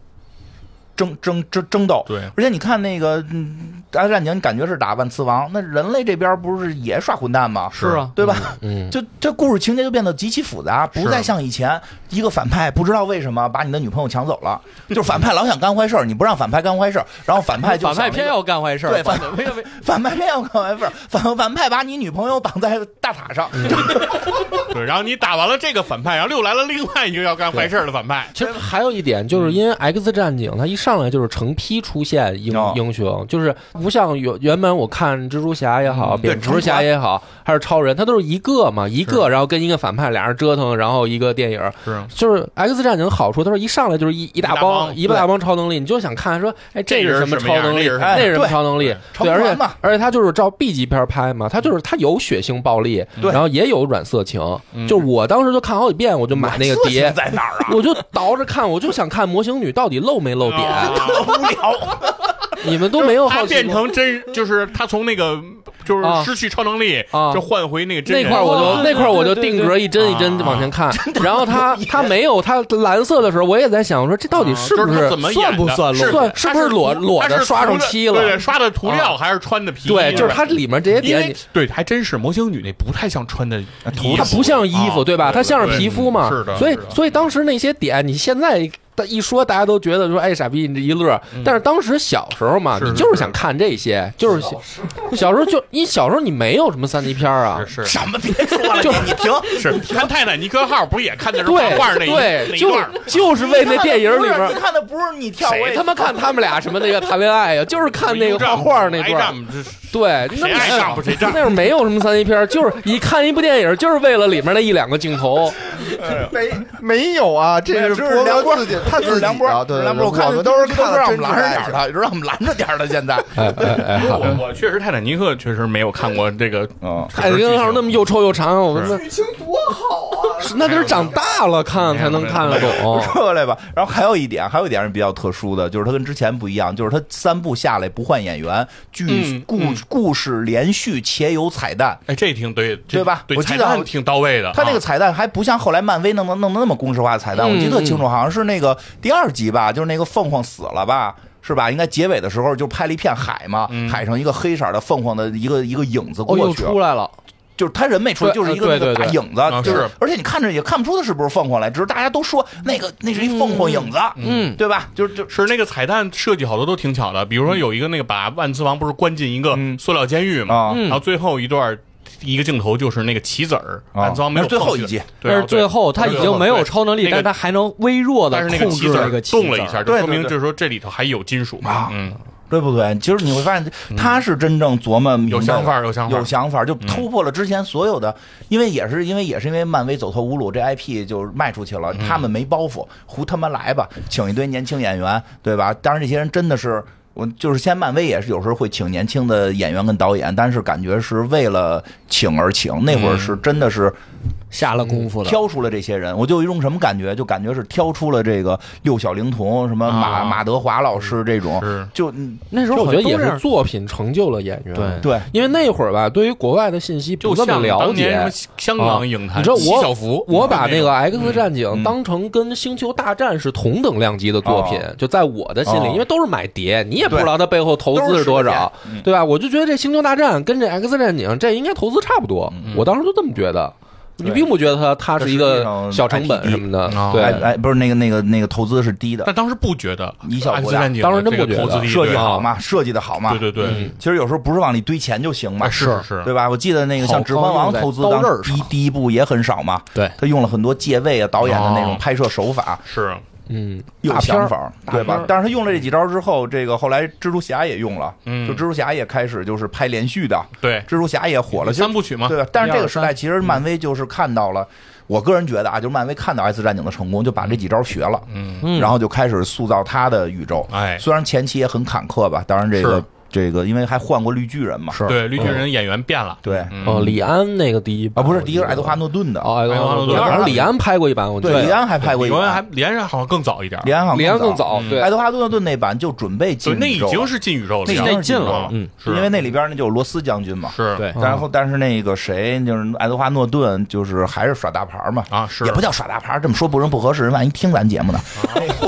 争争争争斗。
对，
而且你看那个嗯《大战警》，你感觉是打万磁王，那人类这边不是也耍混蛋吗？
是
是啊，
对吧？
嗯，
就这故事情节就变得极其复杂，不再像以前一个反派不知道为什么把你的女朋友抢走了，就是反派老想干坏事儿，你不让反派干坏事儿，然后反派就
反
想
派
那
偏
个
要干坏事儿，
对
反
反
没有没有
反派偏要干坏事儿，反反派把你女朋友绑在大塔上，
嗯
对，然后你打完了这个反派，然后又来了另外一个要干坏事儿的反派，
其实还有一点，就是因为《X 战警》它一上来就是成批出现英
哦
英雄，就是不像原原本我看蜘蛛侠也好，
对
蝙蝠侠也好，还是超人，他都是一个嘛，一个，然后跟一个反派俩人折腾，然后一个电影。
是
就是《X 战警》好处，它是一上来就是一一大
一大帮
帮一大帮超能力，你就想看说，哎，
这
是
人
什么
什么
超
样
能力，
那人
那什
样
什么
么
对
超能力，
成
对，而
团
且
嘛
而且他就是照 B 级片拍嘛，他就是他有血腥暴力，
对
然后也有软色情，
嗯
就是我当时就看好几遍，我就买那个
色
碟
情，在哪儿啊？
我就倒着看，我就想看魔形女到底露没露点，
啊
无聊，
你们都没有好
他
奇
变
过
成真，就是他从那个就是
啊
失去超能力，
啊
就换回那个真
那
人
块儿我就
哇
那块儿我就
对对对
定格一帧一帧
啊
往前看，然后他他没有他蓝色的时候，我也在想说这到底是不
啊就是
是
他怎么演
算不
的
算
是
裸
算是不是裸裸
他
着
是
刷上
涂的
漆了？
对对，刷的涂料还是穿的皮衣？
对，就是它
吧
里面这些
因
点
为，对，还真是魔形女那不太像穿的衣服，
它不像衣服，
啊
对吧？它像是皮肤嘛。
是的，
所以
是，的
所以当时那些点，你现在一说，大家都觉得说，哎，傻逼，你这一乐。但是当时小时候嘛，
嗯是
你
是
就是想看这些，就是小小时候就你小时候你没有什么三级片啊。
是是
什么别说了，
就
你停。
是，看泰坦尼克号不是也看的是画
对
画那一那
对，
一
就
段儿吗？
就是为那电影里
不是
边
你，看的不是你跳，我
谁
也
他妈看他们俩什么那个谈恋爱呀，啊就是看那个画画那
挨
段
丈。夫就是
对，那
谁爱丈夫谁丈夫
那会儿没有什么三级片，就是一看一部电影，就是为了里面那一两个镜头。
没没有啊，这
这
是
是
波
梁
哥
波
自己他
就是
自己
梁波
的，，对
梁波，
对对我
看
们都是
都
看
是
了
让我
真
们拦
挚
着
爱
点儿的，
情。
让我们拦着点儿的。现在，
哎 哎哎，好
我我确实泰坦尼克确实没有看过这个
嗯，
海
确实
龟号
剧情
哎那么又臭又长，我们那
剧情多好 啊！
是那得是长大了看才能看得懂。
说回来吧。然后还有一点，还有一点是比较特殊的，就是它跟之前不一样，就是它三部下来不换演员，剧
嗯
故故事连续且有彩蛋。
哎，这挺对，这
对吧
对，
我记
彩
得
蛋
我
挺到位的。
它那个
啊
彩蛋还不像后来漫威弄的弄的那么公式化的彩蛋，我记
嗯
得特清楚，好像是那个第二集吧，就是那个凤凰死了吧。是吧？应该结尾的时候就拍了一片海嘛，海上一个黑色的凤凰的一个一个影子
嗯哦，
过
又
去，
出来了，
就是他人没出来，
对
就是一个
呃
那
对
个大
对对
影子，
啊
就是而且你看着也看不出他是不是凤凰来，只是大家都说那个那是一凤凰影子，
嗯，
对吧？就是就是
是那个彩蛋设计好多都挺巧的，比如说
嗯
有一个那个把万磁王不是关进一个塑料监狱嘛，
啊
嗯
然后最后一段一个镜头就是那个棋子儿，
啊
万磁王没有
那是最后
放血
一集，
对，
但是最
对
后他已经没有超能力，
对那
但
个
是他还能微弱的
但是那
控
棋
制
子
那
儿
个棋
动了一下，就
对
说
对
明
对
就是说这里头还有金属嘛
啊，
嗯，
对不对？其实你会发现他是真正琢磨明白
有
了
想法，有想法
有，想法，就突破了之前所有的，因为也是因为也是因为漫威走投无路，这 IP 就卖出去了，
嗯
他们没包袱，胡他妈来吧，请一堆年轻演员，对吧？当然这些人真的是。我就是先漫威也是有时候会请年轻的演员跟导演，但是感觉是为了请而
嗯
请，那会儿是真的是
下了功夫了。
挑出了这些人，我就有一种什么感觉，就感觉是挑出了这个六小龄童、什么马、
啊
马德华老师这种，
是
就嗯
那时
其实
候
我觉得也
好像都这
是
样
作品成就了演员。
对
对，
因为那会儿吧，对于国外的信息
就
不那么
像
了
嗯当年什么
解。
香
啊
港影坛，
你知道
七
我
哎小福，
我把
那
那个《X 战警》
嗯
当成跟《星球大战》是同等量级的作品，
哦
就在我的心里，
哦
因为都是买碟，你也不知道它背后投资是多少，对吧？我就觉得这《星球大战》跟这《X 战警》这应该投资差不多，我当时就这么觉得。你
对
并不觉得它它是一
这实际
个
上
小成本
IP
什么的
哦，
对
哎，哎，不是那个那个那个投资是低的，
但当时不觉得
一小
福
福
战警
当时真
这个
不觉
投资
得
力
设计
对啊
好嘛，设计的好嘛，
对对
嗯
对，
其实有时候不是往里堆钱就行嘛，
啊是是是
对吧？我记得那个
好
像《指环王》投资
好用在刀
当
刃
第第一部也很少嘛，
对
他用了很多借位啊、导演的那
哦
种拍摄手法，
是
嗯，
有
大片儿
想法，
大
对
片
吧
儿？
但是他用了这几招之后，这个后来蜘蛛侠也用了，
嗯
就蜘蛛侠也开始就是拍连续的，
对，
蜘蛛侠也火了，其实
三部曲嘛，
对吧？啊但是这个时
一二
代
三
其实
嗯
漫威就是看到了，我个人觉得啊，就是漫威看到 S 战警的成功，就把这几招学了，
嗯，
嗯
然后就开始塑造他的宇宙。
哎，
虽然前期也很坎坷吧，当然这
是
个这个，因为还换过绿巨人嘛，
是
对，绿巨
嗯
人演员变了，
对
嗯
哦，李安那个第一
啊，
版
不是，第一个
我
是爱
记
德
得
华诺顿的，
嗯哦，爱德华诺
爱德华诺顿
顿，好像李安拍过一版，我记
对，
得
李安还拍过一
李安还
版，
李安好像更早一点，
李安好像
李安更早，
早，
嗯
对
爱，德华诺顿那版就准备
对，
进
那已
宇宙
经
了
是进宇宙了，
那已经
是
是进
宇宙
了
嗯，
是
因为那里边那就有罗斯将军嘛。
是
对
然后，但是那个谁，就是爱德华诺顿，就是还是耍大牌嘛，
啊，是
也不叫耍大牌，这么说不人不合适，人万一听咱节目 呢。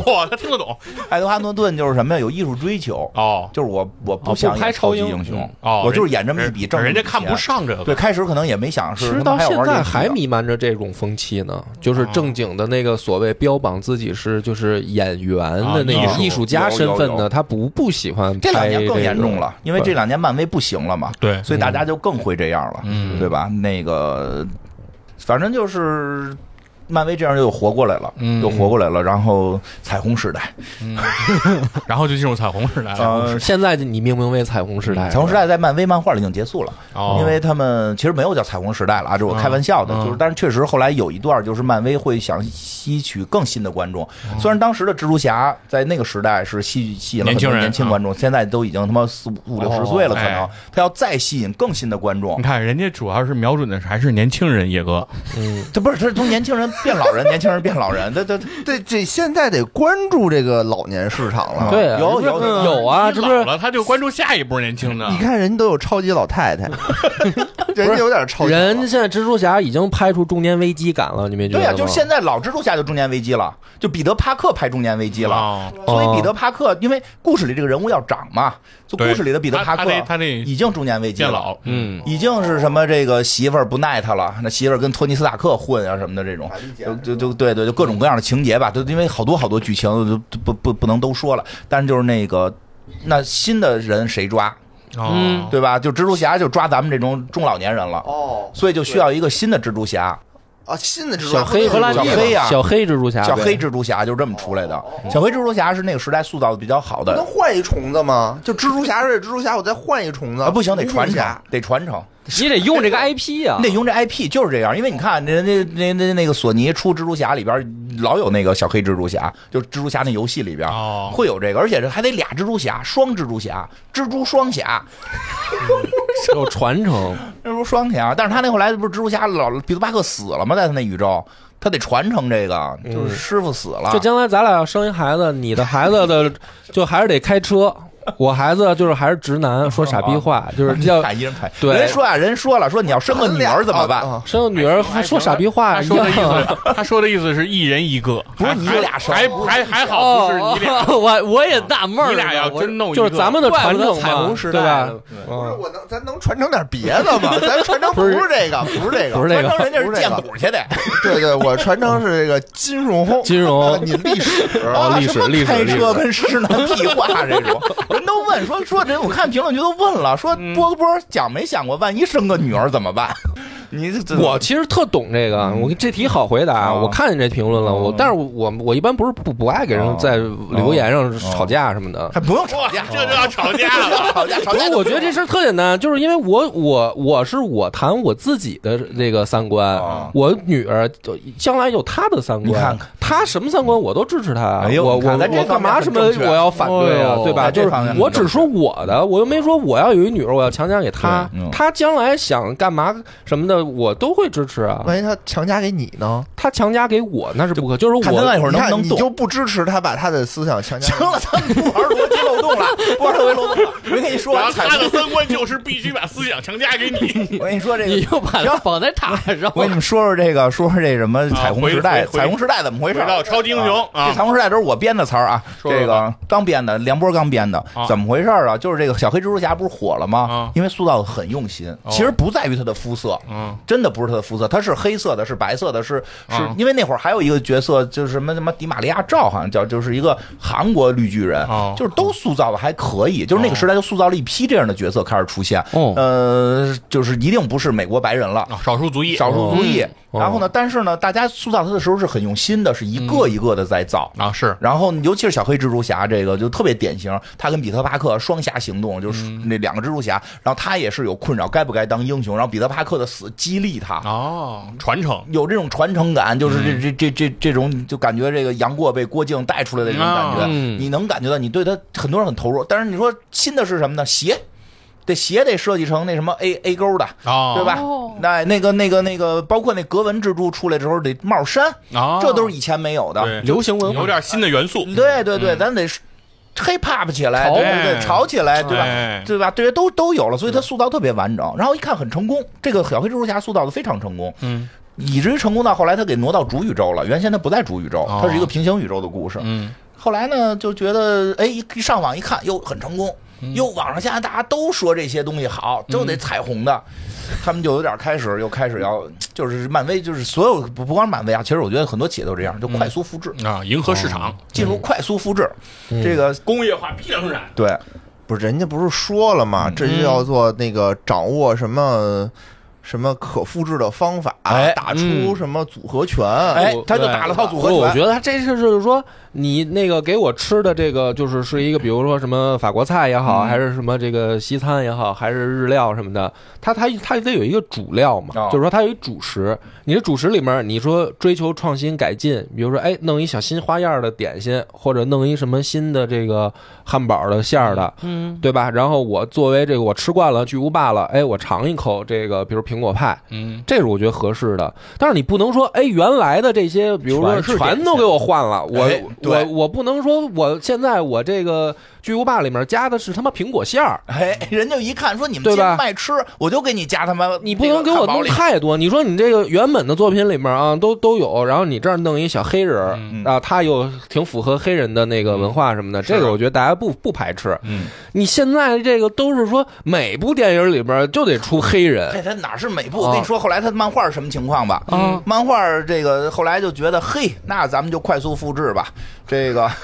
哇，他听得懂
爱德华诺顿就是什么呀？有艺术追求，
哦
就是我我
哦
不想
不拍
演超级
超英
英雄，
哦，
我就是演这么一笔挣
人家
这么一
看不
钱。
上这个，
对，开始可能也没想
其
是
实
他
到
们还有
现
玩
在
这个
还弥漫着这种风气呢，就是正经的那个所谓标榜自己是就是演员的那
啊
个
艺术
艺术家身份
有有有
的，他不不喜欢
这两
拍
哎年更
个
严重了，嗯因为这两年漫威不行了嘛，
对
所以大家就更会这样了，
嗯
对吧？那个，反正就是。漫威这样又活过来了，
嗯
又活过来了，然后彩虹时代，
然后就进入彩虹时代了，
呃，
现在你命名为彩虹时代，
彩虹时代在漫威漫画里已经结束了，
哦，
因为他们其实没有叫彩虹时代了啊，这是我开玩笑的，
嗯
就是但是确实后来有一段就是漫威会想吸取更新的观众，虽然当时的蜘蛛侠在那个时代是吸吸引了很
嗯年轻
多
人嗯
年轻观众，现在都已经他妈四五五六十岁了，可能
哎嗯
他要再吸引更新的观众
你，看人家主要是瞄准的还是年轻人，野哥，
嗯，
这不是他是从年轻人变老人，年轻人变老人，这这这
对，这现在得关注这个老年市场 了。
对啊，
有
这不是
有
有啊，
你
这不是
老了他就关注下一波年轻的
你，看人都有超级老太 太，人家有点超级老
人现在蜘蛛侠已经拍出中年危机感了，你没觉
对
得
呀、
吗？
就是现在老蜘蛛侠就中年危机了，就彼得帕克拍中年危机了。
哦
所以彼得帕克，因为故事里这个人物要长嘛，就故
对
事里的彼得
他
帕
他
克
得他得
已经中年危机
变
了，
老，嗯，
已经是什么这个媳妇儿不耐他了，那媳妇儿跟托尼斯塔克混啊什么的这种
法律，
就就就对对，就各种各样的情节吧，都因为好多好多剧情就就不不不能都说了，但是就是那个。那新的人谁抓，
哦，
对吧？就蜘蛛侠就抓咱们这种中老年人了，
哦
所以就需要一个新的蜘蛛侠，
啊，新的蜘蛛
小黑
荷兰
小
弟小黑呀
小黑 蜘蛛侠，
小黑
对
蜘蛛侠就这么出来的。小黑蜘蛛侠是那个时代塑造的比较好
不能
的
换一虫子吗？就蜘蛛侠是蜘蛛侠，我再换一虫子
啊，不行得
蜘蛛
传承
侠，
得传承。
你得用这个 IP 呀
啊
你得用这 IP 就是这样，因为你看那那那那那个索尼出蜘蛛侠里边老有那个小黑蜘蛛侠，就蜘蛛侠那游戏里边
哦
会有这个，而且这还得俩蜘蛛侠，双蜘蛛侠，蜘蛛双侠，
有传 承，
那不是双侠？但是他那后来不是蜘蛛侠老彼得帕克死了吗？在他那宇宙，他得传承这个，就是师傅死了
嗯
啊
就，将来咱俩要生一孩子，你的孩子的 就还是得开车，我孩子就是还是直男， 说傻逼话，
哦
就是要
看一人看，
对哦
人家说啊，人家说了，说你要生个女儿怎么办？
啊啊
生个女儿说傻逼话
他
一
说的意
样。
思，他说的意思是一人一个，
不是
还
你
还
俩说
还还还好不是
哦
你俩，
我我也纳闷儿呢，
你俩要
我
真弄一
就
个，
是咱们的
怪
传
不得
承
彩
嘛
虹，时
对
代
吧
呢？
不是我能，咱能传承点别的吗？咱传承
嗯不
不
是
是这个，不是这个，
不是这个
传承人家
不
是
是这
建
个
股去的，
对对，我传承是这个金融，
金融
啊你历史，
哦历史
啊什么
历史
开
历史
车跟师男屁话啊这种，人都问说说这，我看评论区都问了，说
嗯
波波想没想过，万一生个女儿怎么办？你这
我其实特懂这个，
嗯
我这题好回答。
啊
哦
我看见这评论了，我
嗯
但是我我一般不是不不爱给
哦
人在留言上吵架什么的。
还不用吵
哇，
架，
这就要吵架
不
了，
用吵架， 吵
不
架
是，
都
我觉得这事儿特简单，就是因为我我我是我谈我自己的这个三观
哦，
我女儿就将来有她的三
你
观，
看看
她什么三观我都支持她。
哎呦
我
你
我
看咱这
我
方
干
面
嘛
很
什么
正确
我要反对啊
哎？呦
对吧？
在
就
这
是
方面很
我只
正确
说我的，我又没说我要有一女儿，我要强加给她
对嗯，
她将来想干嘛什么的，我都会支持啊。
万一他强加给你呢？
她强加给我那是不可，就是
看咱
我
俩一会儿
你
能
看
不能
你就
动。
不支持他把他的思想强加给
行
你？
了，咱们不玩逻辑漏洞了，不玩逻辑漏洞了。我跟你说
然后
完彩
他
虹
的，三观就是必须把思想强加给你，
我跟你说这
你
个，
又把它绑在塔上，
我给你们说说这个，说说这什么彩虹时代，
啊回回回
彩虹时代怎么回
回
事？
到超级英雄
这
啊，
彩虹时代都是我编的词儿啊，
说说
这个刚编的，梁波刚编的
啊，
怎么回事儿啊？就是这个小黑蜘蛛侠不是火了
啊哦
吗？因为塑造的很用心，其实不在于他的肤色。
嗯，
真的不是他的肤色，他是黑色的，是白色的，是是
啊
因为那会儿还有一个角色，就是什么什么迪玛利亚赵，好像叫，就是一个韩国绿巨人
哦，
就是都塑造的还可以，就是那个时代就塑造了一批这样的角色开始出现，呃
哦
呃，就是一定不是美国白人了，
啊少数族裔，
少数族裔，然后呢，但是呢，大家塑造他的时候是很用心的，是一个
嗯
一个的在造。
啊，是
然后，尤其是小黑蜘蛛侠这个就特别典型，他跟比特·帕克双侠行动，就是
嗯
那两个蜘蛛侠，然后他也是有困扰，该不该当英雄？然后比特·帕克的死激励他，
哦，传承
有这种传承感，就是
嗯
这这这这这种，就感觉这个杨过被郭靖带出来的这种感
啊
觉，
嗯
你能感觉到，你对他很多人很投入。但是你说新的是什么呢？鞋，这鞋得设计成那什么 A A 勾的，
哦，
对吧？那那个那个那个，包括那格纹蜘蛛出来之后得帽衫，
哦，
这都是以前没有的。
对
流行文化
有点新的元素，
嗯对对
嗯
对，咱得 hip hop 起来，
潮
对对对，
哎
吵起来，对吧？
哎
对吧？对，都都有了，所以他塑造特别完整。然后一看很成功，这个小黑蜘蛛侠塑造的非常成功，
嗯，
以至于成功到后来他给挪到主宇宙了。原先他不在主宇宙
哦，
他是一个平行宇宙的故事。
嗯，
后来呢，就觉得哎，一一上网一看，哟，很成功。
嗯
哟，网上现在大家都说这些东西好，就得彩虹的，他们就有点开始又开始要，就是漫威，就是所有不不光是漫威啊，其实我觉得很多企业都这样，就快速复制，
啊，迎合市场，
进入快速复制，这个
工业化批量生产，
对，
不是人家不是说了吗？这就叫做那个掌握什么什么可复制的方法，
哎
打出什么组合拳，
哎
我，
他就打了套组合
不
拳，
我觉得他这事就是说，你那个给我吃的这个，就是是一个，比如说什么法国菜也好，还是什么这个西餐也好，还是日料什么的，它它它得有一个主料嘛，
哦
就是说它有一主食。你的主食里面，你说追求创新改进，比如说哎，弄一小新花样的点心，或者弄一什么新的这个汉堡的馅儿的，嗯，对吧？然后我作为这个我吃惯了巨无霸了，哎，我尝一口这个，比如苹果派，
嗯，
这是我觉得合适的。但是你不能说，哎，原来的这些，比如说
全是
全都给我换了，我
哎
我
对
我不能说我现在我这个巨无霸里面加的是他妈苹果馅儿，
哎，人家一看说你们
对
今
吧
天卖吃，我就给你加他妈，
你不能给我弄太多。你说你这个原本的作品里面啊，都都有，然后你这儿弄一小黑人儿
嗯
啊，他又挺符合黑人的那个文化什么的，这
是
个
啊
我觉得大家不不排斥。
嗯，
你现在这个都是说每部电影里边就得出黑人
这他哪是每部？我
哦
跟你说，后来他漫画是什么情况吧？
嗯
啊，
漫画这个后来就觉得，嘿，那咱们就快速复制吧，这个。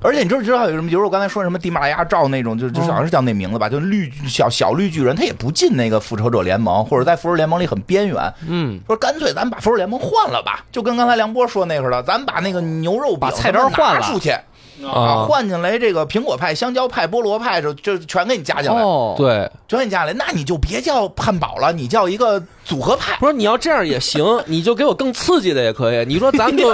而且你知不知道有什么？比如我刚才说什么地马拉雅照那种，就
哦
就好像是叫那名字吧，就绿小小绿巨人，他也不进那个复仇者联盟，或者在复仇者联盟里很边缘。
嗯，
说干脆咱们把复仇者联盟换了吧，就跟刚才梁波说那似的，咱们把那个牛肉饼
把菜单
他妈拿
换了哦
出去，啊，
啊，
换进来这个苹果派、香蕉派、菠萝派，就就全给你加进来，
哦，
对。
全给你加进来。那你就别叫汉堡了，你叫一个组合 派。
不是你要这样也行，你就给我更刺激的也可以。你说咱们就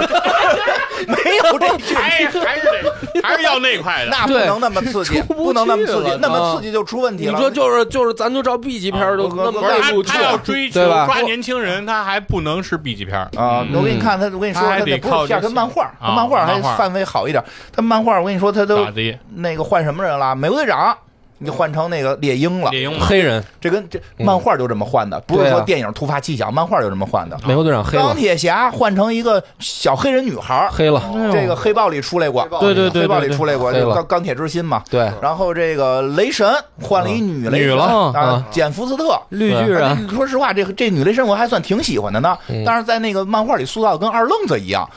没有这句，
还是还是得还是要那块 的，
那不
对
能那么刺激，
出不
不能那么
去
刺激
了，
那么
啊
刺激就出问题
你
了。
说就是就是，咱就照 B 级片儿
啊
都
我
那么
我
内部
不
去
是他他要追求
对吧
抓年轻人，他还不能是 B 级片儿
啊，我给
嗯
你看他，我跟你说，
他还
他
得
那不
靠
是片儿
这
跟漫画，
啊
跟漫画还
漫画
范围好一点。他漫画，我跟你说，他都
咋的？
那个换什么人了？美国队长，你换成那个猎鹰了。
猎鹰嘛，
黑人，
这跟这
嗯
漫画就这么换的，不是
对啊
说电影突发奇想，漫画就这么换的。
美国队长黑
钢
了，
铁侠换成一个小黑人女孩儿，
黑了，
这个黑豹里出来过，
哎对对对
黑豹
对
里
对
出来过，
黑
就
了
钢钢铁之心嘛。
对，
然后这个雷神换了一女雷
女
神
了
啊
啊，
简福斯特。
绿巨人，
啊说实话，这个这女雷神我还算挺喜欢的呢
嗯，
但是在那个漫画里塑造得跟二愣子一样，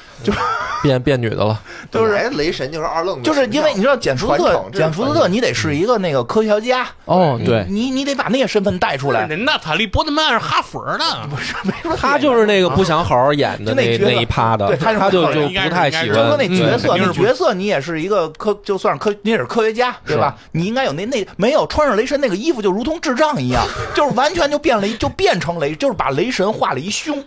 变变女的了，
就是
本来雷神嗯就是二愣子，
就是因为你知道简福斯
传
特
承，这是
简福斯特
传
你得是一个那个科学家，
嗯
哦，对，
你你得把那个身份带出 来，
人娜塔莉波特曼是哈佛的，
他就是那个不想好好演的
就那
那
角色
那一趴的，
对他就是
他就
好
就
人应该
不
是
太
应该
喜
是
就
欢
说那角色，
嗯
你
嗯
角色你也是一个科，就算是科，你也是科学家，对吧？你应该有那那没有穿上雷神那个衣服，就如同智障一样，就是完全就变了一，就变成雷，就是把雷神化了一胸。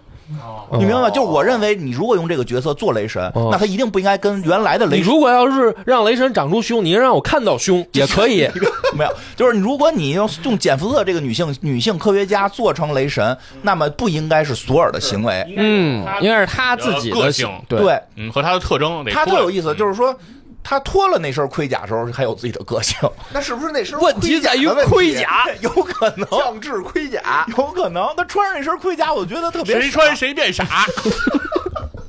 你明白吗？就是我认为，你如果用这个角色做雷神，
哦
那他一定不应该跟原来的
你
雷神
如果要是让雷神长出胸，你让我看到胸也可以，
没有。就是如果你用用简福特这个女性女性科学家做成雷神，那么不应该是索尔的行为。
嗯，应该是他自己
呃个
的
性
对，
对
嗯，和他的特征得嗯
他特
说
有意思，就是说。他脱了那身盔甲的时候，还有自己的个性，
那是不是那身
问题在于盔甲，
有可能
降质盔甲？
有可能他穿上一身盔甲，我觉得特别
谁穿谁变傻，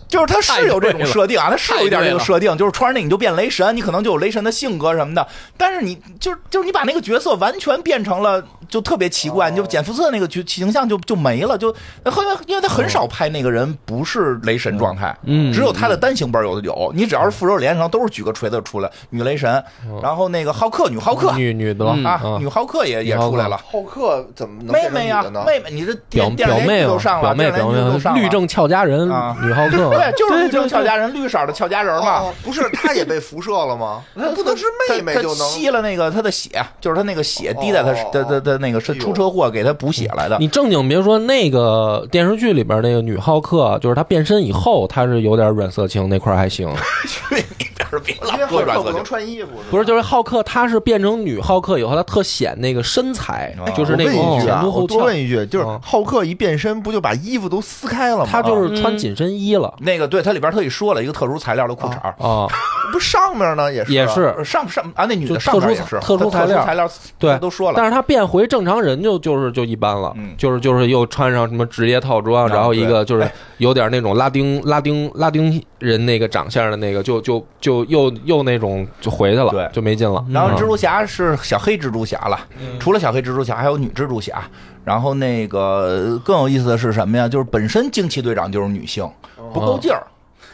就是他是有这种设定啊，他是有一点
太对
这个
了
设定，就是穿上那你就变雷神，你可能就有雷神的性格什么的。但是你就是就是你把那个角色完全变成了就特别奇怪，你就简福斯的那个角形象就就没了，就后来因为他很少拍那个人不是雷神状态，
嗯
只有他的单行本有的有。你只要是复仇者联盟都是举个锤子出来，女雷神，然后那个浩克女浩克
女女的了嗯
啊，女浩克也也出来了。
浩克怎么能
妹
变成
妹
女
呀
的呢？，
妹妹，你这
表
电
表
电视
妹
连续
啊
都上，
表
了，
妹
电视
表
连续都
妹
上，了
律政俏佳人
啊
女浩克，
对，就是
对
绿
对
灯俏
对
佳人，绿色的俏佳人嘛。
哦，不是，她也被辐射了吗？那不能是
他
妹妹
他
就能
吸了那个他的血，就是他那个血滴在他
哦
的的的那个是
哎呦
出车祸给他补血来的。
你正经别说那个电视剧里边那个女浩克，啊就是她变身以后，她是有点软色情那块儿还 行。
别
因为
老
浩
说
克
软
不能
色
穿衣服，
不是，就是浩克，她是变成女浩克以后，她特显那个身材
哎，
就是
我
那
问
种
一句
前
啊，
凸后
我多
翘。
问一句，就是
嗯
浩克一变身，不就把衣服都撕开了吗？
她
啊
就是
嗯
穿紧身衣了
那个对他里边特意说了一个特殊材料的裤衩儿，
啊，
不上面呢也是
也
也
是
上上啊那女
就
的上边
特
也
殊
是
特殊材
材
料
材料
对
都说了
但。是她变回正常人就就是就一般了
嗯，
就是就是又穿上什么职业套装，
啊
然后一个
对
就是有点那种拉丁拉丁拉丁人那个长相的那个，就就就又又那种就回去了
对，
就没劲了。
然后
嗯
蜘蛛侠是小黑蜘蛛侠了，
嗯
除了小黑蜘蛛侠，还有女蜘蛛侠。然后那个更有意思的是什么呀？就是本身惊奇队长就是女性，
哦
不够劲 儿，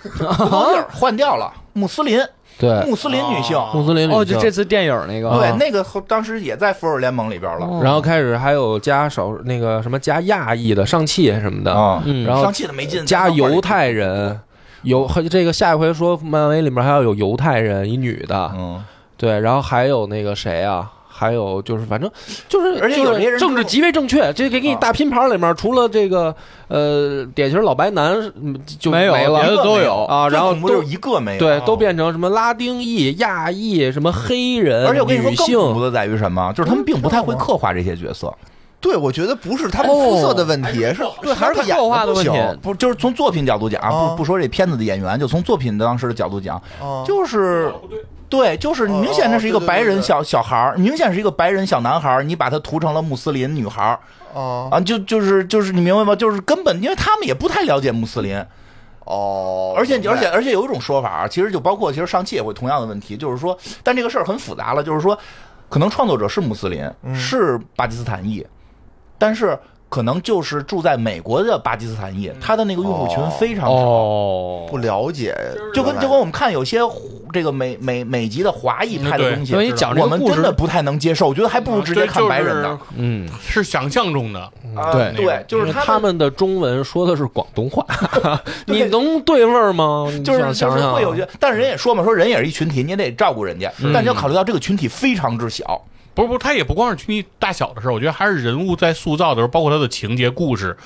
不够劲儿，换掉了穆斯林，
对
穆斯林女性。
穆斯林
哦，
女
就
性
这次电影那个，
对
啊，
那个后当时也在复仇者联盟里边了。
然后开始还有加少那个什么加亚裔的上汽什么的，
啊
嗯，然后
上气的没劲，
加犹太人，犹和这个下一回说漫威里面还要有犹太人，一女的，
嗯，
对，然后还有那个谁啊。还有就是，反正就是，
而且
就
有
是
些人
政治极为正确，这给给你
啊
大拼盘里面，除了这个呃典型老白男嗯就
没有
了
别的都
没
有
啊，然后
最恐怖就
都
是一个没有。，
对都变成什么拉丁裔、亚裔、什么黑人，
而且我跟你说
女
更恐怖
性，
的在于什么？就是他们并不太会刻画这些角色，
对，我觉得不是他们肤色的问
哦
题，是对
还是
他
他
演
刻
的
画的
不
问
行
题。
不就是从作品角度讲，
啊
不不说这片子的演员，就从作品当时的角度讲，
啊
就是。对，就是
哦
明显那是一个
对对对
白人
对
小小孩儿，明显是一个白人小男孩儿，你把他涂成了穆斯林女孩儿
啊
啊，就就是就是你明白吗？就是根本因为他们也不太了解穆斯林，
哦，
而且
明白
而且而且有一种说法啊，其实就包括其实上汽也会同样的问题，就是说，但这个事儿很复杂了，就是说，可能创作者是穆斯林，是巴基斯坦裔，但是可能就是住在美国的巴基斯坦裔，他的那个用户群非常少。
哦
不，了解，
就跟就跟我们看有些这个美美美籍的华裔拍的东西，
对所以讲这个
我们
故事
真的不太能接受，我觉得还 不如直接看白人呢。
嗯，
是想象中的，
啊
对
对，就
因
是
为他
他们
们的中文说的是广东话，
对
你能对味儿吗？你
就是
想
就
想
是
啊
想啊
会有些，但是人也说嘛，说人也是一群体，你也得照顾人家，
嗯
但你要考虑到这个群体非常之小，
不是不是，他也不光是群体大小的事儿，我觉得还是人物在塑造的时候，包括他的情节故事，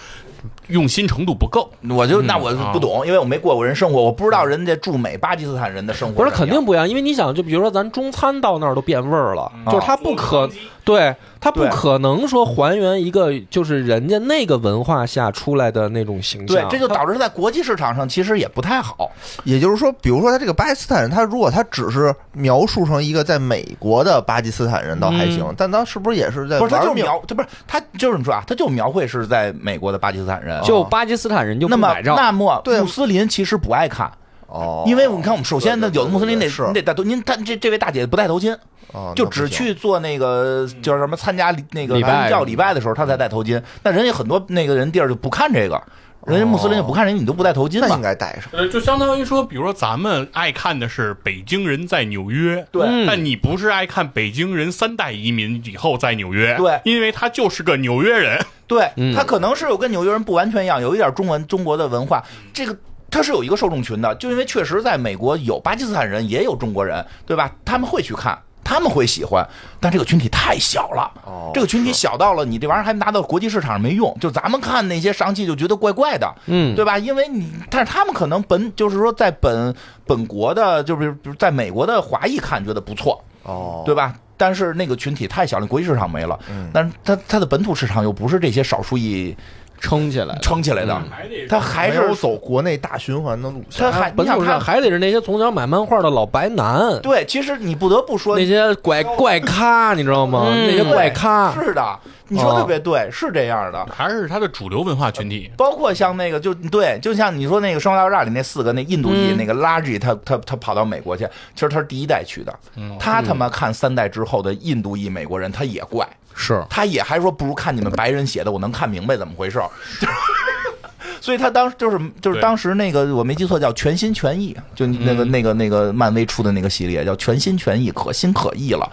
用心程度不够。
我
嗯
就那我
啊
不懂，因为我没过过人生活，我不知道人家驻美巴基斯坦人的生活
不是
怎么
肯
样
定不一样，因为你想，就比如说咱中餐到那儿都变味儿了，
嗯
就是它不可，对它不
对
可能说还原一个就是人家那个文化下出来的那种形
对
象，，
这就导致在国际市场上其实也不太好。
也就是说，比如说他这个巴基斯坦人，他如果他只是描述成一个在美国的巴基斯坦人，倒还行，但他是不是也是在
嗯不是，他就
玩命？
描，他不是他就是你说啊，他就描绘是在美国的巴基斯坦人。
啊
啊
就巴基斯坦人就不
那么
买账，
那么
对
穆斯林其实不爱看，
哦，
因为我们看我们首先呢，
对对
有的穆斯林
对
得
对
你得戴头，您但这这位大姐不戴头巾，
是哦
就
那不
只
行嗯
去做那个就是什么参加那个
礼拜
宗教礼拜的时候，她才戴头巾。那人家很多那个人地儿就不看这个，人家穆斯林就不看人，你都不戴头巾
那
嘛
应？该带上。
呃，就相当于说，比如说咱们爱看的是北京人在纽约，
对
嗯
但你不是爱看北京人三代移民以后在纽约，
对
因为他就是个纽约人，
对，
嗯
他可能是有跟纽约人不完全一样，有一点中文中国的文化，这个。他是有一个受众群的，就因为确实在美国有巴基斯坦人，也有中国人，对吧？他们会去看，他们会喜欢，但这个群体太小了，
哦
这个群体小到了你这玩意儿还拿到国际市场上没用。就咱们看那些上汽就觉得怪怪的，
嗯
对吧？因为你，但是他们可能本就是说在本本国的，就是比如在美国的华裔看觉得不错，
哦，
嗯对吧？但是那个群体太小了，国际市场没了。
嗯
但是它它的本土市场又不是这些少数裔
撑起来的。
撑起来的，
嗯
还得
他还
没
是
有走国内大循环的路线。啊
他还你
本
想
土上
他
还得是那些从小买漫画的老白男，
对，其实你不得不说
那些怪怪咖，你知道吗？
嗯
那些
对
怪咖，
是的，你说
啊
特别对，是这样的。
还是他的主流文化群体。
包括像那个，就对，就像你说那个《生活大爆炸》里那四个那印度
嗯
裔那个拉吉，他他他跑到美国去，其实他是第一代去的。
哦
他他妈看三代之后的印度裔美国人，他也怪，
是，
他也还说不如看你们白人写的，我能看明白怎么回事儿。 所以他当时就是就是
对嗯
当时那个我没记错叫全心全意，就那个、那个那个漫威出的那个系列叫全心全意，可心可意了，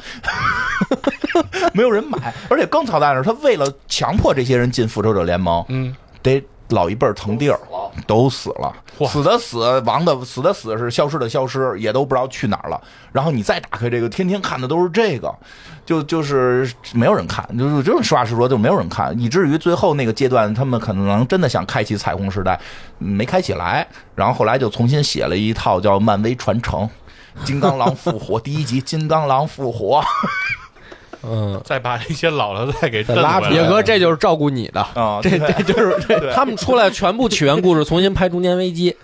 没有人买。而且更操蛋的是，他为了强迫这些人进复仇者联盟，嗯，得老一辈儿腾地儿都死了，
哇
死的死，亡的死的死，是消失的消失，也都不知道去哪儿了。然后你再打开这个，天天看的都是这个，就就是没有人看，就是就是实话实说，就没有人看，以至于最后那个阶段，他们可能真的想开启彩虹时代，嗯没开起来。然后后来就重新写了一套叫《漫威传承》。金刚狼复活第一集，金刚狼复活，
嗯，
再把那些老的再给
再
蹬
拉出
回来
来
野哥这就是照顾你的，
啊
这这就是这
他们出来全部起源故事重新拍《中年危机》，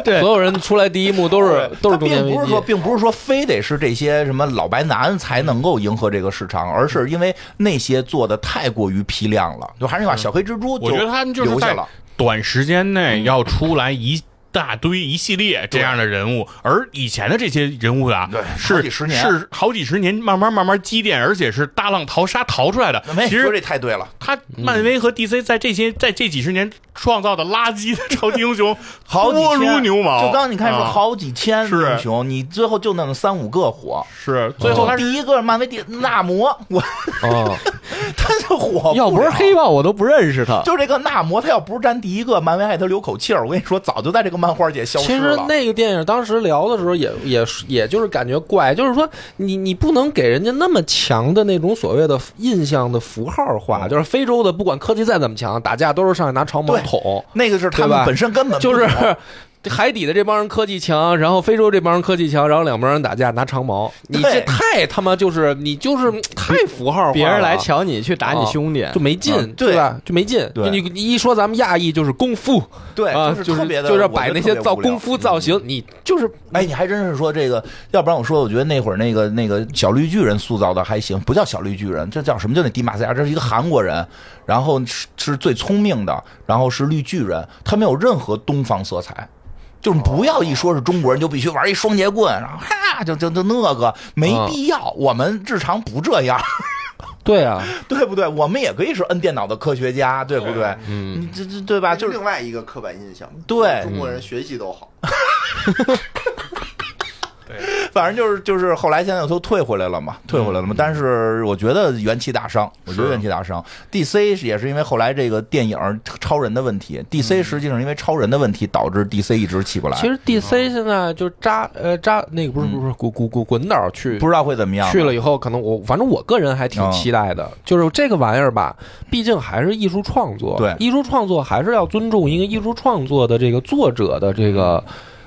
对
所有人出来第一幕都是都是
它
《中年
并
危
不是
机
说，》，并不是说非得是这些什么老白男才能够迎合这个市场，而是因为那些做的太过于批量了。就还是那句话，小黑蜘蛛，
嗯我觉得他们就是
留下
在
了。
短时间
嗯
内要出来一大堆一系列这样的人物，而以前的这些人物啊
对，
是
好几十年
是好几十年慢慢慢慢积淀，而且是大浪淘沙淘出来的。
没
其
说这
实
嗯太对了，
他漫威和 DC 在这些在这几十年创造的垃圾的超级英雄
好几
多
千
如牛毛。
就刚你看说
啊
好几千
是
英雄，你最后就那么三五个火。
是最后他是
第一个漫威第纳摩，我
啊，
他就火了，
要不是黑豹，我都不认识他。
就这个纳摩，他要不是沾第一个漫威爱他留口气儿，我跟你说，早就在这个漫画界消
其
失
实
了。
那个电影当时聊的时候也，也也就是感觉怪，就是说你你不能给人家那么强的那种所谓的印象的符号化，就是非洲的不管科技再怎么强，打架都是上来拿长矛
嗯对
捅，
那个是他
对
们
吧
本身根本不
就是
懂
海底的这帮人科技强，然后非洲这帮人科技强，然后两帮人打架拿长矛，你
对嗯
这太他妈就是你就是太符号化了，
别人来抢你，去打你
哦
兄弟，
就没劲，
嗯
对吧？就没劲。
对
就你你一说咱们亚裔就是功夫
对，
啊，
是
就
特别的，
就是
我
摆
觉得
那
特
些
别
造
无聊嗯
功夫造型，你就是
哎，你还真是说这个，要不然我说，我觉得那会儿那个那个小绿巨人塑造的还行，不叫小绿巨人，这叫什么？就那迪马斯亚，这是一个韩国人，然后是是最聪明的，然后是绿巨人，他没有任何东方色彩，就是不要一说是中国人就必须玩一双截棍，然后哈就就就那个没必要，我们日常不这样，
对啊，
对不对？我们也可以是摁电脑的科学家，对不对？嗯，这这对吧？
啊，
就是
另外一个刻板印象，
对嗯
中国人学习都好，
反正就是就是后来现在都退回来了嘛，
嗯
退回来了嘛。但是我觉得元气大伤，我觉得元气大伤。DC 也是因为后来这个电影超人的问题，DC 实际上因为超人的问题导致 DC 一直起不来，
嗯其实 DC 现在就扎呃扎那个不是不是滚滚滚滚岛去
不知道会怎么样。啊嗯
去了以后，可能我反正我个人还挺期待的，就是这个玩意儿吧，毕竟还是艺术创作，
对
艺术创作还是要尊重一个艺术创作的这个作者的这个。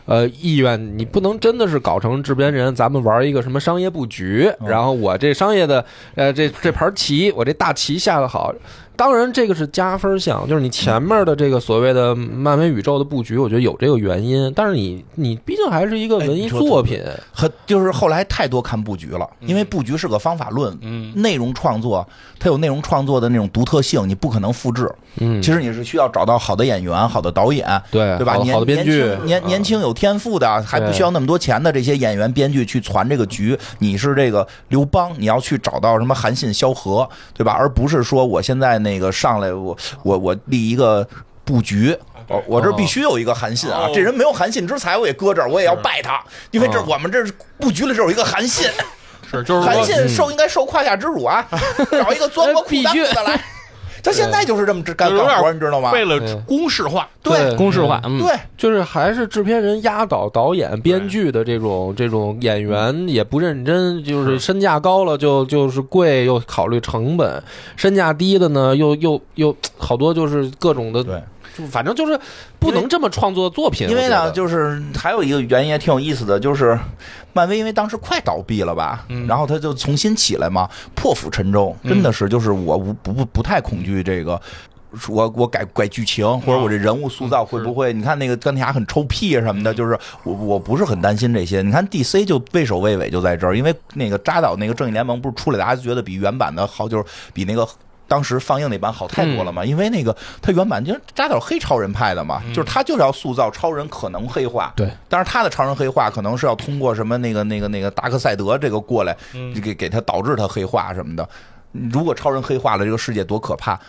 呃，意愿你不能真的是搞成制片人，咱们玩一个什么商业布局，
嗯
然后我这商业的，呃，这这盘棋，我这大棋下的好，当然这个是加分项，就是你前面的这个所谓的漫威宇宙的布局，我觉得有这个原因，但是你你毕竟还是一个
哎
文
你
艺
说得
作品，
很就是后来太多看布局了，
嗯
因为布局是个方法论，
嗯
内容创作它有内容创作的那种独特性，你不可能复制。
嗯，
其实你是需要找到好的演员、好的导演，
对
对吧？
好
年
好的编剧嗯
年轻年年轻有天赋的，啊还不需要那么多钱的这些演员、编剧去传这个局。你是这个刘邦，你要去找到什么韩信、萧何，对吧？而不是说我现在那个上来我我我立一个。布局，我我
哦
这必须有一个韩信啊！
啊哦
这人没有韩信之才，我也搁这儿，我也要拜他，因为这
嗯
我们这是布局里这有一个韩信，
是就是
韩
嗯
说
信受应该受胯下之辱 啊！找一个钻
哎
过裤裆子的来，他现在就是这么干
有点
干活，你知道吗？
为了
嗯
公式化，
对
公式化。嗯，
对，
就是还是制片人压倒导演、编剧的这种这种演员也不认真，就是身价高了就就是贵，又考虑成本；身价低的呢，又又又好多就是各种的，
对，
就反正就是不能这么创作作品。
因为
我觉
呢，
得
就是还有一个原因也挺有意思的，就是漫威因为当时快倒闭了吧，
嗯
然后他就重新起来嘛，破釜沉舟，真的是就是我不不不不太恐惧这个。我我改改剧情，或者我这人物塑造会不会？你看那个钢铁侠很臭屁啊什么的，就是我我不是很担心这些。你看 DC 就畏首畏尾就在这儿，因为那个扎导那个正义联盟不是出来，大家就觉得比原版的好，就是比那个。当时放映那版好太多了嘛，因为那个他原版就是扎导黑超人派的嘛，就是他就是要塑造超人可能黑化，
对，
但是他的超人黑化可能是要通过什么那个那个那个达克赛德这个过来，给给他导致他黑化什么的。如果超人黑化了，这个世界多可怕！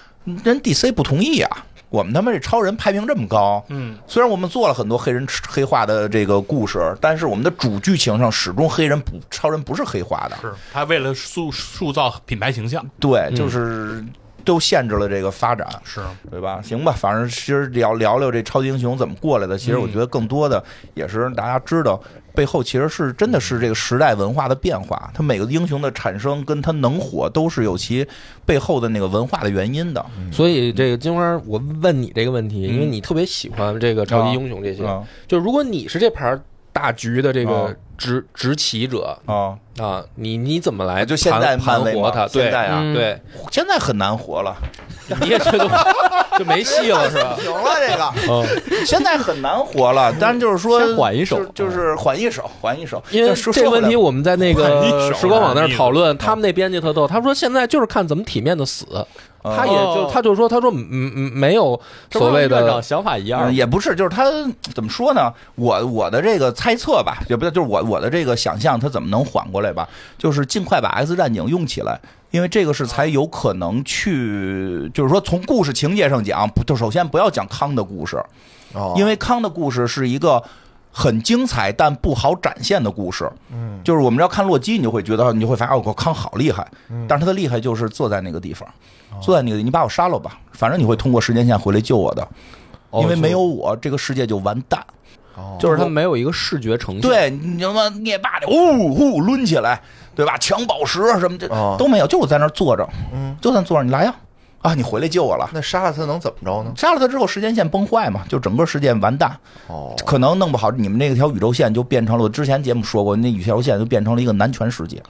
人 DC 不同意啊，我们他妈这超人排名这么高，嗯，虽然我们做了很多黑人黑化的这个故事，但是我们的主剧情上始终黑人不超人不是黑化的，
是他为了塑塑造品牌形象，
对，就是都限制了这个发展，
是
对吧？行吧，反正其实聊聊聊这超级英雄怎么过来的，其实
嗯
我觉得更多的也是让大家知道背后其实是真的是这个时代文化的变化，它每个英雄的产生跟他能火都是有其背后的那个文化的原因的。
所以这个金花，我问你这个问题，因为你特别喜欢这个超级英雄这些，
嗯啊
就如果你是这盘大局的这
啊
个执执棋者
啊，
啊，你你怎么来
就现在
盘盘
漫威嘛
活他？对
现在啊，
嗯
对，
现在很难活了，
你也觉得我就没戏了是吧？
啊行了，这个
嗯，
现在很难活了。但就是说，
先缓一手
就就是缓一手，缓一手。
因为
但说
这个问题，我们在那
换一
个
手
时光网那儿
啊
讨论，他们那编辑特逗，他说现在就是看怎么体面的死，
哦
他也就他就说他说嗯嗯嗯没有
这不是
所谓
院长
的
想法一
嗯
样，
也不是，就是他怎么说呢？我我的这个猜测吧，也不就是我我的这个想象，他怎么能缓过来吧？就是尽快把 X 战警用起来，因为这个是才有可能去，就是说从故事情节上讲，不就首先不要讲康的故事，
哦
因为康的故事是一个。很精彩但不好展现的故事，嗯，就是我们要看洛基，你就会觉得你就会发现，哦，康好厉害，
嗯
但是他的厉害就是坐在那个地方，
哦
坐在那个，你把我杀了吧，反正你会通过时间线回来救我的，
哦
因为没有我，这个世界就完蛋。
就是他没有一个视觉呈现。，
对，你他妈灭霸的，呜呼抡起来，对吧？抢宝石什么这
哦
都没有，就我在那儿坐着，
嗯，
就在那坐着，你来呀，啊，你回来救我了。
哦那杀了他能怎么着呢？
杀了他之后，时间线崩坏嘛，就整个世界完蛋，
哦，
可能弄不好你们那条宇宙线就变成了我之前节目说过，那宇宙线就变成了一个男权世界。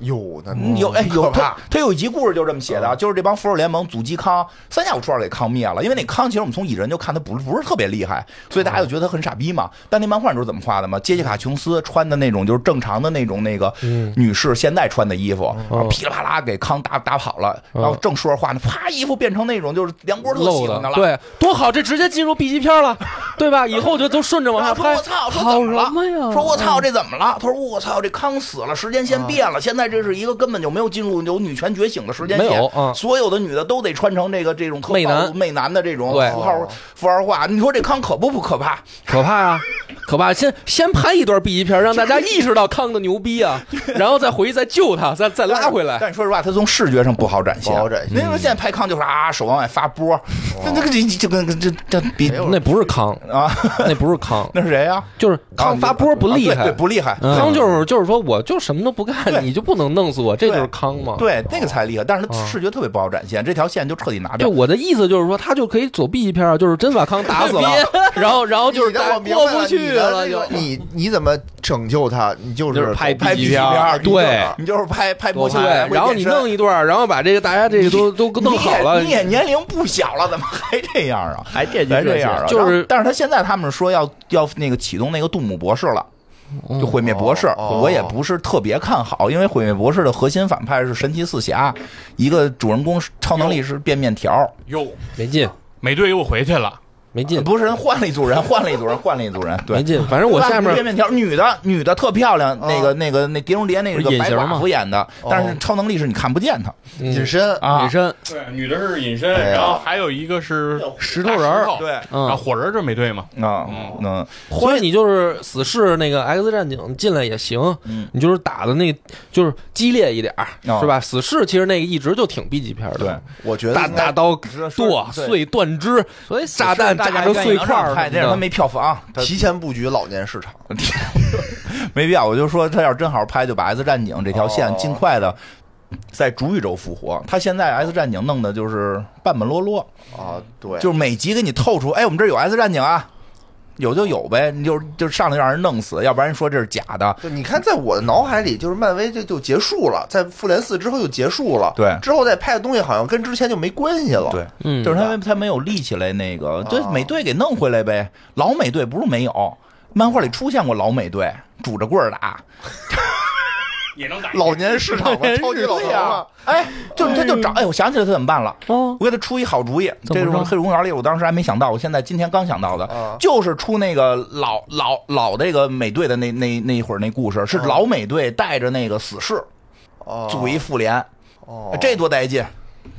有那
嗯有哎有
可
他
怕，
他有一集故事就这么写的啊，就是这帮复仇者联盟阻击康，三下五除二给康灭了。因为那康其实我们从蚁人就看他不是不是特别厉害，所以大家就觉得他很傻逼嘛。但那漫画你知道怎么画的吗？杰西卡琼斯穿的那种就是正常的那种那个女士现在穿的衣服，然后噼里啪啦给康打打跑了，然后正说着话呢，啪衣服变成那种就是梁波特喜
漏
欢
的
了，，
对，多好，这直接进入 B 级片了，对吧？以后就都顺着往
然
下
后说
拍
我。操，说怎么了？
好什么呀
说我操，这怎么了？他说我操，这康死了，时间线变了，现在这是一个根本就没有进入有女权觉醒的时间
没有
线
嗯，
所有的女的都得穿成这个这种特
媚男
暴露媚男的这种
对
符号符号化。你说这康可不不可怕？
可怕啊，可怕！先先拍一段 B 级片，让大家意识到康的牛逼啊，然后再回去再救他，再再拉回 来。
但是说实话，他从视觉上不好展现，
不好展现
您说现在拍康就是啊，手往外发波，那那个这这跟这这比
那不是康，
啊，
那不是康，
那是谁呀？
就是
啊
康
你
发波不厉
啊对
害嗯
对，不厉害。
嗯
康就是就是说，我就什么都不干，你就不能弄死我，这就是康嘛。
对，那个才厉害，但是
嗯
他视觉特别不好展现，这条线就彻底拿
对，
掉。
我的意思就是说，他就可以走 B 级片啊，就是真把康打 死了，然后然后 就是
你让
打
我明白
过
了
不去了，就
你的那个你你怎么拯救他？你就
就是是拍
拍
B 级
B 级
片
片儿
对
你就是拍拍
我
波西
对
米亚，
然后你弄一段，然后把这个大家这个都都弄好了
你，也你也年龄不小了，怎么还这样啊？
还惦记
还
这
这
些
样啊？
就是
然后但是他现在他们说要要那个启动那个杜姆博士了。就毁灭博士，
哦
我也不是特别看好，因为毁灭博士的核心反派是神奇四侠，一个主人公是超能力是变面条，
哟，
没劲，
美队又回去了，
没劲，
不是人换了一组人，换了一组人，换了一组人，对
没，劲。反正我下
变
面啊
面条，女的女的特漂亮，那个那个那狄龙杰那
不
个
是隐
白
形
寡
吗
妇演的，
哦
但是超能力是你看不见她
隐身
啊
隐，身
对，女的是隐身，
哎呀
然后还有一个是
石头人儿
大石头
对
然后火人儿就是美队嘛，
啊嗯，
或者你就是死侍那个 X 战警进来也行，
嗯
你就是打的那就是激烈一点儿，
哦
是吧？死侍其实那个一直就挺 B 级片的，
对。
我觉得
哎
大
应
大
该
刀
是是
剁
对
碎断肢，所以炸弹
大
炸
家
成碎块儿嗯
拍，
什
这样他
么的。
没票房，他
提前布局老年市场。
嗯没必要。我就说他要是真好好拍，就把《X 战警》这条线
哦
尽快的在主宇宙复活。他现在《X 战警》弄的就是半半落落，
啊，对，
就是每集给你透出，哎，我们这儿有《X 战警》啊。有就有呗，你就是就上来让人弄死，要不然说这是假的。
就你看，在我的脑海里，就是漫威就就结束了，在复联四之后就结束了，
对
之后再拍的东西好像跟之前就没关系了，
对，
嗯
就是他他没有立起来那
哦
个，对美队给弄回来呗。老美队不是没有，漫画里出现过老美队，拄着棍儿打，
也能打
老年市场嘛，超级老头嘛，
哎，就他就找，哎，我想起来他怎么办了。
哦
我给他出一好主意，
怎么
这是
着
《黑水公园》里我当时还没想到，我现在今天刚想到的
啊，
就是出那个老老老这个美队的那那那一会儿那故事，
啊
是老美队带着那个死士
哦
组一复联，
哦，
这多带劲，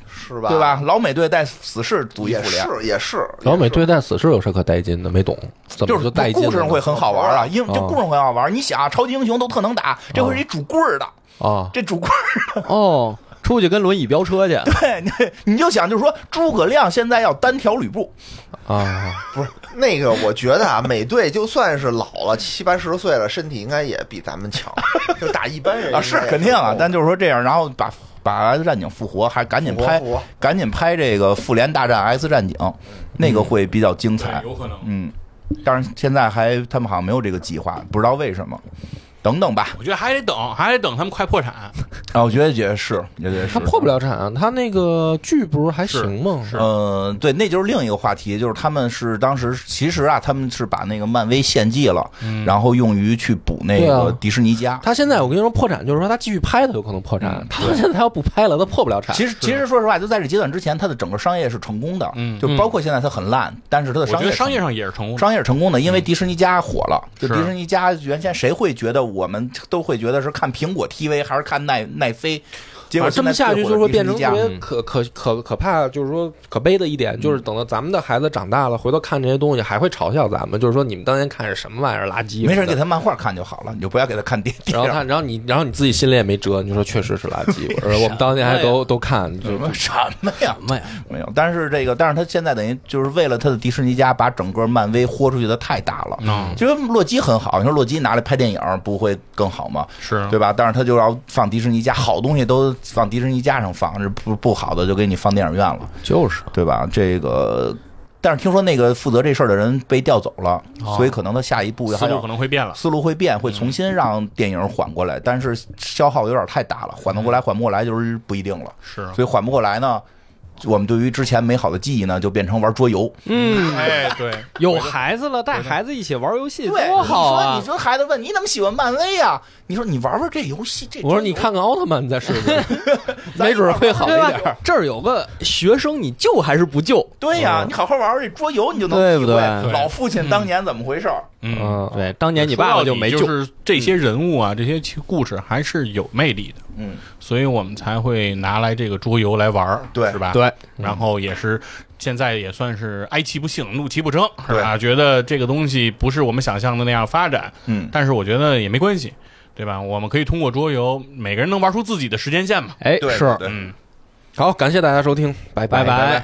是吧？
对？吧？老美队带死士组一
也
复联，
是也是，
老美对待死侍有啥可带劲的？没懂，怎
就
么
是
带劲了呢？
故事上会很好玩啊，因为就
哦
故事上会好玩。你想，啊超级英雄都特能
啊
打，这会是一拄棍儿的，
啊，
这拄棍儿
哦，出去跟轮椅飙车去，嗯
对，你你就想，就是说诸葛亮现在要单挑吕布，
啊，
不是那个，我觉得啊，美队就算是老了七八十岁了，身体应该也比咱们强，就打一般人
啊，是肯定啊，但就是说这样，然后把把 X 战警复活，还赶紧
复活
拍
复活，嗯
赶紧拍这个复联大战 X 战警，那个会比较精彩
哎
对，有可能。
嗯，当然现在还他们好像没有这个计划，不知道为什么，等等吧，
我觉得还得等，还得等他们快破产。
啊，我觉得也是，也也是，
他破不了产啊，他那个剧不是还行吗？
是
呃，对，那就是另一个话题，就是他们是当时其实啊，他们是把那个漫威献祭了，
嗯
然后用于去补那
对啊
个迪士尼家。
他现在我跟你说破产，就是说他继续拍，他有可能破产。他现在要不拍了，他破不了产。
其实，其实说实话，就在这阶段之前，它的整个商业是成功的，
嗯
就包括现在它很烂，但是它的
我
商
觉
业
得
是成
商
功
业
的
上也是成功的。
商业是成功的，因为迪士尼家火了。就是迪士尼家原先谁会觉得我们都会觉得是看苹果 TV 还是看奈奈飞，结果
啊这么
现
下
在
去
最
就
火
是会
的迪士
变
尼
成
家
特别可可可可怕，就是说可悲的一点，就是等到咱们的孩子长大了，回头看这些东西，还会嘲笑咱们，就是说你们当年看是什么玩意儿，垃圾。
没事，给他漫画看就好了，你就不要给他看电 电
然后
影。
他，然后你，然后你自己心里也没辙，你就说确实是垃圾。 我说我们当年还都都看，就
什么什么 呀？
什么呀？
没有，但是这个，但是他现在等于就是为了他的迪士尼家把整个漫威豁出去的太大了。
嗯
其实洛基很好，你说洛基拿来拍电影不会更好吗？
是
对吧？但是他就要放迪士尼家，好东西都放迪士尼家上放，这不不好的就给你放电影院了，
就是
对吧？这个，但是听说那个负责这事儿的人被调走了，
哦
所以可能他下一步
思
还
路
要
可能会变了。嗯
思路会变，会重新让电影缓过来，但是消耗有点太大了，缓得过来缓不过来就是不一定了。
嗯是，
所以缓不过来呢，我们对于之前美好的记忆呢，就变成玩桌游。
嗯，
哎，对，
有孩子了，带孩子一起玩游戏
对，
多好
你说你
啊！
说孩子问你怎么喜欢漫威啊？你说你玩玩这游戏，这
我说你看看奥特曼，你再试 试，没准儿会好一
对
点
吧
儿。？
这儿有个学生，你救还是不救？
对呀、你好好玩玩这桌游，你就能
嗯对
体
不
会
对
老父亲当年怎么回事儿。
嗯，
嗯，
对，当年你爸爸就没
说
救
到。底就是这些人物啊，这些故事还是有魅力的，
嗯，
所以我们才会拿来这个桌游来玩儿，
对
是吧？
对，
然后也是现在也算是哀其不幸，怒其不争，是吧？觉得这个东西不是我们想象的那样发展，
嗯
但是我觉得也没关系，对吧？我们可以通过桌游，每个人能玩出自己的时间线嘛。
哎，
对
是，
对
嗯，
好，感谢大家收听，拜
拜
拜。